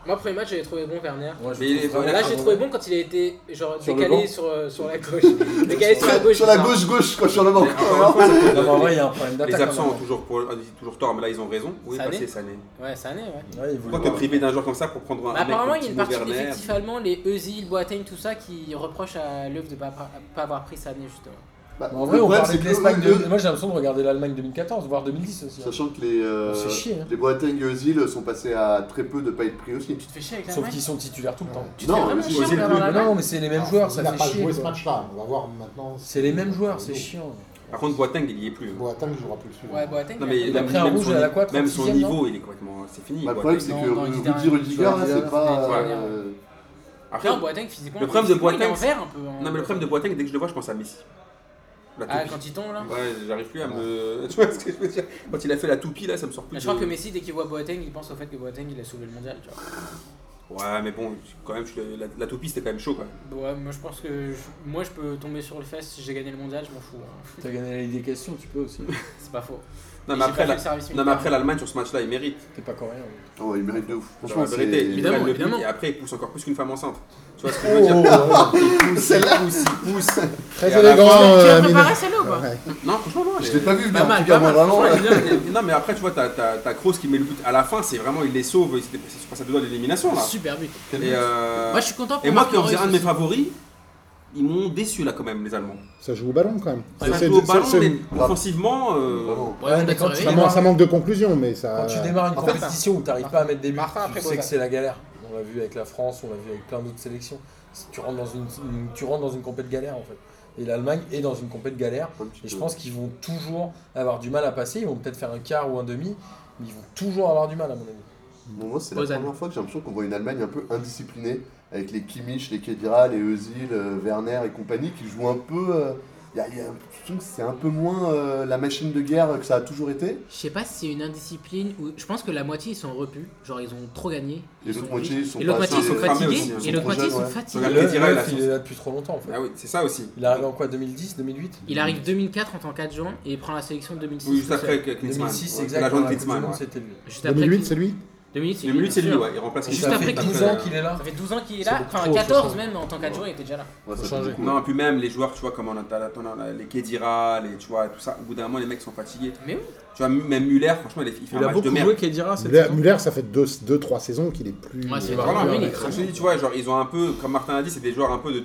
Moi, premier match, j'avais trouvé bon Werner. Moi, je Mais le il est- trouve vraiment Là, très j'ai trouvé bon quand il a été genre Sur le décalé banc sur, euh, sur la gauche. décalé sur la gauche. sur la bizarre. gauche, gauche, quoi, sur le banc. Non, mais en vrai, il y a un problème Les d'attaque. absents ont quand toujours, pour- ont toujours tort, mais là, ils ont raison. Où est Sané passé Sané Ouais, ça année, ouais. même. hein. Ouais, il voulait Pourquoi te voir. priver d'un joueur comme ça pour prendre un Bah, mec apparemment, comme il y a une Timo partie de Werner l'effectif allemand, les Özil, Boateng, tout ça, qui reprochent à l'œuvre de ne pas, pas avoir pris Sané, justement. Bah, Mais en le vrai, on problème, parlait c'est de que l'Espagne. eux, de- Moi, j'ai l'impression de regarder l'Allemagne 2014, voire 2010 aussi. hein. Sachant que les, euh, On s'est chié, hein. les Bretagne et Özil sont passés à très peu de pas être pris aussi. Tu te fais chier avec la Sauf qu'ils sont titulaires tout le temps. Tu te fais Non, vraiment Özil, chier en Özil regardant plus, Mais la non, mais c'est les mêmes joueurs, Ah, Il a ça pas fait chier. joué ce quoi. match-là. On va voir maintenant. si- C'est les mêmes joueurs, c'est [LAUGHS] chiant. Par contre, Boateng, il y est plus. hein. Boateng jouera plus le suivant. Ouais, Boateng, Non, mais il a il a pas- pris un même rouge son à la ni- quoi, Même son 36e, niveau, il est complètement. C'est fini. Bah, le Boateng. problème, c'est Non, que dans les Rudy derniers- Rudiger, là, dans les c'est pas. derniers- euh, Après, Non, Boateng, physiquement. Le problème de physiquement, Il est en Boateng, c'est- vert un peu. hein. Non, mais le problème de Boateng, dès que je le vois, je pense à Messi. La Ah, toupie. quand il tombe là Ouais, j'arrive plus à me. [LAUGHS] Tu vois ce que je veux dire Quand il a fait la toupie, là, ça me sort plus. Bah, Je de- crois que Messi, dès qu'il voit Boateng, il pense au fait que Boateng il a sauvé le mondial. Tu vois. Ouais, mais bon, quand même, je le- la, la toupie, c'était quand même chaud, quoi. Bon, ouais, moi je pense que je- moi je peux tomber sur le fesse si j'ai gagné le mondial, je m'en fous. hein. T'as gagné la Ligue des questions, tu peux aussi. [LAUGHS] C'est pas faux. Et Non, mais j'ai pas après, fait la- le service non, mais militaire. après l'Allemagne, sur ce match-là, il mérite. T'es pas coréen. Oh, il mérite de ouf. Franchement, Franchement, la vérité, il [LAUGHS] Évidemment, prennent le but évidemment. et après il pousse encore plus qu'une femme enceinte. Tu vois ce que Oh, je veux dire Celle-là Très Et à la élégant, fin- tu euh, l'as Amine. préparé celle-là ou pas Ouais. Non, franchement, non. elle Je est- l'ai pas vu venir. Pas mal, en tout cas, pas moi, mal, vraiment. franchement, elle est bien. Non, mais après, tu vois, t'as- t'as t'as Kroos qui met le but à la fin, c'est vraiment, il les sauve, ils étaient- ils sont passés à deux doigts de l'élimination là. Super but. Et, euh, Moi je suis content pour et moi qui en Marc faisais un de Lloris mes aussi. favoris, ils m'ont déçu là quand même, les Allemands. Ça joue au ballon quand même. Ça C'est- joue au c'est- ballon, c'est- mais offensivement, euh, Vraiment. Ouais, on mais est quand tu crevé. ça, man- ça manque de conclusion, mais ça. Quand tu Euh, démarres une en fait, compétition où t'arrives pas à mettre des buts, Martin, après tu sais que Bozak. c'est la galère. On l'a vu avec la France, on l'a vu avec plein d'autres sélections. Si Tu rentres dans une, une- tu rentres dans une compète galère en fait. Et l'Allemagne est dans une compète galère. Un petit Et je peu. pense qu'ils vont toujours avoir du mal à passer. Ils vont peut-être faire un quart ou un demi, mais ils vont toujours avoir du mal à mon avis. Bon, moi, c'est la Lausanne. première fois que j'ai l'impression qu'on voit une Allemagne un peu indisciplinée, avec les Kimmich, les Kedira, les Özil, euh, Werner et compagnie, qui jouent un peu. euh, y a- y a l'impression que c'est un peu moins euh, la machine de guerre que ça a toujours été. Je sais pas si c'est une indiscipline ou je pense que la moitié ils sont repus, genre ils ont trop gagné. Et ils l'autre sont moitié, ils sont Et l'autre pas moitié ils assez- euh, sont cramés fatigués. aussi, ils sont Et l'autre trop moitié ils jeunes, sont ouais. fatigués. Regarde Le- Kedira, il a le- son- il est là depuis trop longtemps en fait. Ah oui, c'est ça aussi. Il est arrivé en quoi 2010, 2008 Il arrive 2004 en tant qu'adjoint et il prend la sélection de 2006. Oui, juste tout seul. après que Klinsmann. 2006, Ouais, exactement. L'agent la de Coupe du Klinsmann. Monde, ouais. C'était lui. 2008, Klinsmann. c'est lui 2008, Le minute, c'est lui, sûr. ouais. Il remplace Juste Ça Klinsmann. après fait 12 euh, ans qu'il est là. Ça fait 12 ans qu'il est C'est là, beaucoup enfin trop, 14 franchement. même en tant qu'adjoint il était déjà là. Ouais, ça Faut fait changer. beaucoup. Non, puis même les joueurs, tu vois, comme on a, t'en as- t'en as les Kedira, les, tu vois, tout ça, au bout d'un moment, les mecs sont fatigués. Mais oui. Tu vois, même Muller, franchement, il est- il fait un Ah, match de merde. Kedira Müller, Müller, ça fait 2-3 saisons qu'il est plus. Ouais, c'est euh, vraiment, Müller, oui, il est ouais. cramé. Comme je te dis, tu vois, genre, ils ont un peu, comme Martin a dit, c'est des joueurs un peu de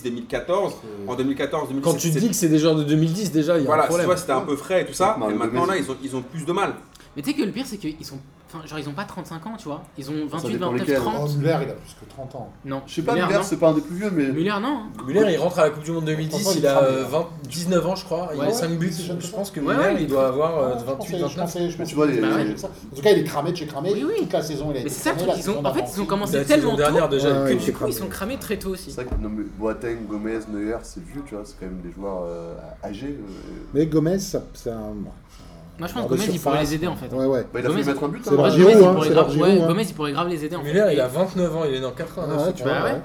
2010-2014. En 2014, 2017. Quand tu te dis que c'est des joueurs de 2010 déjà, il y a un Voilà, tu problème. vois, c'était un peu frais et tout ça. Ouais, Et le maintenant, là, Messi. ils ont, ils ont plus de mal. Mais tu sais que le pire c'est qu'ils sont enfin genre ils ont pas 35 ans, tu vois. Ils ont 28, dépend 29, lesquels. 30. Oh, Müller, il a plus que 30 ans. Non, Je sais pas, Müller, Müller, non. c'est pas un des plus vieux, mais. Müller, non. hein. Müller, il rentre à la Coupe du Monde 2010, Franchement, il il est a cramé, euh, là. 20 19 ans, je crois. Il Ouais, a 5 buts. c'est jeune, Je pense que ouais, Müller, ouais, il doit avoir euh, Ouais, Ah, je 28, pensais- je 29. pensais- je Mais pensais tu vois, les- que Bah c'était ouais. comme ça. En tout cas, il est cramé de chez cramé. Oui, oui. Toute la saison, il a été Mais c'est ça le cramé, truc, la ils ont saison en fait ils ont d'avant. Il commencé a la saison tellement dernière tôt déjà. Ouais, que ouais, il du s'est coup cramé. ils sont cramés très tôt aussi. C'est vrai que non, mais Boateng, Gomez, Neuer, c'est vieux, tu vois, c'est quand même des joueurs euh, âgés. euh. Mais Gomez, ça- c'est un. Moi je pense Bord que de Gomez il pourrait surface. les aider en fait. Ouais, ouais. Bah, il a Gomez- fait mettre un but, C'est hein. Ouais, leur Gomez, Giroud, il hein, pourrait c'est grave- leur ouais, Giroud, hein. Gomez, il pourrait grave les aider en fait. Müller, il Et- a 29 ans, il est né en 89. Ouais, tu Bah vois, ouais. ouais.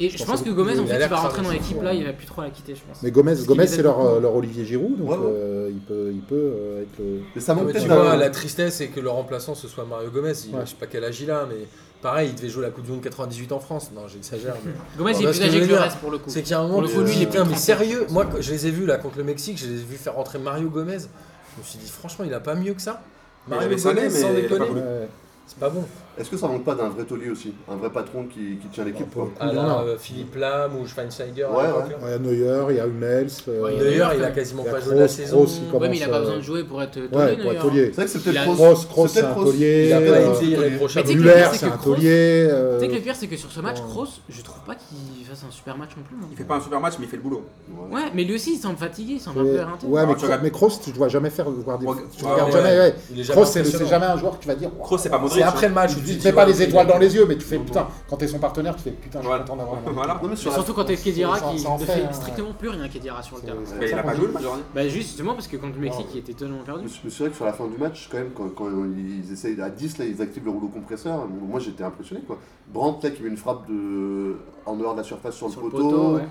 Et je Je pense pense que que Gomez, en il a fait, il l'air va rentrer dans cramé, l'équipe c'est là, sûr. il va plus trop la quitter, je pense. Mais Gomez, qu'il Gomez les aide c'est leur, beaucoup. euh, leur Olivier Giroud, donc Ouais, ouais. euh, il peut, il peut euh, être le. Mais ça manque Mais peut-être tu d'un- vois, la tristesse, c'est que le remplaçant, ce soit Mario Gomez. Il- Ouais. Je sais pas quel âge il a, mais pareil, il devait jouer la Coupe du Monde 98 en France. Non, j'exagère. mais- Gomez, Bon, il est là, plus ce que je âgé veux que le dire, reste pour le coup. C'est qu'il y a un moment, Pour le tu coup, te lui, dis, il est putain, plus mais tranquille, je sérieux, pense. moi, quand je les ai vus là contre le Mexique, je les ai vus faire rentrer Mario Gomez. Je me suis dit, franchement, il a pas mieux que ça. Mais Mario il avait Sané, Gomez, sans mais il a pas déconner. voulu. Ouais. C'est pas bon. Est-ce que ça manque pas d'un vrai taulier aussi Un vrai patron qui, qui tient l'équipe pour quoi le coup, À il y la en a. euh, Philippe Lam ou Schweinsteiger. à Ouais, l'époque, ouais. là. Il y a Neuer, il y a Hummels. euh, Ouais, D'ailleurs, il a il quasiment y a pas joué Kroos, la saison. Kroos, il Ouais, mais il a commence, pas euh, besoin de jouer pour être taulier. Ouais, pour d'ailleurs. être taulier. C'est vrai que c'est Il a- peut-être Kroos. Cross, Cross, C'est c'est peut-être un Kroos. taulier. Il a pas euh, été irréprochable. Mais tu sais Müller, que- c'est un Kroos- Tu sais taulier. que euh, le pire, c'est que sur ce match, bon. Kroos, je trouve pas qu'il fasse un super match non plus. hein. Il fait pas un super match, mais il fait le boulot. Ouais, mais lui aussi, il semble fatigué, il semble un peu éreinté. Ouais, ouais, mais, tu Kroos- regardes- mais Kroos, tu ne dois jamais faire voir des. Ouais, tu ouais, regardes ouais. jamais. Ouais. Il est jamais Kroos, c'est le- impressionnant. c'est jamais un joueur que tu vas dire. Kroos, c'est pas Modric. C'est après hein. le match. Tu Tu te dis, ne mets pas ouais, les il est étoiles dans bien. les yeux, mais tu fais putain. Quand t'es son partenaire, tu fais putain, je suis Voilà. content d'avoir. un- Voilà. Non, mais sur la- Surtout quand t'es Kedira Ça en qui fait, ne fait hein, strictement plus rien Kedira sur le C'est- terrain. c'est- Mais il a pas joué le match dernier. Bah juste justement parce que contre le Mexique il était totalement perdu. Mais c'est vrai que sur la fin du match, quand même, quand, quand ils essayent à 10, là, ils activent le rouleau compresseur. hein. Moi, j'étais impressionné, quoi. Brandt, là, qui met une frappe de... en dehors de la surface sur, Sur le le poteau. poteau, ouais.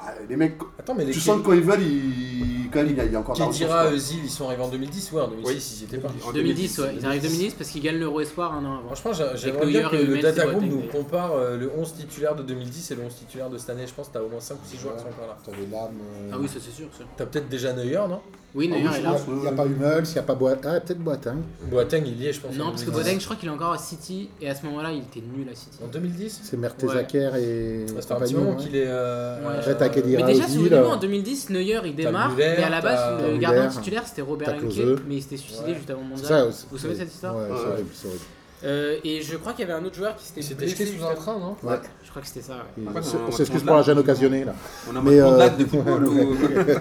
Ah, les mecs, Attends, mais les tu sens que quand ils veulent, ils... quand même, il y a, il y a encore de la Kedira, ressource, Özil, euh, ils sont arrivés en 2010 ouais, en 2006 ils y étaient pas. En 2010, ouais, ils arrivent 2010 parce qu'ils gagnent l'Euro Espoir un an avant. Franchement, j'a- j'aimerais Neuer bien que et le Hummels, c'est Datagroup Boateng, nous mais- compare euh, le 11 titulaire de 2010 et le 11 titulaire de cette année. Je pense que t'as au moins 5 ou 6 joueurs qui sont encore là. T'as les lames. euh, Ah oui, ça c'est sûr ça. T'as peut-être déjà Neuer, non Oui, Neuer est Ah oui, là. je pense. Il n'y a pas Hummels, il n'y a pas Boateng. Ah, peut-être Boateng. Boateng, il y est, je pense. en Non, parce que 2010. Boateng, je crois qu'il est encore à City et à ce moment-là, il était nul à City. En 2010 C'est Mertesacker et. Ça fait un petit compagnie, moment ouais. qu'il est. euh, Ouais. Après, t'as Kedira. Mais déjà, Ozil, souvenez-vous, euh, en 2010, Neuer il démarre, Müller, mais à la base, t'as le gardien Müller, titulaire c'était Robert t'as Henke, Klose. mais il s'était suicidé Ouais. juste avant le c'est mondial. ça, Vous savez cette histoire Ouais, c'est Ouais. horrible, c'est horrible. Euh, Et je crois qu'il y avait un autre joueur qui s'était Il s'était blessé jeté sous juste un avant. train, non Ouais. Je crois que c'était ça. ouais. Et Ouais, on s- on- on s'excuse on pour la l'a- jeune occasionnée là. On a un Mais, euh, manque de football ou. Mais euh,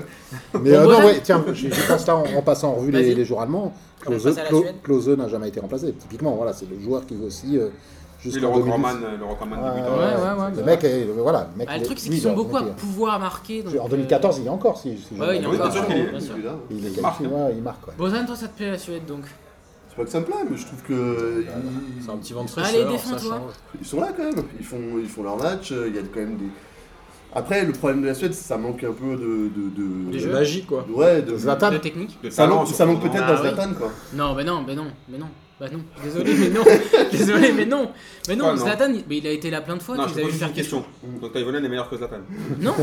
Bon, non, voilà. ouais, tiens, j'y j'y pense là en, en passant en revue les, Vas-y. les joueurs allemands. On Klose, passe à la Klo- Suède. Klose n'a jamais été remplacé. Typiquement, voilà, c'est le joueur qui veut aussi euh, C'est le jusqu'en 2010. recordman, euh, le recordman Ouais, du ouais, buteur. ouais, ouais, le ouais. mec, est- voilà, le mec. Bah, il le est- truc, c'est lui, qu'ils sont il est- beaucoup il à est- pouvoir marquer. donc, euh, En 2014, il y a encore, si. si Ouais, il y a jamais- encore. bien sûr il, qu'il est. bien sûr. Il est là. il est Il marque. qualifié, ouais, il marque. ouais. Bozan, toi, ça te plaît la Suède donc C'est pas que ça me plaît, mais je trouve que ils- C'est un petit vent de Allez, fraîcheur, ça défends-toi. change. ils sont là quand même. Ils font, ils font leur match. euh, Il y a quand même des. Après, le problème de la Suède, ça manque un peu de. de, de... De C'est jeu. magique, quoi. Ouais, de. Zlatan, De technique De Ça talent, manque, ça manque surtout, peut-être hein. d'un Ah oui. Zlatan, quoi. Non, mais non, mais non, mais non. Bah non, désolé, mais non, [LAUGHS] désolé, mais non, mais non, Quoi, non Zlatan, il- mais il a été là plein de fois, Non, tu je les as te vu pose juste faire une question. Donc Taïvonen est meilleur que Zlatan. Non,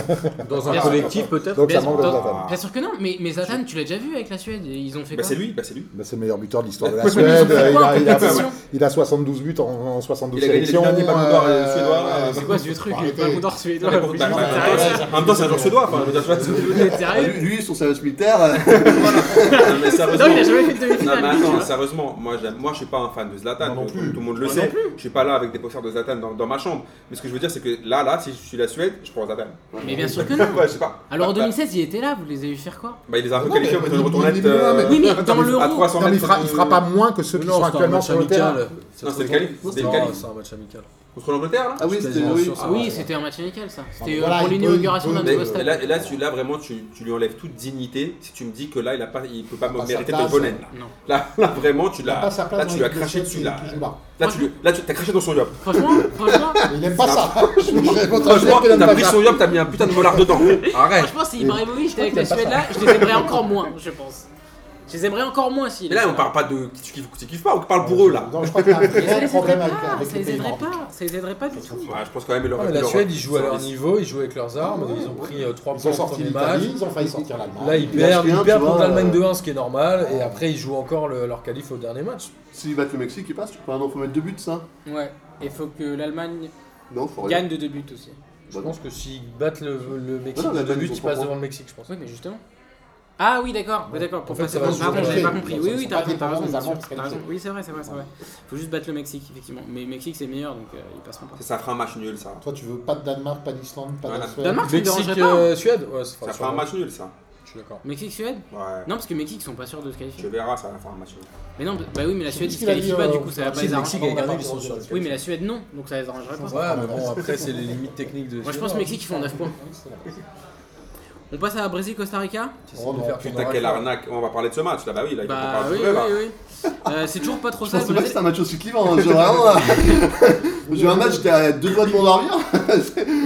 Dans un Bien sûr. collectif, peut-être donc ça Bien- manque de dans- Zlatan. bien sûr que non, mais, mais Zlatan, tu l'as déjà vu avec la Suède, et ils ont fait Bah quoi c'est lui, bah c'est lui. Ah. Bah, c'est le meilleur buteur de l'histoire de la Ils ont fait Suède. quoi Il en a, il a- compétition il a 72 buts en, en 72 Il a gagné les sélections. derniers ballons d'or euh, euh, suédois. là. C'est quoi ce vieux truc, Faut le arrêter. ballon d'or suédois Ouais, bah, bah, En même temps, c'est un joueur suédois. enfin, je veux dire, tu vois, c'est- Vous êtes Ah, sérieux lui, lui, son service militaire. euh, Non, mais Ah Non, il a jamais fait sérieusement. de Non, mais demi-finale, hein. lui, tu attends, vois. sérieusement, moi, j'aime- moi je suis pas un fan de Zlatan, Moi non tout, plus. tout le monde le sait. Je suis pas là avec des posters de Zlatan dans, dans ma chambre. Mais ce que je veux dire, c'est que là, là, si je suis la Suède, je prends Zlatan. hein. mais bien sûr que non. Ouais, je sais pas. Alors en 2016, il était là, vous les avez vu faire quoi Bah, il les a un peu Non, qualifiés en mais mettant une il- il- retournette. il est là, mais- euh, Oui, mais à dans l'euro. À 300 Non, mais il mètres fera, il de- fera pas moins que ceux qui sont actuellement sur le terrain. Non, c'est le quali. C'était le Non, quali. C'est un match amical. Contre l'Angleterre, là Ah oui, Je suis c'était. quasiment oui. sûr, ça. Ah oui, c'était un match amical ça. C'était euh, Voilà, pour il peut- l'inauguration il d'un peut- Mais nouveau mais stade. là, là, celui-là, vraiment, tu, tu lui enlèves toute dignité si tu me dis que là, il a pas, il peut pas Il a pas mériter sa de place. bonnet. Non. Là, là, vraiment, tu Il n'a l'as. pas sa place Là, dans tu l'équipe lui as de craché Suède, dessus. il- Là, il joue bas. là, tu lui- là, tu as craché dans son yop. Franchement, franchement, Il n'aime pas ça. Je voudrais pas te dire Franchement, qu'il aime t'as pas pris ça. son yop, t'as mis un [LAUGHS] putain de mollard dedans. Arrête. franchement, si Et- Ibrahimovic était avec la qu'il aime Suède pas là, je les aimerais encore moins, je pense. Je les aimerais encore moins si. Mais là, on parle pas de. Tu kiffes, tu kiffes pas, on parle pour eux, là. Non, je crois qu'il [LAUGHS] y a un Mais ça vrai les aiderait problème pas, avec, avec ça les les pays aiderait nordiques. pas, ça les aiderait pas du tout. Ouais, je pense quand même. Ah, mais la Suède, ils jouent à leur niveau, ils jouent avec leurs armes, ils ont pris 3 Ils ont points au sorti premier l'Italie, match. ils ont failli sortir l'Allemagne. Là, ils Il a perdent, acheté un, ils tu perdent vois, contre euh, l'Allemagne 2-1, ce qui est normal, et après, ils jouent encore le- leur qualif au dernier match. S'ils battent le Mexique, ils passent. Tu peux un an, faut mettre deux buts, ça. Ouais, et faut que l'Allemagne Non, Oh, faut rien. Bah gagne de deux buts aussi. Je pense que s'ils battent le, le Mexique Non, non, de deux l'Allemagne, buts, ils ils vont passent pas devant le Mexique, je pense. Oui, mais justement. Ah oui, d'accord, ouais, d'accord, pour En fait, passer ça va se jouer Pardon, au j'avais pas Mexique. compris. Oui, oui, t'as Ils raison, sont t'as pas raison, des bien sûr, Allemands, t'as raison. Oui, c'est vrai, c'est vrai, c'est vrai. Faut juste battre le Mexique, effectivement. Mais Mexique, c'est meilleur, donc euh, ils passeront pas. Ça fera un match nul, ça. Toi, tu veux pas de Danemark, pas d'Islande, pas Voilà. de Suède. Danemark, ça me dérangerait Mexique, pas. hein. euh, Suède Ouais, ça fera Ça fera un sûrement. match nul, ça. Je suis d'accord. Mexique-Suède Ouais. Non, parce que Mexique, ils sont pas sûrs de se Tu qualifier. verras, ça va faire un match Ah, nul. Mais non, bah oui, mais la Suède, ils se ce qu'il a dit, qualifient pas, euh, du coup, ça va pas Si les le Mexique arranger. a gagné, ils sont sur le Oui, mais la Suède, non, donc ça les arrangera pas. Ouais, mais bon, après, c'est les limites techniques de. Moi, je pense que Mexique, ils font 9 points. On passe à Brésil-Costa Rica Essaye de faire ton Putain, oracle. quelle arnaque. On va parler de ce match, là. Bah oui, là, il faut qu'on Bah parle oui, de hein. oui, là. oui. Euh, c'est toujours pas trop Je ça. le pensais pas que Brésil. c'était un match aussi clivant. hein. J'ai vraiment. [LAUGHS] J'ai un match, j'étais à deux doigts de m'endormir.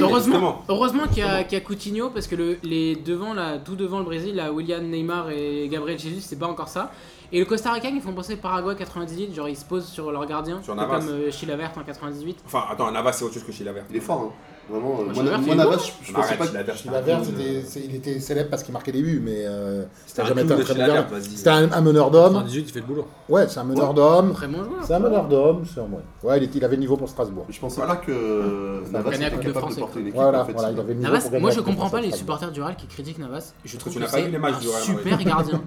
Heureusement, Justement. heureusement qu'il y, a- qu'il y a Coutinho parce que le- les devant là, tout devant le Brésil, là, William Neymar et Gabriel Jesus, c'est pas encore ça. Et le Costa Rica, ils font penser Paraguay 98, genre ils se posent sur leur gardien, Sur un peu Navas. comme euh, Chilavert en 98. Enfin, attends, Navas, c'est autre chose que Chilavert. Il est fort, hein. Vraiment, Moi, euh, moi, Schneider, moi, c'est Navas, bon. je- je pensais Arrête, pas que. Schneider, c'est un Vert, clown, euh, il était célèbre parce qu'il marquait des buts, mais euh, C'était c'était un jamais été clown un de très chez bon Lagardère, gardien. vas-y. C'était un, un meneur d'homme. 98, il fait le boulot. Ouais, c'est un meneur d'homme. Très bon joueur. C'est un meneur d'homme. c'est un- ouais. Ouais, il, était- il avait le niveau pour Strasbourg. Je pensais pas que euh, Navas Gagner la était Coupe de capable France, de porter une équipe. Voilà, en fait. voilà, il avait le niveau Navas, pour gagner Ah, moi la je Coupe de comprends pas France les à Strasbourg. supporters du Real qui critiquent Navas. Je trouve tu que n'as pas c'est vu les matchs un du Real, hein, super [LAUGHS] gardien.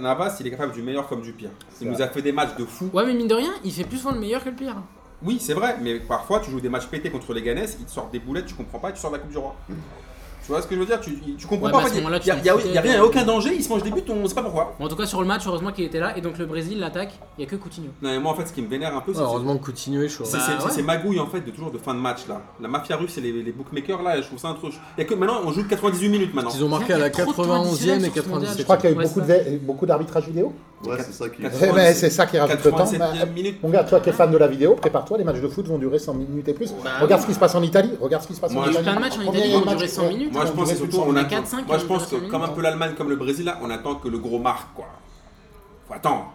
Navas, il est capable du meilleur comme du pire. Il nous a fait des matchs de fou. Ouais, mais mine de rien, il fait plus souvent le meilleur que le pire. Oui, c'est vrai, mais parfois tu joues des matchs pétés contre les Ganes, ils te sortent des boulettes, tu comprends pas, et tu sors de la Coupe du Roi. Mm. Tu vois ce que je veux dire Tu, tu comprends Ouais, pas. bah, à en fait, ce moment-là, il y a, tu il y a- t'en il y a rien, il y a aucun danger, ils se mangent des buts, on sait pas pourquoi. Bon, en tout cas, sur le match, heureusement qu'il était là. Et donc, le Brésil, l'attaque, il n'y a que Coutinho. Non, mais moi en fait, ce qui me vénère un peu, c'est que Heureusement que Coutinho est chaud. C'est Bah, c'est- c'est ouais. ces magouilles en fait de toujours de fin de match là. La mafia russe et les, les bookmakers là, je trouve ça un truc. Il y a que maintenant on joue 98 minutes maintenant. Ils ont marqué à la e Il y a trop de 91e et traditionnels sur ce mondial. 97e. Je crois qu'il y a eu Ouais, beaucoup, de, ve- beaucoup d'arbitrages vidéo. Ouais, c'est ça qui. Quatre- Eh ben, c'est ça qui rajoute le temps. 87 Bah, e minute. Mon gars, toi qui es fan de la vidéo, prépare-toi, les matchs de foot vont durer 100 minutes et plus. Bah, regarde ce qui se passe en Italie, regarde ce qui se passe Moi, en je- Il y a eu Italie. plein de matchs en Combien Italie il y a qui eu ont de duré matchs 100 Ouais. minutes. Moi je on pense que dirait c'est tout surtout le temps, on on a attend. 4-5 Moi je pense que minutes. comme un peu l'Allemagne, comme le Brésil là, on attend que le gros marque quoi. Faut attendre.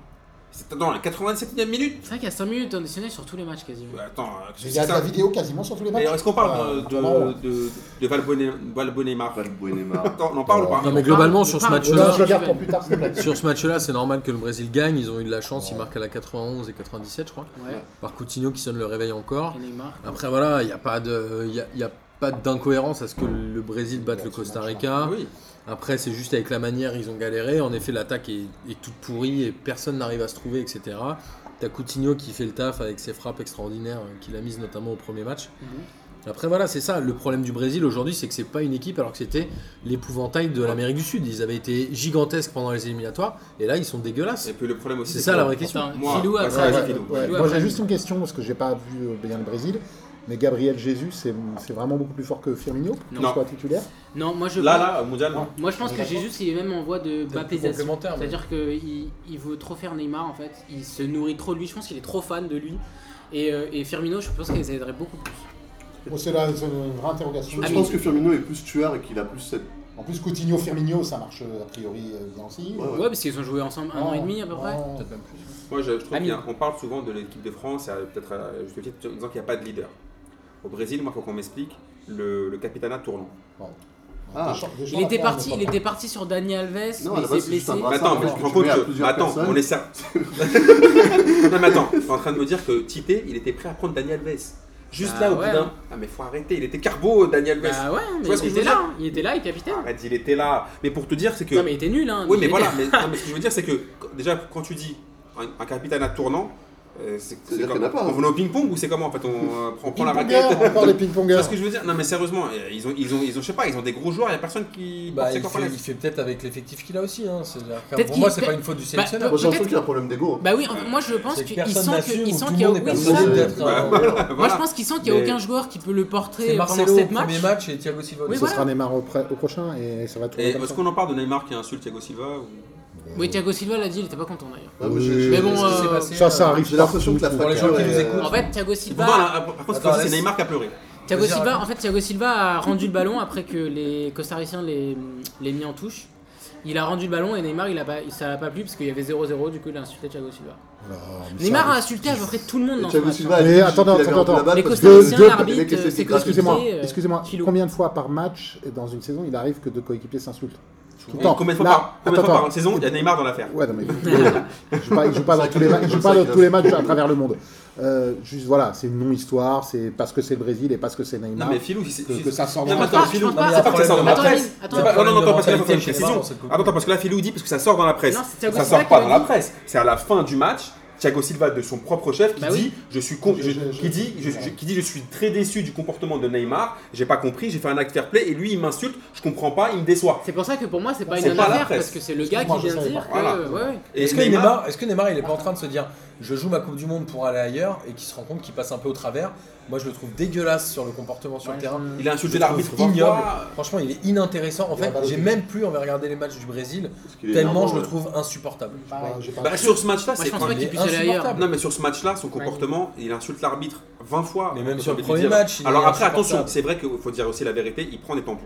C'est dans la 97 e minute. C'est vrai qu'il y a 5 minutes additionnelles sur tous les matchs quasiment. Attends. euh, qu'est-ce Il que y a c'est de la ça vidéo quasiment sur tous les matchs. D'ailleurs, est-ce qu'on parle Euh, euh, vraiment, de, ouais. de, de Valbone- Valbonnemar Pas le Buenema. Attends, on en parle ou pas Non, mais globalement, sur ce Non, match-là, je le garde pour plus tard, s'il te plaît. Sur ce match-là, c'est normal que le Brésil gagne. Ils ont eu de la chance. Ils marquent à la 91 et 97, je crois. Ouais, Par Coutinho qui sonne le réveil encore. et Neymar. Après, voilà, il n'y a pas de, il y a- il y a pas d'incohérence à ce que le Brésil batte le Costa Rica. Oui. Après, c'est juste avec la manière, ils ont galéré. En effet, l'attaque est, est toute pourrie et personne n'arrive à se trouver, etc. T'as Coutinho qui fait le taf avec ses frappes extraordinaires euh, qu'il a mises notamment au premier match. Mhm. Après, voilà, c'est ça. Le problème du Brésil aujourd'hui, c'est que c'est pas une équipe alors que c'était l'épouvantail de l'Amérique du Sud. Ils avaient été gigantesques pendant les éliminatoires et là, ils sont dégueulasses. Et puis le problème aussi. C'est ça que- la vraie question. Attends, Moi, Filou ouais, après. ouais, ouais. Filou, Ouais, Filou Moi après. j'ai juste une question parce que j'ai pas vu euh, bien le Brésil, mais Gabriel Jesus c'est c'est vraiment beaucoup plus fort que Firmino pour Non. qu'il soit titulaire. Non, moi je Là, pense- là, au mondial, non. Moi je pense que Jésus il est même en voie de Peut-être plus baptisation. complémentaire, mais- C'est-à-dire qu'il il veut trop faire Neymar en fait. Il se nourrit trop de lui. Je pense qu'il est trop fan de lui. Et, euh, et Firmino, je pense qu'ils aideraient beaucoup plus. Bon, c'est la- c'est une vraie interrogation. Ah, Je mais- pense que Firmino est plus tueur et qu'il a plus cette. En plus Coutinho Firmino ça marche euh, a priori euh, bien aussi. Ouais, Ouais, parce qu'ils ont joué ensemble un an et demi à peu près. Oh. Moi, je, je trouve Ami. qu'on parle souvent de l'équipe de France, à- peut-être euh, à juste titre, en disant qu'il n'y a pas de leader. Au Brésil, moi, il faut qu'on m'explique le, le capitana tourne. Ah. Deschamps- Deschamps Il l'a était, fait, parti, hein, il était parti sur Dani Alves, Non, à mais la il base, s'est c'est juste blessé. un bras. Mais attends, Bah, ça, mais parce tu que te rends tu compte mets à que. plusieurs Attends, personnes. on est ça. [LAUGHS] non, mais attends, t'es en train de me dire que Tite, il était prêt à prendre Daniel Alves. Juste Bah là, au ouais, bout d'un. hein. Ah, mais faut arrêter, il était carbo, Daniel Alves. Bah ouais, mais vois ce il que je était veux là, dire hein. il était là, il est capitaine. Arrête, il était là. Mais pour te dire, c'est que. Non mais il était nul hein. Oui, mais Il voilà, était- mais, non, mais ce que je veux dire, c'est que quand- déjà, quand tu dis un, un capitana tournant, euh, c'est C'est-à-dire comme- qu'il y en a pas, hein. On venait au ping-pong ou c'est comment en fait On, euh, prend- on prend la Ping-pongers, raquette [LAUGHS] encore les Tu ping-pongers. vois ce que je veux dire Non mais sérieusement, euh, ils ont, ils ont, ils ont, je sais pas, ils ont des gros joueurs, il y a personne qui. Bah, porte ses il, fait, corpulents. il fait peut-être avec l'effectif qu'il a aussi. Hein. C'est- Peut-être Pour qu'il- moi, c'est pas peut- une faute du Bah, sélectionneur. Moi, j'ai l'impression peut-être- qu'il y a un problème d'ego. hein. Bah oui, en- moi je pense C'est que qu'ils personne sentent n'assume, qu'il tout sent le qu'il y a monde est oui, persuadé ça- de- d'être, Bah, euh, [LAUGHS] Moi Voilà. je pense qu'ils sentent qu'il y a Mais- aucun joueur qui peut le C'est porter pendant Marcelo au 7 premier matchs. match et Thiago Silva. au Oui, Ce voilà. deuxième. sera Neymar au, pré- au prochain et ça va tourner Et comme est-ce ça. qu'on en parle de Neymar qui insulte Thiago Silva ou- Oui, Thiago Silva l'a dit, il était pas content d'ailleurs. Ah, moi, j'ai- Oui. j'ai- Mais bon, Qu'est-ce qui s'est euh, passé, Ça, ça euh, arrive. J'ai l'impression que la Pour les gens fracture qui nous est- écoutent. En fait, Thiago Silva. Pourtant, là, par contre, Attends, quand c'est laisse- Neymar qui a pleuré. Thiago Vas-y, Silva, raconte. en fait, Thiago Silva a rendu le ballon après que les Costaricains les- l'aient mis en touche. Il a rendu le ballon et Neymar, il a pas, ça l'a pas plu parce qu'il y avait 0-0, du coup il a insulté Thiago Silva. Neymar a insulté à peu près tout le monde Et dans ce Thiago match. Silva hein. a Mais dit attendez, qu'il avait attendez, un peu la balle Les parce que- Costaricains, les mecs l'arbitre, essaient de c'est gratter. excusez-moi, Excusez-moi, euh, excusez-moi. Filou. Combien de fois par match et dans une saison il arrive que deux coéquipiers s'insultent Tout le Et temps. Combien de fois Là, par- combien de attends, fois attends. par saison il y a Neymar dans l'affaire Ouais, non, mais [LAUGHS] il joue pas, il joue pas dans tous les, ma- il joue pas dans tous les matchs à travers le monde. Euh, juste voilà, c'est une non-histoire, c'est parce que c'est le Brésil et parce que c'est Non Neymar. mais Filou, si c'est. que, si- que ça sort Non, dans mais la attends, marche, Filou, je c'est pense pas. pas que ça sort dans la Attends, presse. attends. C'est pas- Non, non, non, attends, parce qu'il a Attends, fait une précision. attends, attends. Attends, parce que là, Filou dit parce que ça sort dans la presse. Non, c'est Thiago Ça Silva sort pas qui dans l'a la dit. presse. C'est à la fin du match. Thiago Silva de son propre chef qui Bah oui. dit je suis con- je- Je- je- je- qui dit je, je- qui dit je suis très déçu du comportement de Neymar j'ai pas compris j'ai fait un acte fair play et lui il m'insulte je comprends pas il me déçoit C'est pour ça que pour moi, c'est pas C'est une pas la affaire presse. parce que c'est le gars Excuse-moi, qui je vient de savais dire pas. que. Voilà. ouais, ouais. Et Est-ce que, Neymar, est-ce que Neymar, il est pas en train de se dire je joue ma Coupe du Monde pour aller ailleurs et qu'il se rend compte qu'il passe un peu au travers Moi, je le trouve dégueulasse sur le comportement sur le terrain. il a insulté Je le trouve l'arbitre trois ignoble. fois. Franchement, il est inintéressant. En Il a fait, pas j'ai d'autre- même plus envie de regarder les matchs du Brésil, Parce qu'il est tellement énorme, je le ouais. trouve insupportable. Pareil, j'ai Ah, pas- Bah, sur ce match là Moi, c'est je pense pas il est qu'il puisse aller ailleurs. insupportable. Non, mais sur ce match-là, son comportement, il insulte l'arbitre 20 fois. Mais même J'ai sur envie le de premier dire. match, il Alors est après, insupportable. attention, c'est vrai qu'il faut dire aussi la vérité, il prend des tampons.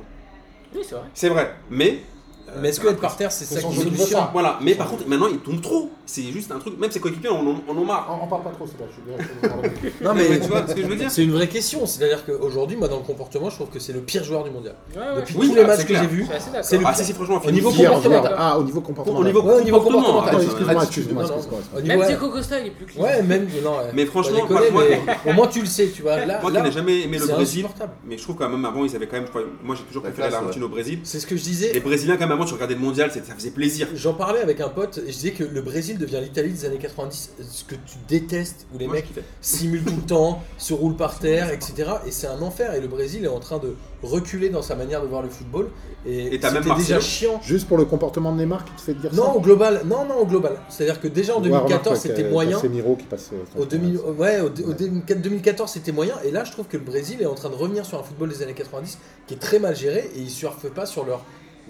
Oui, c'est vrai. C'est vrai. Mais euh, Mais est-ce que être par terre, c'est ça qui est chiant Voilà, mais par contre, maintenant il tombe trop. C'est juste un truc. Même ses coéquipiers en ont, en ont marre. On parle pas trop, c'est pas. Je suis Non, Mais mais [LAUGHS] tu vois ce que je veux dire Ah, C'est une vraie question, c'est-à-dire qu'aujourd'hui, moi dans le comportement, je trouve que c'est le pire joueur du mondial. Depuis Oui, tous les ah, matchs c'est que j'ai clair. vus, Je suis assez d'accord. c'est le Ah, si, si, franchement, Au niveau Hier, comportemental. hier. Ah, au niveau comportemental. Au niveau, ouais, au niveau comportement, comportemental. attends, excuse-moi, Attitude, excuse-moi, non, non. excuse-moi, excuse-moi. Au niveau- Même ouais. Diego Costa, il est plus clean. Ouais, même. Non, ouais. Mais Faut franchement, pas déconner, moi, mais au moins tu le sais, tu vois. Là, Moi qui là, n'ai jamais aimé le c'est Brésil, insupportable. mais je trouve quand même avant ils avaient quand même. je crois- Moi j'ai toujours La préféré la classe, routine au Brésil. c'est ce que je Les disais. Brésiliens, quand même, avant, tu regardais le mondial, c'est- ça faisait plaisir. J'en parlais avec un pote et je disais que le Brésil devient l'Italie des années 90, ce que tu détestes, où les Moi, je mecs kiffais. simulent tout le [LAUGHS] temps, se roulent par terre, etc. Et c'est un enfer. Et le Brésil est en train de reculer dans sa manière de voir le football. Et, Et t'as même c'était déjà Marcelo. chiant. Juste pour le comportement de Neymar qui te fait dire ça. Non, au global. Non, non, au global. C'est-à-dire que déjà en Ouais, remarque, 2014, ouais, c'était t'as- moyen. t'as Casemiro qui passe. euh, Au, 2000 ouais, au, au Ouais. 2004 2014, c'était moyen. Et là, je trouve que le Brésil est en train de revenir sur un football des années 90 qui est très mal géré et ils ne surfent pas sur leur,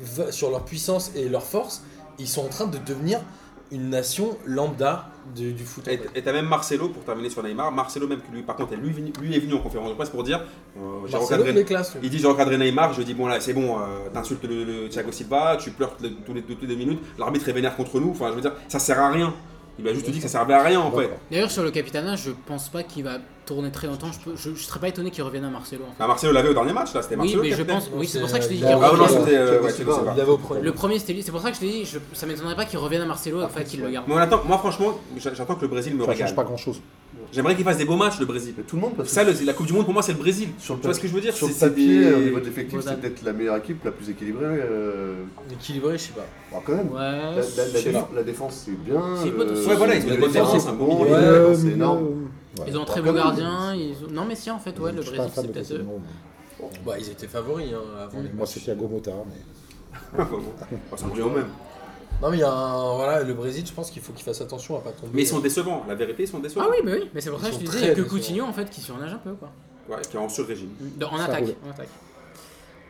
v- sur leur puissance et leur force. Ils sont en train de devenir une nation lambda de- du foot. en Et fait. et t'as même Marcelo, pour terminer sur Neymar, Marcelo même, que lui, par contre, lui, lui est venu en conférence de presse pour dire euh, j'ai Marcelo, il est recadré. classe. lui. Il dit j'ai encadré Neymar, je dis bon là c'est bon, euh, t'insultes le, le Thiago Silva, tu pleures tous les- tous les, toutes les deux minutes, l'arbitre est vénère contre nous, enfin je veux dire, ça sert à rien. Il lui a juste dit que ça servait à rien en fait. D'ailleurs, sur le Capitana, je pense pas qu'il va tourner très longtemps. Je, peux- je, je serais pas étonné qu'il revienne à Marcelo. En fait. Ah, Marcelo l'avait au dernier match là, c'était Oui, Marcelo. mais qui je a fait. pense. Oui, c'est pour ça que je t'ai dit Euh, qu'il Ah ouais, non, revienne. c'était. euh, Thiago ouais, je sais Silva. pas. Il avait au premier. Le premier, c'était lui. C'est pour ça que je t'ai dit. Je, ça m'étonnerait pas qu'il revienne à Marcelo afin qu'il le garde. Mais on attend, moi franchement, j'a- j'attends que le Brésil me Ça change régale. pas grand chose. J'aimerais qu'il fasse des beaux matchs le Brésil. Mais tout le monde, parce que Ça, le- la Coupe du Monde pour moi c'est le Brésil. Sur le tu papier- vois ce que je veux dire sur le C'est- c'est papier, des- au niveau [LAUGHS] de l'effectif, Voilà. c'est peut-être la meilleure équipe, la plus équilibrée. euh, Équilibré, je sais pas. bon, quand même. La, Ouais. la- la Je sais déf- pas. la défense, c'est bien. C'est le- pas tout- Ouais, voilà, ils ont le des bonnes défense, défenses, c'est un bon, bon le milieu. défense, Euh, c'est énorme. ouais. Ils ont un très Quand beau même, gardien. ils ont- Non, mais si, en fait, ouais, Bah, Je le suis pas Brésil, fan c'est de peut-être. eux. Casemiro, Bah, ils étaient favoris hein, avant mais les Moi, matchs. c'est Thiago Motta, mais Ah, bah, bon. Bah, ça revient au même. Non, mais il y a un- voilà, le Brésil, je pense qu'il faut qu'il fasse attention à pas tomber. euh, Mais ils sont décevants, la vérité, ils sont décevants. Ah oui, mais oui, mais c'est pour ça que je sont te très disais, il y a que décevants. Coutinho en fait qui surnage un peu quoi. Ouais, qui est en sur-régime. Dans- en, Ça attaque, roule. en attaque.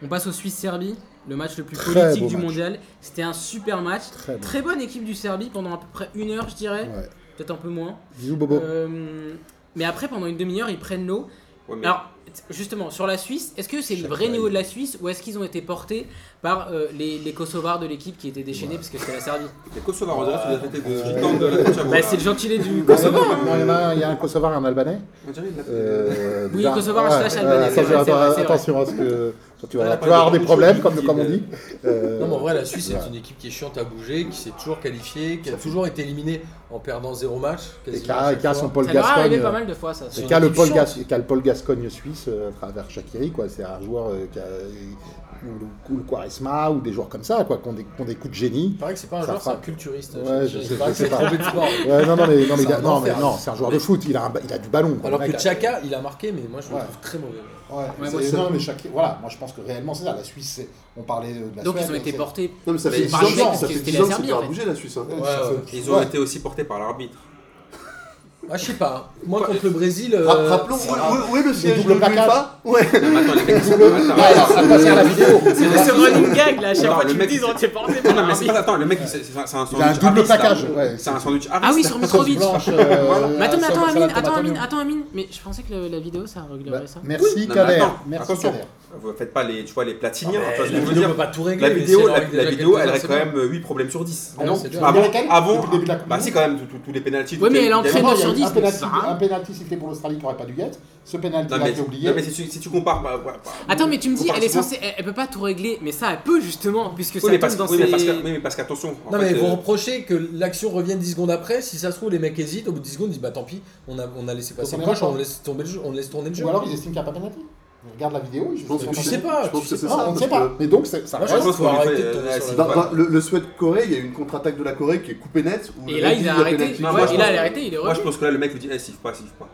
On passe au Suisse-Serbie, le match le plus Très politique beau du match. mondial. C'était un super match. Très bon. bonne équipe du Serbie pendant à peu près une heure, je dirais. ouais. Peut-être un peu moins. Bisous, Bobo. Euh, mais après, pendant une demi-heure, ils prennent l'eau. Ouais, mais- Alors, t- justement, sur la Suisse, est-ce que c'est le Chaque vrai fois, niveau il- de la Suisse ou est-ce qu'ils ont été portés par euh, les, les Kosovars de l'équipe qui étaient déchaînés parce que c'était la Serbie Les Kosovars, on dirait que tu les as traités de gitans de la Chaboula. Bah, c'est le gentilé du Non, il y en Kosovo. a- non, il y en a un- il y a un Kosovar et un Albanais. On dirait qu'il l'a traité de- Euh, Oui, Dar- Kosovar, slash ouais, Albanais, ouais, c'est vrai, attention, c'est vrai, c'est vrai. Ah, Attention à ce que tu vas Ouais, tu vas pas avoir de des gros problèmes, choses, comme comme on mais- dit. Euh, Non, mais en vrai, la Suisse, voilà. c'est une équipe qui est chiante à bouger, qui s'est toujours qualifiée, qui a toujours été éliminée en perdant zéro match. Et quasiment à qu'a chaque qu'a fois. son Paul Ça leur est arrivé Gascogne. euh, pas mal de fois ça. C'est C'est une qu'a le, équipe Paul chiante. Gas- qu'a le Paul Gascogne suisse euh, à travers Shakiri, quoi. C'est un joueur euh, qui a- ou, le- ou le Quaresma ou des joueurs comme ça, quoi, qui ont des, qui ont des coups de génie. Il paraît que c'est pas un Ça joueur, c'est un frappe. culturiste. Ouais, je- Il je paraît que sais c'est pas. tombé de sport. Ouais, non, non, mais, non, mais, C'est un non, enfer. mais non, c'est un joueur de foot, il a, un ba- il a du ballon. quoi. Alors Le que mec a- Chaka, il a marqué, mais moi je le Ouais. trouve très mauvais. Ouais, Ouais, c'est- moi, c'est- non, mais chaque... voilà, moi je pense que réellement c'est ça. La Suisse, c'est- on parlait de la Donc ils ont Suède, été c'est- portés [LAUGHS] Non, mais ça Mais fait 10 par ans le que mec, ça parce fait que c'était 10 ans la que c'est Serbie, pas en fait. bougé la Suisse. hein. Ouais, Ouais, ça ouais. fait- Ils ont ouais. été aussi portés par l'arbitre. [LAUGHS] Ah, je sais pas. Moi contre le Brésil. euh, Ra- Rappelons, où, où- où est le siège de double plaquage. l'UEFA Ouais. Attends, les mecs, ils sont pas mal, Ouais, alors, t'arrêtes. ça passe à la vidéo. C'était ce running gag là, à chaque Non, fois le qu'ils me mec, disent il- on t'est porté Non, par non, un mais c'est pas- arbitre. attends, le mec, il- c'est c'est un c'est un Il a un sandwich. double Harris, là. plaquage. ouais. C'est un sandwich Ah Harris. oui, sur Mitrovic. Blanche, euh, Mais attends, mais attends, salade Amine, tomate attends, Amine, oignon. attends, Amine. Mais je pensais que le- la vidéo ça réglerait ça. Merci, Non, Bah, mais Kader. attends, Merci, attention. Kader. Vous faites pas les, tu vois, les mais platiniens. Ah, tu vois ce que la je veux vidéo dire. peut pas tout régler. La mais vidéo, c'est la, leur règle la déjà vidéo, elle quelques-uns, a c'est quand bon. même euh, 8 problèmes sur 10. Ah non, c'est dur. Avant, Il y en a quel avant, Depuis le début de la Coupe bah du si Monde quand même, tous- tous- tous les pénaltys. Ouais, mais elle entraîne Non, il y a sur eu 10, un mais pénalty- ça, hein. Un pénalty sifflé pour l'Australie qui n'aurait pas dû y être. Ce pénalty Non là mais, qui est oublié. non, mais si, tu- si tu compares, bah, bah, bah, Attends, mais tu me dis, compare elle est souvent- censée, elle, elle peut pas tout régler, mais ça, elle peut justement, puisque Oui, ça mais tombe parce, dans oui, mais ses. parce que- oui, mais parce qu'attention. en Non, fait, mais vous euh, reprochez que l'action revienne 10 secondes après. Si ça se trouve, les mecs hésitent. Au bout de 10 secondes, ils disent Bah tant pis, on a, on a laissé passer Donc, le on coche, on attend. laisse, tomber le jeu, on laisse tourner le jeu. Ou alors ils estiment qu'il n'y a pas pénalty. Ils regardent la vidéo. Ils pense ils que tu pensent- sais pas. Je pense tu que sais c'est pas. ça. Non, on ne parce sait pas. que- Mais donc ça ça Moi, reste. je pense pense qu'on va qu'on arrêter fait, de tomber euh, sur c'est la Bah, Ouais. bah, le, le Suède-Corée, il y a eu une contre-attaque de la Corée qui est coupée net. où Et le là, Reddit, il a y arrêté. pénalty. Non, Ouais, moi, je il a pense- arrêté, il est Moi je revenu. pense que là le mec lui dit, eh, siffle pas, siffle pas.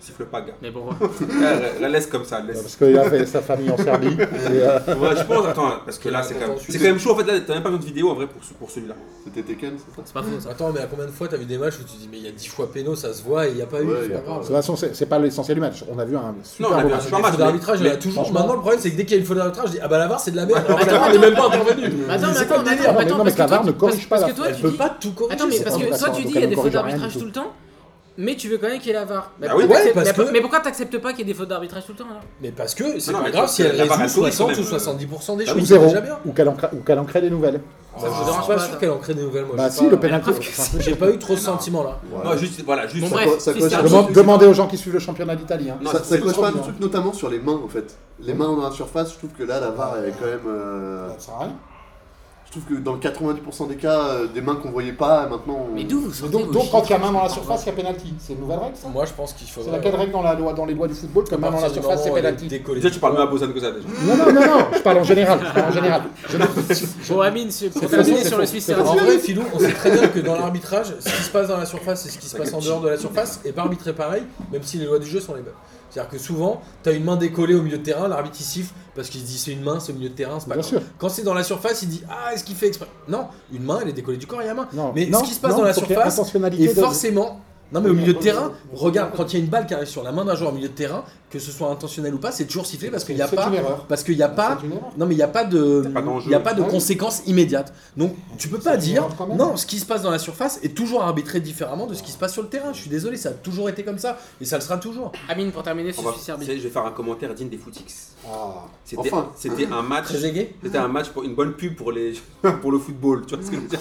Siffle pas, gars. Mais pourquoi Eh, la laisse comme ça, laisse. Parce qu'il a fait sa famille en Serbie. et, euh, Ouais, je pense, attends, parce que là c'est quand même, c'est quand même chaud en fait, là t'as même pas besoin de vidéo en vrai pour, ce- pour celui-là. C'était Tekken, c'est ça C'est pas faux ça. Attends, mais à combien de fois t'as vu des matchs où tu dis Mais il y a 10 fois péno, ça se voit et il n'y a pas eu. Ouais, c'est il y a pas pas- grave. De toute façon, c'est c'est pas l'essentiel du match. On a vu un on a super vu beau un match. super Sur match, match d'arbitrage, il y en a mais- toujours. franchement- Maintenant, le problème, c'est que dès qu'il y a une faute d'arbitrage, je dis Ah bah la VAR, c'est de la merde. Alors que Attends, la VAR, elle est même pas attends. intervenue. Attends, mais C'est attends, quoi le mais délire attends, mais non, attends, mais parce que la VAR toi, ne tu- corrige parce- pas parce que la- toi, Elle tu peut dis- pas tout corriger. Attends, mais c'est parce pas que vrai. toi, d'accord, tu dis, il donc y a elle des ne fautes corrige rien d'arbitrage du tout tout. le temps, mais tu veux quand même qu'il y ait la VAR. Mais Ah oui, pourquoi ouais, t'acceptes- parce mais- que- Mais pourquoi t'acceptes pas qu'il y ait des fautes d'arbitrage tout le temps alors Mais parce que c'est Non, pas mais grave parce si que elle la VAR, résout elle corrige quand 60 ou même, euh, 70% des bah choses. Ou c'est zéro. Ah déjà bien. Ou qu'elle en, cra- ou qu'elle en crée des nouvelles. Ça vous dérange Je suis pas pas sûr ça qu'elle en crée des nouvelles, moi. Bah J'ai si, pas- le penalty. la preuve que enfin, [LAUGHS] J'ai pas eu trop ce sentiment là. Non, juste, voilà, juste. Bon, ça- bref, co- ça si cause- c'est ça un demande- truc- Demandez aux gens qui suivent le championnat d'Italie. hein. Non, ça, c'est- ça c'est cause pas trop du bien. truc notamment sur les mains en fait. Les mains dans la surface, je trouve que là la VAR elle est quand même. euh, Ça sert à rien. je trouve que dans le 90% des cas, euh, des mains qu'on voyait pas, maintenant. on- Mais d'où vous sortez Donc, vos donc quand il y a chiffres main dans la surface, il y a pénalty. C'est une nouvelle règle ça Moi, je pense qu'il faut. C'est laquelle règle dans, la loi, dans les lois du football que main dans la surface, c'est pénalty Déjà, tu parles mieux à Bozan que ça déjà. Non, non, non, non, je parle en général. Je parle en général. Je ne- Bon, Amine, c'est- pour faux, terminer c'est sur le faux. Suisse, C'est c'est un En truc. vrai, Philou, on sait très bien que dans l'arbitrage, ce qui se passe dans la surface et ce qui se passe en dehors de la surface est pas arbitré pareil, même si les lois du jeu sont les mêmes. C'est-à-dire que souvent, t'as une main décollée au milieu de terrain, l'arbitre il siffle parce qu'il se dit c'est une main, c'est au milieu de terrain, c'est pas Bien grave. sûr. Quand c'est dans la surface, il dit ah, est-ce qu'il fait exprès Non, une main elle est décollée du corps, il y a main. Non, Mais non, ce qui se passe non, dans la faut qu'il y ait surface intentionnalité Et de- forcément, non mais au milieu de terrain, regarde, quand il y a une balle qui arrive sur la main d'un joueur au milieu de terrain, que ce soit intentionnel ou pas, c'est toujours sifflé parce qu'il n'y a C'est pas. une erreur. Parce qu'il n'y a pas. C'est une erreur. Non mais il n'y a pas de, pas d'enjeu. il y a pas de Ah oui. conséquences immédiates. Donc tu peux pas une dire erreur quand même. non, ce qui se passe dans la surface est toujours arbitré différemment de ce qui se passe sur le terrain. Je suis désolé, ça a toujours été comme ça et ça le sera toujours. Amine, pour terminer On sur va- le Suisse, tu arbitre. sais, Je vais faire un commentaire digne des footix. Ah. C'était Enfin. c'était un match. Très aigué. C'était un match pour une bonne pub pour, les, [LAUGHS] pour le football, tu vois ce que je veux dire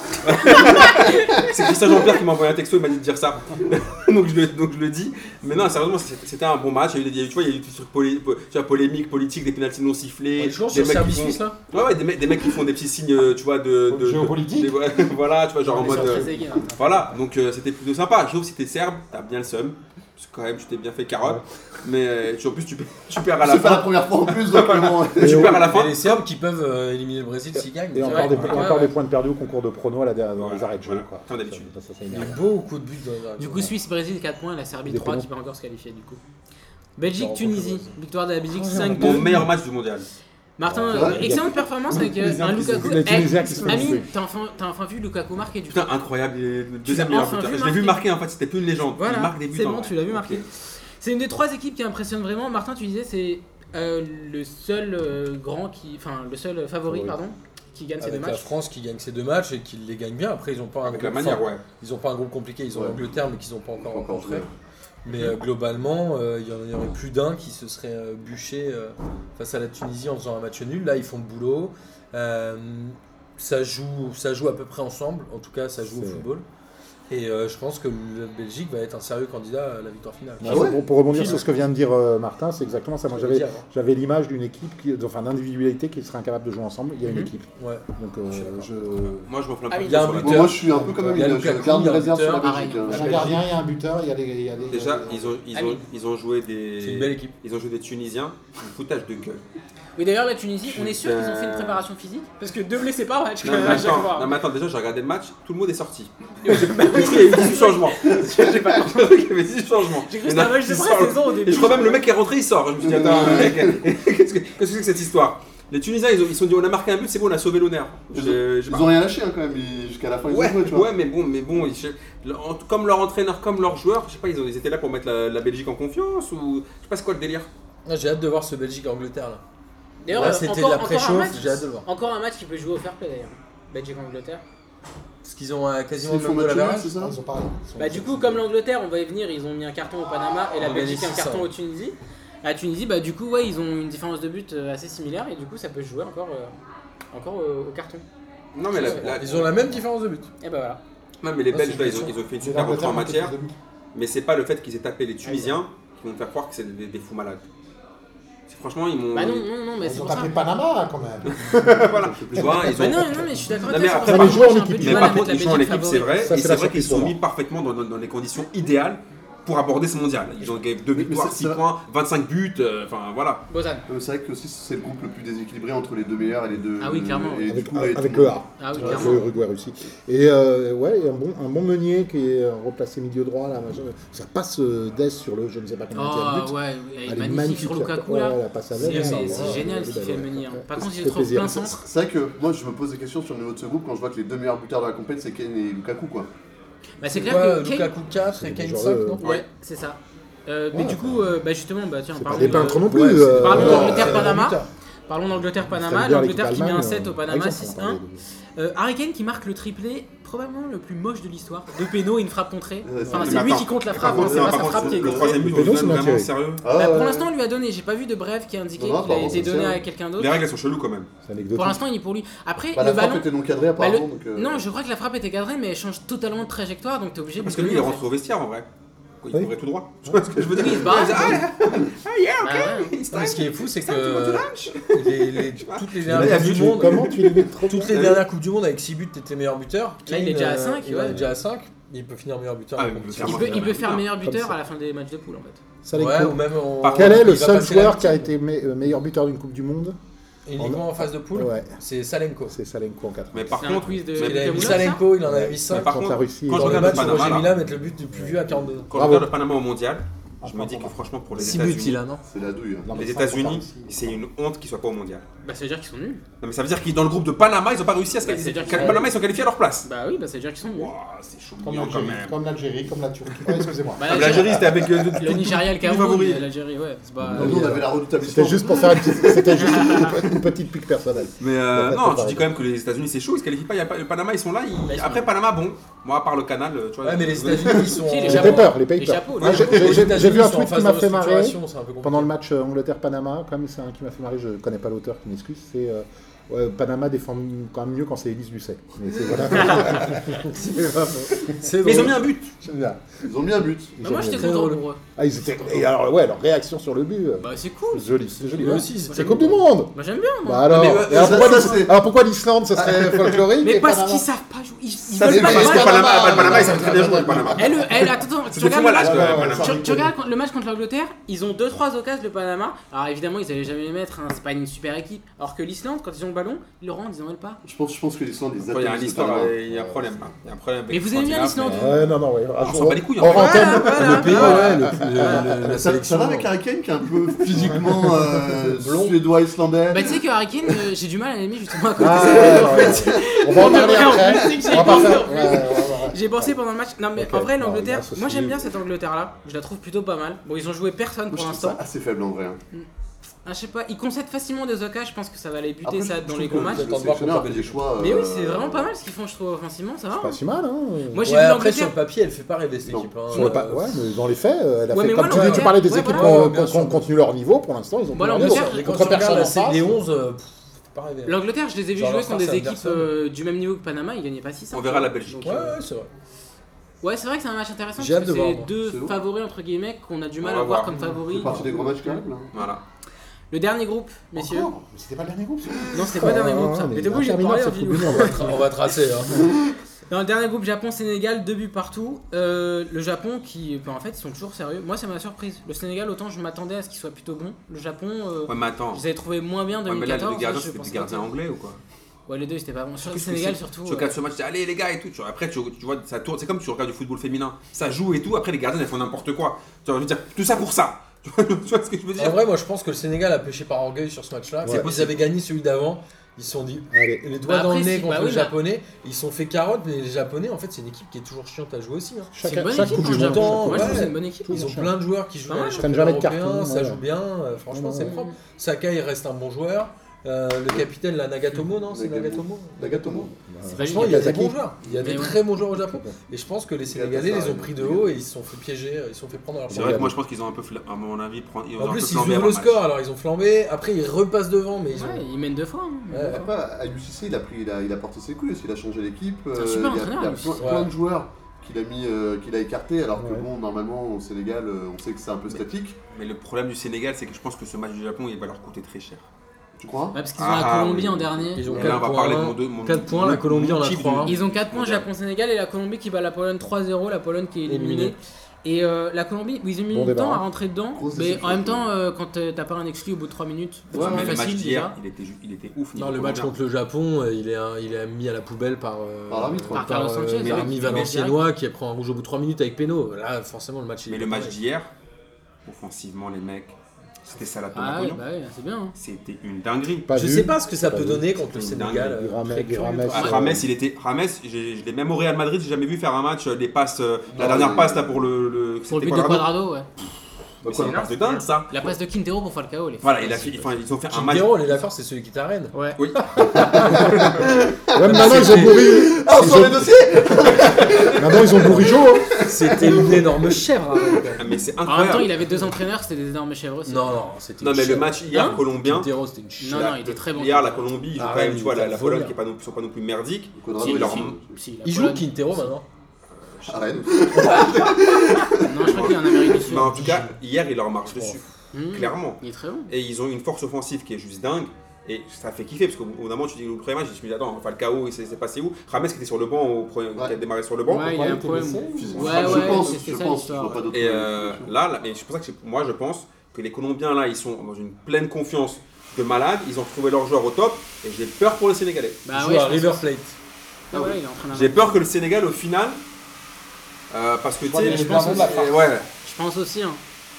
C'est Christian Jean-Pierre qui m'a envoyé un texto, il m'a dit de dire ça. [LAUGHS] donc, je le, donc je le dis. Mais non, sérieusement, c'est- c'était un bon match. Il y a eu, tu vois, il y a eu tout ce truc polé- po- tu vois, polémique, politique, des pénalties non sifflés. toujours sur des le mecs qui service font- suisse là. Ouais, ouais, des, mecs- des mecs qui font des petits signes, euh, tu vois, de. de Géopolitique. de- des- [LAUGHS] voilà, tu vois, genre en mode. euh, Trezeguet, hein. voilà, donc euh, c'était plutôt sympa. Je trouve que si t'es serbe, t'as bien le seum. Parce que quand même, tu t'es bien fait carotte. Mais euh, tu- en plus, tu, [LAUGHS] pe- tu perds à la C'est pas la fin. première fois en plus, donc euh, vraiment. Tu perds à la Il y fin. a les Serbes qui peuvent euh, éliminer le Brésil s'ils gagnent. Et C'est encore, vrai. des, ouais, encore ouais. des points de perdu au concours de prono à la, dans les Voilà, arrêts de jeu. voilà, Quoi. comme d'habitude. Ça, ça, ça, ça Il y a énerve. beaucoup de buts dans Du coup, Suisse-Brésil 4 points, la Serbie Des 3 qui pénaux. peut encore se qualifier du coup. Non, Belgique-Tunisie, pourquoi victoire de la Belgique Mon 5-2. meilleur match du mondial. Martin, C'est vrai euh, excellente performance avec euh, Tunisiens un qui se- Lukaku. les Tunisiens Eh, qui se font Amine, bouffer. t'as enfin, t'as enfin vu Lukaku marquer du coup. Putain, incroyable, et le Tu l'as deuxième meilleur enfin buteur. vu Je l'ai vu marquer. marquer en fait, c'était plus une légende. Voilà, il marque des buts. c'est en bon, vrai. tu l'as vu Ok. marquer. C'est une des trois équipes qui impressionne vraiment. Martin, tu disais, c'est euh, le seul euh, grand qui, enfin le seul favori, Favori. pardon, qui gagne ces deux Avec la matchs. France qui gagne ses deux matchs et qui les gagne bien. Après, ils ont pas un Avec la groupe manière, fort. ouais. Ils ont pas un groupe compliqué. Ils ont Ouais. l'Angleterre, mais qu'ils n'ont pas encore Encore rencontré. joué. Mais euh, globalement, euh, il y en- il y en aurait plus d'un qui se serait euh, bûché euh, face à la Tunisie en faisant un match nul. Là, ils font le boulot. Euh, ça joue, ça joue à peu près ensemble. En tout cas, ça joue au C'est- football. Et euh, je pense que la Belgique va être un sérieux candidat à la victoire finale. Ah Non, pour, pour rebondir sur ce que vient de dire euh, Martin, c'est exactement ça. Moi, Je l'ai dit j'avais, avant. j'avais l'image d'une équipe, qui, enfin d'individualité qui serait incapable de jouer ensemble. Il y a une Mhm. équipe. hein. Ouais. Donc, euh, Je suis d'accord. je- Moi, je Ah, m'enflamme pas mais trop il y a un sur la- buteur. Bon, moi je suis un peu quand même Il y a une, je Lukaku, garde il y une a réserve sur la Buteur, Belgique. pareil. hein. Il y a un gardien, il y a un buteur, il y a des. il y a des- Déjà, ils ont, ils, ont, Amine. ils ont joué des. C'est une belle équipe. Ils ont joué des Tunisiens. Un foutage de gueule. Oui, d'ailleurs, la Tunisie, on est sûr qu'ils ont fait une Putain. préparation physique parce que deux blessés par match. Non, quand mais même, [LAUGHS] à chaque attends, fois. non, mais attends, déjà, j'ai regardé le match, tout le monde [LAUGHS] est sorti. Il y [LAUGHS] a eu 18 changements. J'ai [LAUGHS] pas compris qu'il y avait 18 changements. J'ai cru que Il y c'était en a un match qui de sortent. pré-saison au début. Et je crois même le mec qui est rentré, il sort. Je me suis dit, attends, mec, [LAUGHS] qu'est-ce que qu'est-ce que c'est que cette histoire Les Tunisiens, ils ont- ils se sont dit, on a marqué un but, c'est bon, on a sauvé l'honneur. Ils J'ai- j'ai- Ils ont rien lâché hein, quand même, ils- jusqu'à la fin ils Ouais, ont joué, tu vois. ouais, mais bon, mais bon, ils- je- en- comme leur entraîneur, comme leur joueur, je sais pas, ils, ont- ils étaient là pour mettre la, la Belgique en confiance ou je sais pas c'est quoi le délire. Ah, J'ai hâte de voir ce Belgique-Angleterre là. D'ailleurs, Là, euh, c'était encore- de la encore un pré-chauffe, match- j'ai hâte de voir. Encore un match qui peut jouer au fair play d'ailleurs. Belgique-Angleterre. Parce qu'ils ont euh, Ils quasiment font le même match la nul, barrage. c'est ça Ils ont parlé. Ils sont- Bah du coup comme l'Angleterre on va y venir ils ont mis un carton au Panama et la Ah, On Belgique un organise ça, carton ouais. au Tunisie. La Tunisie bah du coup ouais ils ont une différence de but euh, assez similaire et du coup ça peut se jouer encore euh, encore euh, au carton. Non mais, la- la- Ils ont la même différence de but. Et bah voilà. non, mais les Ah, Belges, c'est là, une ils ont, question. ils ont fait une C'est super rentrée en l'Angleterre matière, qui a fait deux buts. mais c'est pas le fait qu'ils aient tapé les Tunisiens qui vont faire croire que c'est des, des fous malades. C'est- Franchement, ils m'ont. Bah non non non mais c'est Ils ont pour ça. tapé Panama quand même. [LAUGHS] voilà. Tu vois, [LAUGHS] ils Bah ont. non non mais je suis d'accord Non, avec mais toi. après, c'est par pour ça que contre, j'ai un peu ils jouent en du Mais mal à par mettre contre, la ils jouent en Belgique équipe, c'est favori. vrai, Ça, et c'est c'est la vrai qu'ils se sont surprise pour mis parfaitement dans, dans- dans les conditions idéales pour aborder ce mondial. Ils ont gagné 2 Mais- mais victoires, c'est- 6 c'est- points, 25 buts, euh, enfin voilà. Bozan. Euh, C'est vrai que aussi c'est le groupe le plus déséquilibré entre les deux meilleurs et les deux. Ah oui, clairement. et du avec, coup, et avec tout- le A. Ah oui Ouais, clairement. Uruguay, Russie. Et euh, ouais, un bon, un bon meunier qui est euh, replacé milieu droit. Là, machin. ça passe euh, d'Est sur le je ne sais pas combien de Oh but. ouais, Elle elle est est magnifique sur la- Lukaku ouais, là. ouais, la passe à C'est- l'aile, C'est ouais, c'est ouais, génial ce ouais, qu'il fait ouais, Meunier. hein. ouais. Par contre, il Ça se fait trouve plaisir. plein centre. C'est vrai que moi je me pose des questions sur le niveau de ce groupe quand je vois que les deux meilleurs buteurs de la compétition c'est Kane et Lukaku quoi. Bah c'est Ouais, clair que Kane- euh, Lukaku 4 et C'est Kane genre, 5, euh, non Ouais, c'est ça. Euh, Mais Ouais, du coup euh, bah justement bah tiens C'est pas parlons des de- peintres non ouais, plus. c'est- euh, Parlons Euh, d'Angleterre-Panama. c'est le buteur. Parlons Ça d'Angleterre-Panama. veut dire L'Angleterre qui l'équipe met un d'Allemagne, 7 au euh, Panama, par exemple, on 6-1. parlait de- Euh, Harry Kane qui marque le triplé, probablement le plus moche de l'histoire. De péno et une frappe contrée. Ouais, Enfin, c'est- c'est mais lui attends, qui compte la Par frappe, hein, contre, c'est non, pas par sa contre, frappe qui est Le contrée. troisième but, Mais on non, le c'est donne vraiment Mathieu. sérieux. Ah, Bah, pour ouais. l'instant, on lui a donné. J'ai pas vu de brève qui a indiqué Non, non, qu'il a pardon, été c'est donné ça. à quelqu'un d'autre. Les règles, elles sont cheloues quand même. C'est anecdotique. Pour l'instant, il est pour lui. Après, Bah, le la frappe ballon. était non cadrée bah, le- apparemment. donc, euh, Non, je crois que la frappe était cadrée, mais elle change totalement de trajectoire, donc t'es obligé de. Parce que lui, il est donner, en rentré au vestiaire en vrai. Il Oui. courait tout droit. Tu vois ce que je veux fait. dire Oui, il se barre. Ah, ouais. Non, mais ce qui est fou, c'est que les- les- toutes les Mais là, dernières Coupes du tu- Monde, Comment tu les mets trop toutes les dernières Coupes du Monde avec 6 buts, t'étais meilleur buteur. Là, il est déjà à euh, cinq, Il ouais. est déjà à 5. Il peut finir meilleur buteur. Ah, en mais compétition. Il clairement, peut, il peut faire Comme meilleur buteur ça. à la fin des matchs de poule en fait. Ça les Ouais, coupe. ou même en- Par Quel est il le va seul passer la joueur petite- qui a été me- euh, meilleur buteur d'une Coupe du Monde Uniquement en phase de poule Ouais, C'est Salenko. c'est Salenko en 80. Mais par C'est un contre, quiz de. mais Il de avait mis Kamoulin, ça Salenko, il en avait mis mais 5. par contre, contre, la quand Russie, je Dans le regarde le match, Roger Panama, là, Mila mettre le but du plus vieux à 42 ans. quand je Bravo. regarde le Panama au mondial, je me dis que Bravo. franchement, pour les Six buts, il États-Unis, a, non C'est la douille. hein. Non, mais les ça, faut pas États-Unis, aussi. c'est une honte qu'ils soient pas au mondial. Bah, ça veut dire qu'ils sont nuls. Non, mais ça veut dire qu'ils dans le groupe de Panama, ils ont pas réussi à se Bah, qualifier. c'est-à-dire Quatre qu'ils- Panama, ils sont qualifiés à leur place. Bah oui, bah ça veut dire qu'ils sont nuls. Ouah, c'est chaud Comme mouillant, quand l'Algérie, même. comme l'Algérie, comme la Turquie. Ouais, excusez-moi. Bah, Ah, mais L'Algérie, c'était avec euh, Le Nigeria, le Cameroun, favoris. mais l'Algérie, ouais. c'est pas- Nous, on avait la redoutabilité. Ah, C'était juste pour faire une petite, c'était juste une, une petite pique personnelle. Mais euh, non, Ouais, c'est tu pareil. dis quand même que les États-Unis c'est chaud, ils se qualifient pas. Il y a pas le Panama, ils sont là. ils- Bah, ils sont Après là. Panama, bon, moi à part le canal, euh, tu vois. Ouais, mais les États-Unis, ils sont. Si, les en- Les Chapeau. papers, Les les papers. chapeaux, Moi, les j'ai- chapeaux. j'ai- Les j'ai- j'ai vu États-Unis un sont en tweet qui phase m'a de fait marrer restructuration, c'est un peu pendant le compliqué. match euh, Angleterre-Panama. Quand même, c'est un qui m'a fait marrer, je connais pas l'auteur qui m'excuse. C'est euh, ouais, Panama défend quand même mieux quand c'est Élise Lucet. Mais c'est voilà. C'est vraiment- c'est Mais ils ont drôle. mis un but. C'est bien. Ils ont mis un but. Bah, moi, j'étais Très content drôle. pour eux. Ah, ils étaient. Et alors, ouais, leur réaction sur le but. euh, Bah, c'est cool. Joli, c'est joli. Eux ouais. aussi, ils C'est étaient- Coupe du Monde Moi, j'aime bien. moi. Bah alors, Mais, euh, et alors, ça, pourquoi ça, l'Is- c'est- alors pourquoi l'Islande, ça serait folklorique Mais et parce Panama qu'ils savent pas jouer. Ils, ils Ça veulent c'est pas Bah, parce que jouer. le Panama, le Panama, ils ça, savent très bien jouer le Panama. Eh, le- eh, [LAUGHS] attends, C'est tu le regardes fou le malade, match, quand même, Panama. tu, tu regardes le match contre l'Angleterre, ils ont 2-3 occasions le Panama. Alors évidemment, ils allaient jamais les mettre, hein, c'est pas une super équipe. Alors que l'Islande, quand ils ont le ballon, ils le rendent, ils en veulent pas. Je pense, je pense que l'Islande, ils Attends, Il y a attendent une ce histoire, Panama. euh, il y a un problème. hein. Il y a un problème. avec Mais vous ce aimez bien candidat, l'Islande, mais- Ah, Ouais, non, non, ouais. Ah, On s'en bat les couilles. en Hors fait. antenne, voilà, Ah, le pays, voilà. ouais, le- le- le- la Ah, Ça, ça sélection. va avec Harry Kane qui est un peu [LAUGHS] physiquement euh, suédois islandais. Bah tu sais que Harry Kane, euh, j'ai du mal à l'aimer justement à cause Ah, de ça. ouais, ouais. On va en [LAUGHS] parler Après, en plus, c'est que après. On va j'ai pas dit, faire- en ouais, ouais, ouais, ouais. J'ai pensé pendant le match. Non mais Ok, en vrai, non, l'Angleterre, là, ça, moi c'est j'aime nul. bien cette Angleterre là. Je la trouve plutôt pas mal. Bon, ils ont joué personne Moi, je pour trouve ça l'instant. assez faible en vrai. hein. Ah, je sais pas, ils concèdent facilement des occasions, je pense que ça va les buter Après, ça je dans trouve les que gros matchs. Le sélectionneur a fait des choix. Mais oui, euh, c'est vraiment pas mal ce qu'ils font, je trouve offensivement, ça va. hein. Pas si mal, hein. Moi j'ai vu Ouais, après, sur l'Angleterre. le papier, elle fait pas rêver cette Non. équipe. hein. Sur le pa- ouais, mais dans les faits, euh, elle a Ouais, mais fait, moi, comme tu, dis- tu l'Angleterre- parlais des ouais, équipes qui voilà. ont Ouais, bien sûr. continué leur niveau, pour l'instant, ils ont Moi, tenu leur l'Angleterre, niveau. Mais quand Contre tu regardes personne en la sé- face. les 11, euh, pff, c'est pas rêvé. hein. L'Angleterre, je les ai vus Genre jouer leur contre face des à équipes Anderson. euh, du même niveau que Panama, ils gagnaient pas 6 On verra la Belgique. Ouais, ouais, c'est vrai. Ouais, c'est vrai que c'est un match intéressant J'ai parce hâte que de voir, c'est moi. deux C'est bon. favoris entre guillemets qu'on a du mal On à va voir voir. comme C'est favoris. parti des gros matchs quand même. là. Voilà. Le dernier groupe, messieurs. Encore Mais C'était pas le dernier groupe, ça Non, c'était pas le dernier groupe ça. Ah, Mais mais du coup, j'ai interminable, parlé en cette Coupe du vidéo. Monde. On va tracer. hein. Dans le dernier groupe Japon-Sénégal, deux buts partout. Euh, le Japon qui, ben, en fait, ils sont toujours sérieux. Moi, ça m'a surprise. Le Sénégal, autant je m'attendais à ce qu'il soit plutôt bon. Le Japon, euh, Ouais, mais attends. je les avais trouvés moins bien en Ouais, mais là, les 2014. gardiens, ça, je c'était des pensais gardiens pas. anglais ou quoi Ouais, les deux, ils étaient pas bons. Sur le Qu'est-ce que Sénégal, c'est surtout. Tu euh, regardes ce match, tu dis, allez les gars et tout. Tu vois, Après, tu, tu vois, ça tourne. C'est comme tu regardes du football féminin. Ça joue et tout. Après, les gardiens, elles font n'importe quoi. Tu vois, je veux dire, tout ça pour ça. [LAUGHS] Tu vois, tu vois ce que je [LAUGHS] veux En dire vrai, moi je pense que le Sénégal a pêché par orgueil sur ce match-là. C'est C'est Ils avaient gagné celui d'avant. Ils se sont dit Allez. les doigts Bah dans après, le nez si, contre bah les oui, mais- Japonais. Ils se sont fait carotte, mais les Japonais, en fait, c'est une équipe qui est toujours chiante à jouer aussi. hein. C'est une Chaque, bonne chaque équipe, Coupe le du Monde. Japon. Japon, Moi, je trouve que c'est ouais. une bonne équipe. Ils ont plein de joueurs qui jouent Pas dans mal, les ils prennent championnats jamais de carton, européens, ça ouais. joue bien. euh, Franchement, Ah Ouais, c'est ouais. propre. Saka, il reste un bon joueur. Euh, le capitaine, là, Nagatomo, non C'est Nagatomo Nagatomo. C'est hein. pas Franchement, juste il y a des Miyazaki. bons joueurs. Il y a des Mais ouais. très bons joueurs au Japon. Et je pense que les Sénégalais les Nagatomo. ont pris de haut et ils se sont fait piéger, euh, ils se sont fait prendre à leur C'est jeu. vrai que moi, je pense qu'ils ont un peu, fla- à mon avis, prend- ils ont En un peu plus, ils flambé ouvrent avant le match. score, alors ils ont flambé. Après, ils repassent devant, mais ils Ouais, ont. il mène deux fois. hein. Ouais. Après, à UCC, il a, pris, il, a, il a porté ses couilles aussi, il a changé l'équipe. C'est un euh, super il a, entraîneur, il a lui. plein, Ouais. plein de joueurs qu'il a, mis, euh, qu'il a écartés, alors que Ouais. bon, normalement, au Sénégal, euh, on sait que c'est un peu statique. Mais le problème du Sénégal, c'est que je pense que ce match du Japon, il va leur coûter très cher. Tu crois Ouais, parce qu'ils ont Ah, la Colombie oui. en dernier. Ils ont Et quatre là, on va points, parler de mon deux. mon- quatre points, la mon- Colombie mon en a type trois, du- hein. Ils ont 4 points, Mondial. Japon-Sénégal et la Colombie qui bat la Pologne 3-0, la Pologne qui est éliminée. Éliminée. Et euh, la Colombie, ils ont mis Bon du débat, temps à hein. rentrer dedans, Grosse mais déception. en même temps, euh, quand euh, t'as pas un exclu au bout de 3 minutes, Ouais, c'est mais le match facile hein. d'hier, déjà. il était, ju- il était ouf. Non, le match contre le Japon, euh, il est, un- il est mis à la poubelle par, euh, Par l'arbitre, Par Carlos euh, Sanchez, hein. l'ami ouais. valenciennois qui prend un rouge au bout de 3 minutes avec Peno. Là, forcément, le match. il Mais est le pas match mal. d'hier, offensivement, les mecs, c'était ça la Ah tomate ouais, oignon. bah ouais, c'est bien. hein. C'était une dinguerie. Pas Je vu. sais pas ce que ça Pas peut vu. donner contre le Dingue. Sénégal. euh, Il ramait- très il curieux, ramait toi. Ah, Ouais. Rames, il était. Rames, j'ai- je l'ai même au Real Madrid, j'ai jamais vu faire un match, euh, les passes, euh, la Non, dernière mais- passe là pour le. le- Pour c'était le but de Quadrado. Quadrado, ouais. Bah, Mais C'est c'est une passe énorme. de dingue ça. La passe de Quintero pour Falcao, les Voilà, il a fait, enfin, ils ont fait un match. Quintero, il est la force, c'est celui qui t'arène. Ouais. Oui. Ouais, mais maintenant, ils ont bourri. Ah, on Ils sort ont- les dossiers Maintenant, ils ont bourri chaud. hein. C'était une énorme chèvre. hein. Ah, Mais c'est En même temps, incroyable. il avait deux entraîneurs, c'était des énormes chèvres aussi. Non, non, c'était Non, une mais le chèvre. match hier Hein colombien. Quintero, c'était une chèvre. Non, la- non, il est très bon. Hier, la Colombie, ils ont Ah quand ouais, même, tu il vois, était la, la à vomir. Pologne qui est hein. pas non plus, sont pas non plus merdiques. Il faudra Si, jouer leur si, si, la Il joue où, Pologne. Quintero maintenant à Rennes. Non, je crois qu'il est en Amérique du Sud. Mais en tout cas, hier, il leur marche dessus, Hmm. clairement. Il est très bon. Et ils ont une force offensive qui est juste dingue. Et ça fait kiffer parce qu'au bout d'un moment, tu dis le premier match, je me suis dit, attends, enfin, le chaos, il s'est s'est passé où Rames qui était sur le banc, au premier, qui a démarré sur le banc. Ouais, il a un problème. Physiquement. Ah, Ouais, je ouais, pense, c'est- c'est je ça pense, l'histoire, je vois pas ouais. d'autres Et euh, là, là- et c'est pour ça que c'est- moi je pense que les Colombiens là, ils sont dans une pleine confiance de malade. Ils ont retrouvé leur joueur au top et j'ai peur pour le Sénégalais. Bah Il joue ouais, à je pense- River Plate. ah, voilà, il est en train J'ai d'un- peur que le Sénégal au final, euh, parce que tu sais, je les- pense aussi. euh, ouais, Je pense aussi. hein.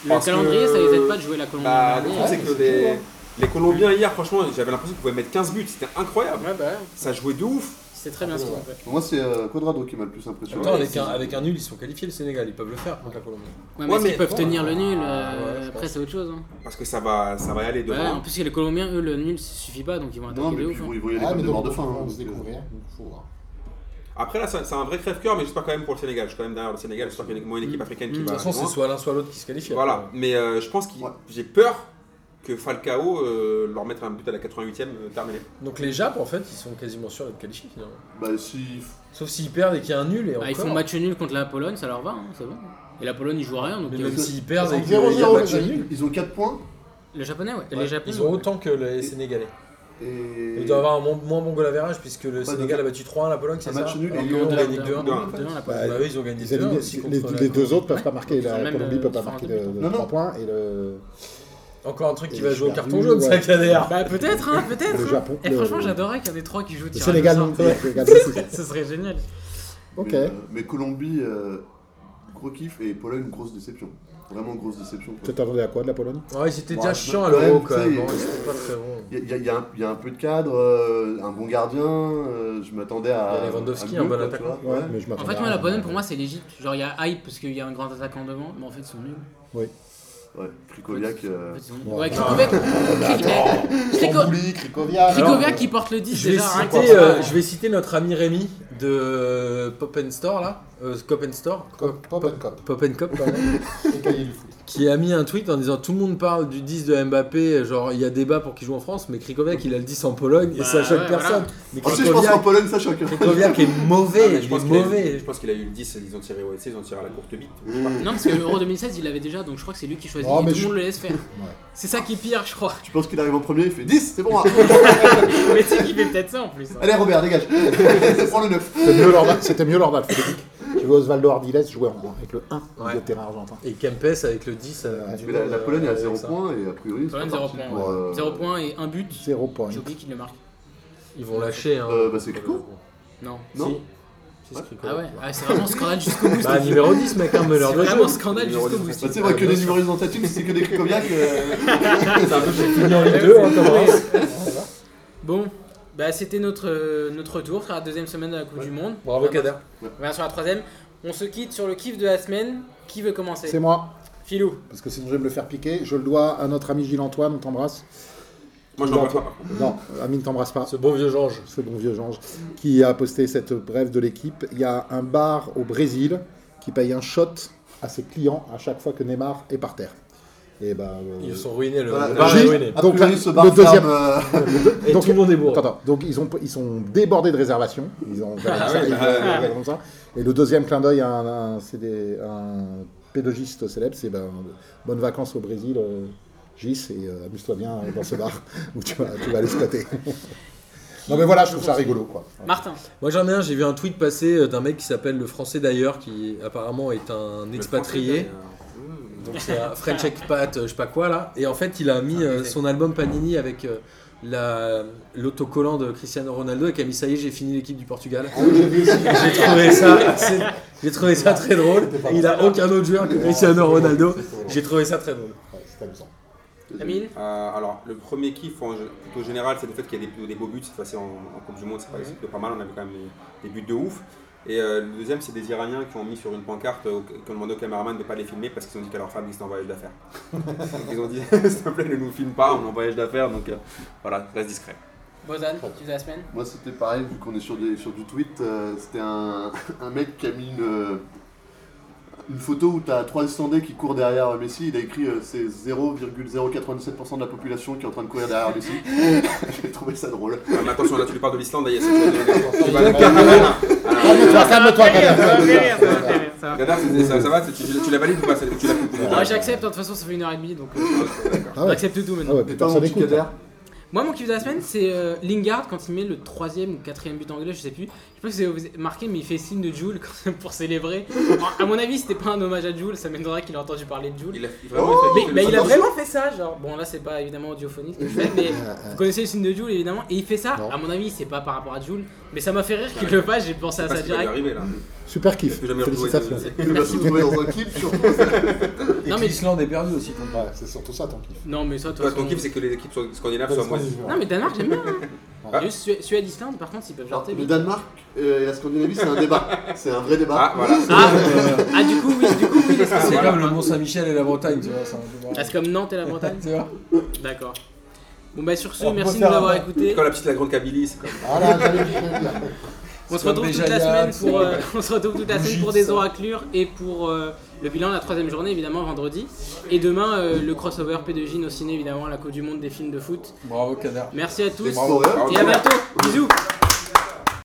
Le Parce calendrier, que- ça les aide pas de jouer la Colombie. bah, le Ouais, hein. truc c'est que les, les Colombiens hier, franchement, j'avais l'impression qu'ils pouvaient mettre 15 buts, c'était incroyable. Ouais, bah, ouais. Ça jouait de ouf. c'est très bien ce qu'ils ont fait. Pour moi, c'est euh, Quadrado qui m'a le plus impressionné. Attends, avec un, avec un nul, ils sont qualifiés le Sénégal, ils peuvent le faire contre la Colombie. Ouais, mais Ouais, est-ce qu'ils mais- peuvent ouais. tenir le nul euh, Ouais, je Après, c'est autre chose. hein. Bah Parce que ça va, ça va y aller Ouais, demain. en plus, les Colombiens, eux, le nul, ça suffit pas, donc ils vont Non, attaquer mais de puis ouf. ils hein. vont ils vont y aller Ah, comme mais des donc, morts de faim. on hein, va se donc, euh, découvrir, donc faut voir. Après là, ça- c'est un vrai crève-cœur, mais j'espère quand même pour le Sénégal. Je suis quand même derrière le Sénégal, j'espère qu'il y a une- une équipe africaine qui Mm. De va. toute façon, c'est loin. soit l'un soit l'autre qui se qualifie. Voilà, mais euh, je pense que Ouais. j'ai peur que Falcao euh, leur mette un but à la 88 e terminé. Donc les Japs, en fait, ils sont quasiment sûrs d'être qualifiés finalement. Bah, si. Sauf s'ils perdent et qu'il y a un nul et Bah, ils encore. font match nul contre la Pologne, ça leur va, hein, c'est bon. Et la Pologne, ils jouent à rien, donc Mais euh, même s'ils perdent et Ils ont qu'il y a 0-0, match les amis. nul, Ils ont 4 points le japonais, ouais. les ouais, japonais, ils ont ouais. autant que les Sénégalais. et. Ils doivent avoir un moins, moins bon goal average puisque le Pas Sénégal de- a battu 3-1 la Pologne, c'est Un ça match nul et Alors que Ils ont nous, Lyon on deux, a gagné deux, 2-1. deux, deux, la Pologne. Bah, Bah, eux, ils ont gagné Ils éliminent- 2-1 aussi contre les, la les deux Colombie. autres peuvent pas marquer. Ils ont le La même, Colombie euh, peut pas différence marquer de de, but. de Non, non. trois points et le, Encore un truc qui Et va les jouer au Japonais, carton jaune, ouais. ça, KDR. Bah, peut-être, hein, peut-être. Le hein. Japon, Et le- franchement, j'adorerais qu'il y en ait trois qui jouent le tirage au Sénégal sort. non plus. [LAUGHS] le Sénégal non plus. Ce serait génial. Ok. Mais, euh, mais Colombie, euh, gros kiff et Pologne, grosse déception. Vraiment grosse déception. quoi. Tu t'attendais à quoi de la Pologne Ouais, ils étaient Bon, déjà bah, chiants à quand l'euro même, quand même. tu sais, hein, Ils étaient pas très bons. Il y, a- il y a- il y a un- il y a un peu de cadre, euh, un bon gardien, euh, je m'attendais à. Il y a Lewandowski, à un bon quoi, attaquant. tu vois, ouais. mais je En m'attendais fait, à- moi, la Pologne, pour moi, c'est l'Egypte. Genre, il y a hype parce qu'il y a un grand attaquant devant, mais en fait, ils sont nuls. Ouais, Krikoviak. euh, En fait, ils sont nuls. Ouais. Ouais, Krikoviak. Krikoviak. Chambouli, Krikovia. Krikoviak qui porte le 10 Je vais, déjà. rien que citer, ça. euh, je vais citer notre ami Rémi de euh, Pop and Store là, euh, Cop and Store, Cop- Pop and Cop. Pop and Cop, pardon, Et Cahiers du foot. qui a mis un tweet en disant tout le monde parle du 10 de Mbappé, genre il y a débat pour qu'il joue en France, mais Krikoviak il a le 10 en Pologne et Bah, ça choque ouais, personne. voilà. Mais Ah, si, je pense qu'en Krikoviak, Pologne, ça choque. Krikoviak est Ah, mauvais, mais je il est pense qu'il a eu- mauvais. Je pense qu'il a eu le 10, ils ont tiré au ils ont tiré à la courte bite. Non, parce que l'Euro 2016, il l'avait déjà, donc je crois que c'est lui qui choisit. Oh, et mais tout le je- monde le laisse faire. C'est ça qui est pire, je crois. [LAUGHS] Tu penses qu'il arrive en premier, il fait 10, c'est bon. moi. Mais tu sais qu'il fait peut-être ça en plus. hein. Allez, Robert, dégage. [LAUGHS] Prends le 9. C'était mieux leur match. C'était mieux leur match. Frédéric. J'ai vu Osvaldo Ardiles jouer en avec le 1 Ouais. de terrain argentin. Et Kempes avec le 10. euh, Ouais. du Mais Ah, la, monde, la Pologne euh, a 0 avec ça. points et a priori, c'est Pologne, pas 0 parti pour, points. euh, 0 points et 1 but. Zéro point. J'ai oublié qu'il le marque. Ils vont lâcher. Hein. Euh, bah, c'est Kriko. Non. Non Si, c'est Krikoviak. Ah ouais, ah, c'est vraiment scandale jusqu'au bout. Bah, c'est- numéro 10, mec, [LAUGHS] hein, mais C'est leur de vraiment jeu. scandale Numéro jusqu'au bout. dix, Bah, tu c'est- sais, moi, Ah, que des bien numéros identiques, c'est que des Krikoviak. euh, Fini en Ligue 2, hein, comme on dit. Bon, bah c'était notre, euh, notre retour sur la deuxième semaine de la Coupe du Monde. Bravo, Kader. On revient sur la troisième. On se quitte sur le kiff de la semaine. Qui veut C'est commencer moi. Philou. Parce que sinon je vais me le faire piquer. Je le dois à notre ami Gilles-Antoine. On t'embrasse. Moi je n'en parle pas. Non, euh, Amine t'embrasse pas. Ce bon vieux Georges. ce bon vieux Georges, qui a posté cette brève de l'équipe. Il y a un bar au Brésil qui paye un shot à ses clients à chaque fois que Neymar est par terre. Et bah, euh, Ils sont ruinés, le, Voilà, le le bar est Gilles- ruiné. a Donc, priori, la- ce bar le deuxième- ferme, euh, Et donc- tout le monde est bourré. attends, attends. donc ils, ont, ils sont débordés de réservations. Ils ont ça, ils ont- ils ont ça. Et le deuxième clin d'œil à un, un- c'est des- un pédogiste célèbre, c'est ben, bonnes vacances au Brésil, euh, Gis, et euh, amuse-toi bien euh, dans ce bar [LAUGHS] où tu vas, tu vas aller squatter. non mais voilà, je trouve ça rigolo quoi. Martin. Moi j'en ai un, j'ai vu un tweet passer euh, d'un mec qui s'appelle le français d'ailleurs, qui apparemment est un expatrié. Donc c'est un French expat, euh, je sais pas quoi là. Et en fait il a mis Ah, euh, baiser. son album Panini avec euh, la- l'autocollant de Cristiano Ronaldo et qui a mis ça y est j'ai fini l'équipe du Portugal. Ah j'ai trouvé ça, assez- j'ai trouvé ça très drôle. Et il a aucun autre joueur que Cristiano Ronaldo. J'ai trouvé ça très drôle. Ouais, c'est amusant. Amine. Euh, alors, le premier kiff en, gé- plutôt général, c'est le fait qu'il y a des, des beaux buts. Cette fois-ci, en, en Coupe du Monde, c'est pas, c'est plutôt pas mal. On avait quand même des, des buts de ouf. Et euh, le deuxième, c'est des Iraniens qui ont mis sur une pancarte, euh, qui ont demandé aux caméramans de ne pas les filmer parce qu'ils ont dit qu'à leur femme, ils étaient en voyage d'affaires. ils ont dit, [LAUGHS] s'il te plaît, ne nous filme pas, on est en voyage d'affaires, donc euh, voilà, reste discret. Bozan, tu de la semaine Moi, c'était pareil, vu qu'on est sur, des, sur du tweet, euh, c'était un, [LAUGHS] un mec qui a mis une, euh, une photo où t'as trois Islandais qui courent derrière Messi. Il a écrit euh, c'est 0,097% de la population qui est en train de courir derrière [LAUGHS] Messi. J'ai trouvé ça drôle. Ah, mais attention, là, tu lui parles de l'Islande, il y a cette chose de- Tu vas- Ah, Calme-toi, calme-toi, Gadar, c'est- ça, ça va c'est- tu, tu la valides ou pas c'est- Tu la coupes Ah, j'accepte, de toute façon ça fait une heure et demie donc euh, Ah ouais. j'accepte tout Ah maintenant. ouais, Et plus toi, mon personne petit n'écoute. Kader Moi mon kiff de la semaine c'est euh, Lingard quand il met le troisième ou quatrième but anglais, je sais plus. Je sais pas si vous avez marqué mais il fait signe de Jules quand même [LAUGHS] pour célébrer. Alors, à mon avis c'était pas un hommage à Jules, ça m'étonnerait qu'il ait entendu parler de Jules. Il a vraiment Mais, Oh, mais il a Attention. vraiment fait ça, genre bon là c'est pas évidemment audiophonique ce que je fais, mais vous connaissez le signe de Jules évidemment et il fait ça. Non. À mon avis c'est pas par rapport à Jules, mais ça m'a fait rire qu'il le fasse, j'ai pensé à Parce ça qu'il va lui [LAUGHS] direct. arriver là. Il Super a kiff. plus jamais rejoué de- Félicitations. Il va se retrouver dans un clip sur Et Non, non, mais- mais l'Islande est perdue aussi. donc. Ouais, c'est surtout ça ton kiff. [LAUGHS] Non mais ça de toute Toi, façon. ton kiff, c'est que les équipes scandinaves soient moisies. Non mais Danemark j'aime bien. hein. Ah. Juste Suè- Suède, Islande par contre ils peuvent Alors, jarter. le mais- Danemark euh, et la Scandinavie, c'est un débat. C'est un vrai Ah, débat. voilà. Ah, ah, du coup, oui, du coup, oui, les Ah, C'est Scandinaves. comme le Mont-Saint-Michel et la Bretagne, tu vois. c'est un peu marrant. Ah, c'est comme Nantes et la Bretagne Tu vois D'accord. Bon, bah, sur ce, On peut merci de faire nous avoir un- écoutés. Quand la petite la grande Kabylie, c'est comme. Voilà, j'avais dit que- On se comme retrouve toute la Béjaïa, semaine c'est- pour, euh, [LAUGHS] on se retrouve toute la semaine Bougie, pour des ça. oraclures et pour euh, le bilan de la troisième journée, évidemment, vendredi. Et demain, euh, le crossover P2J, nos ciné, évidemment, la Coupe du Monde des films de foot. Bravo, Canard. Merci à tous Ah, Bravo. et à bientôt. Bisous. Bravo.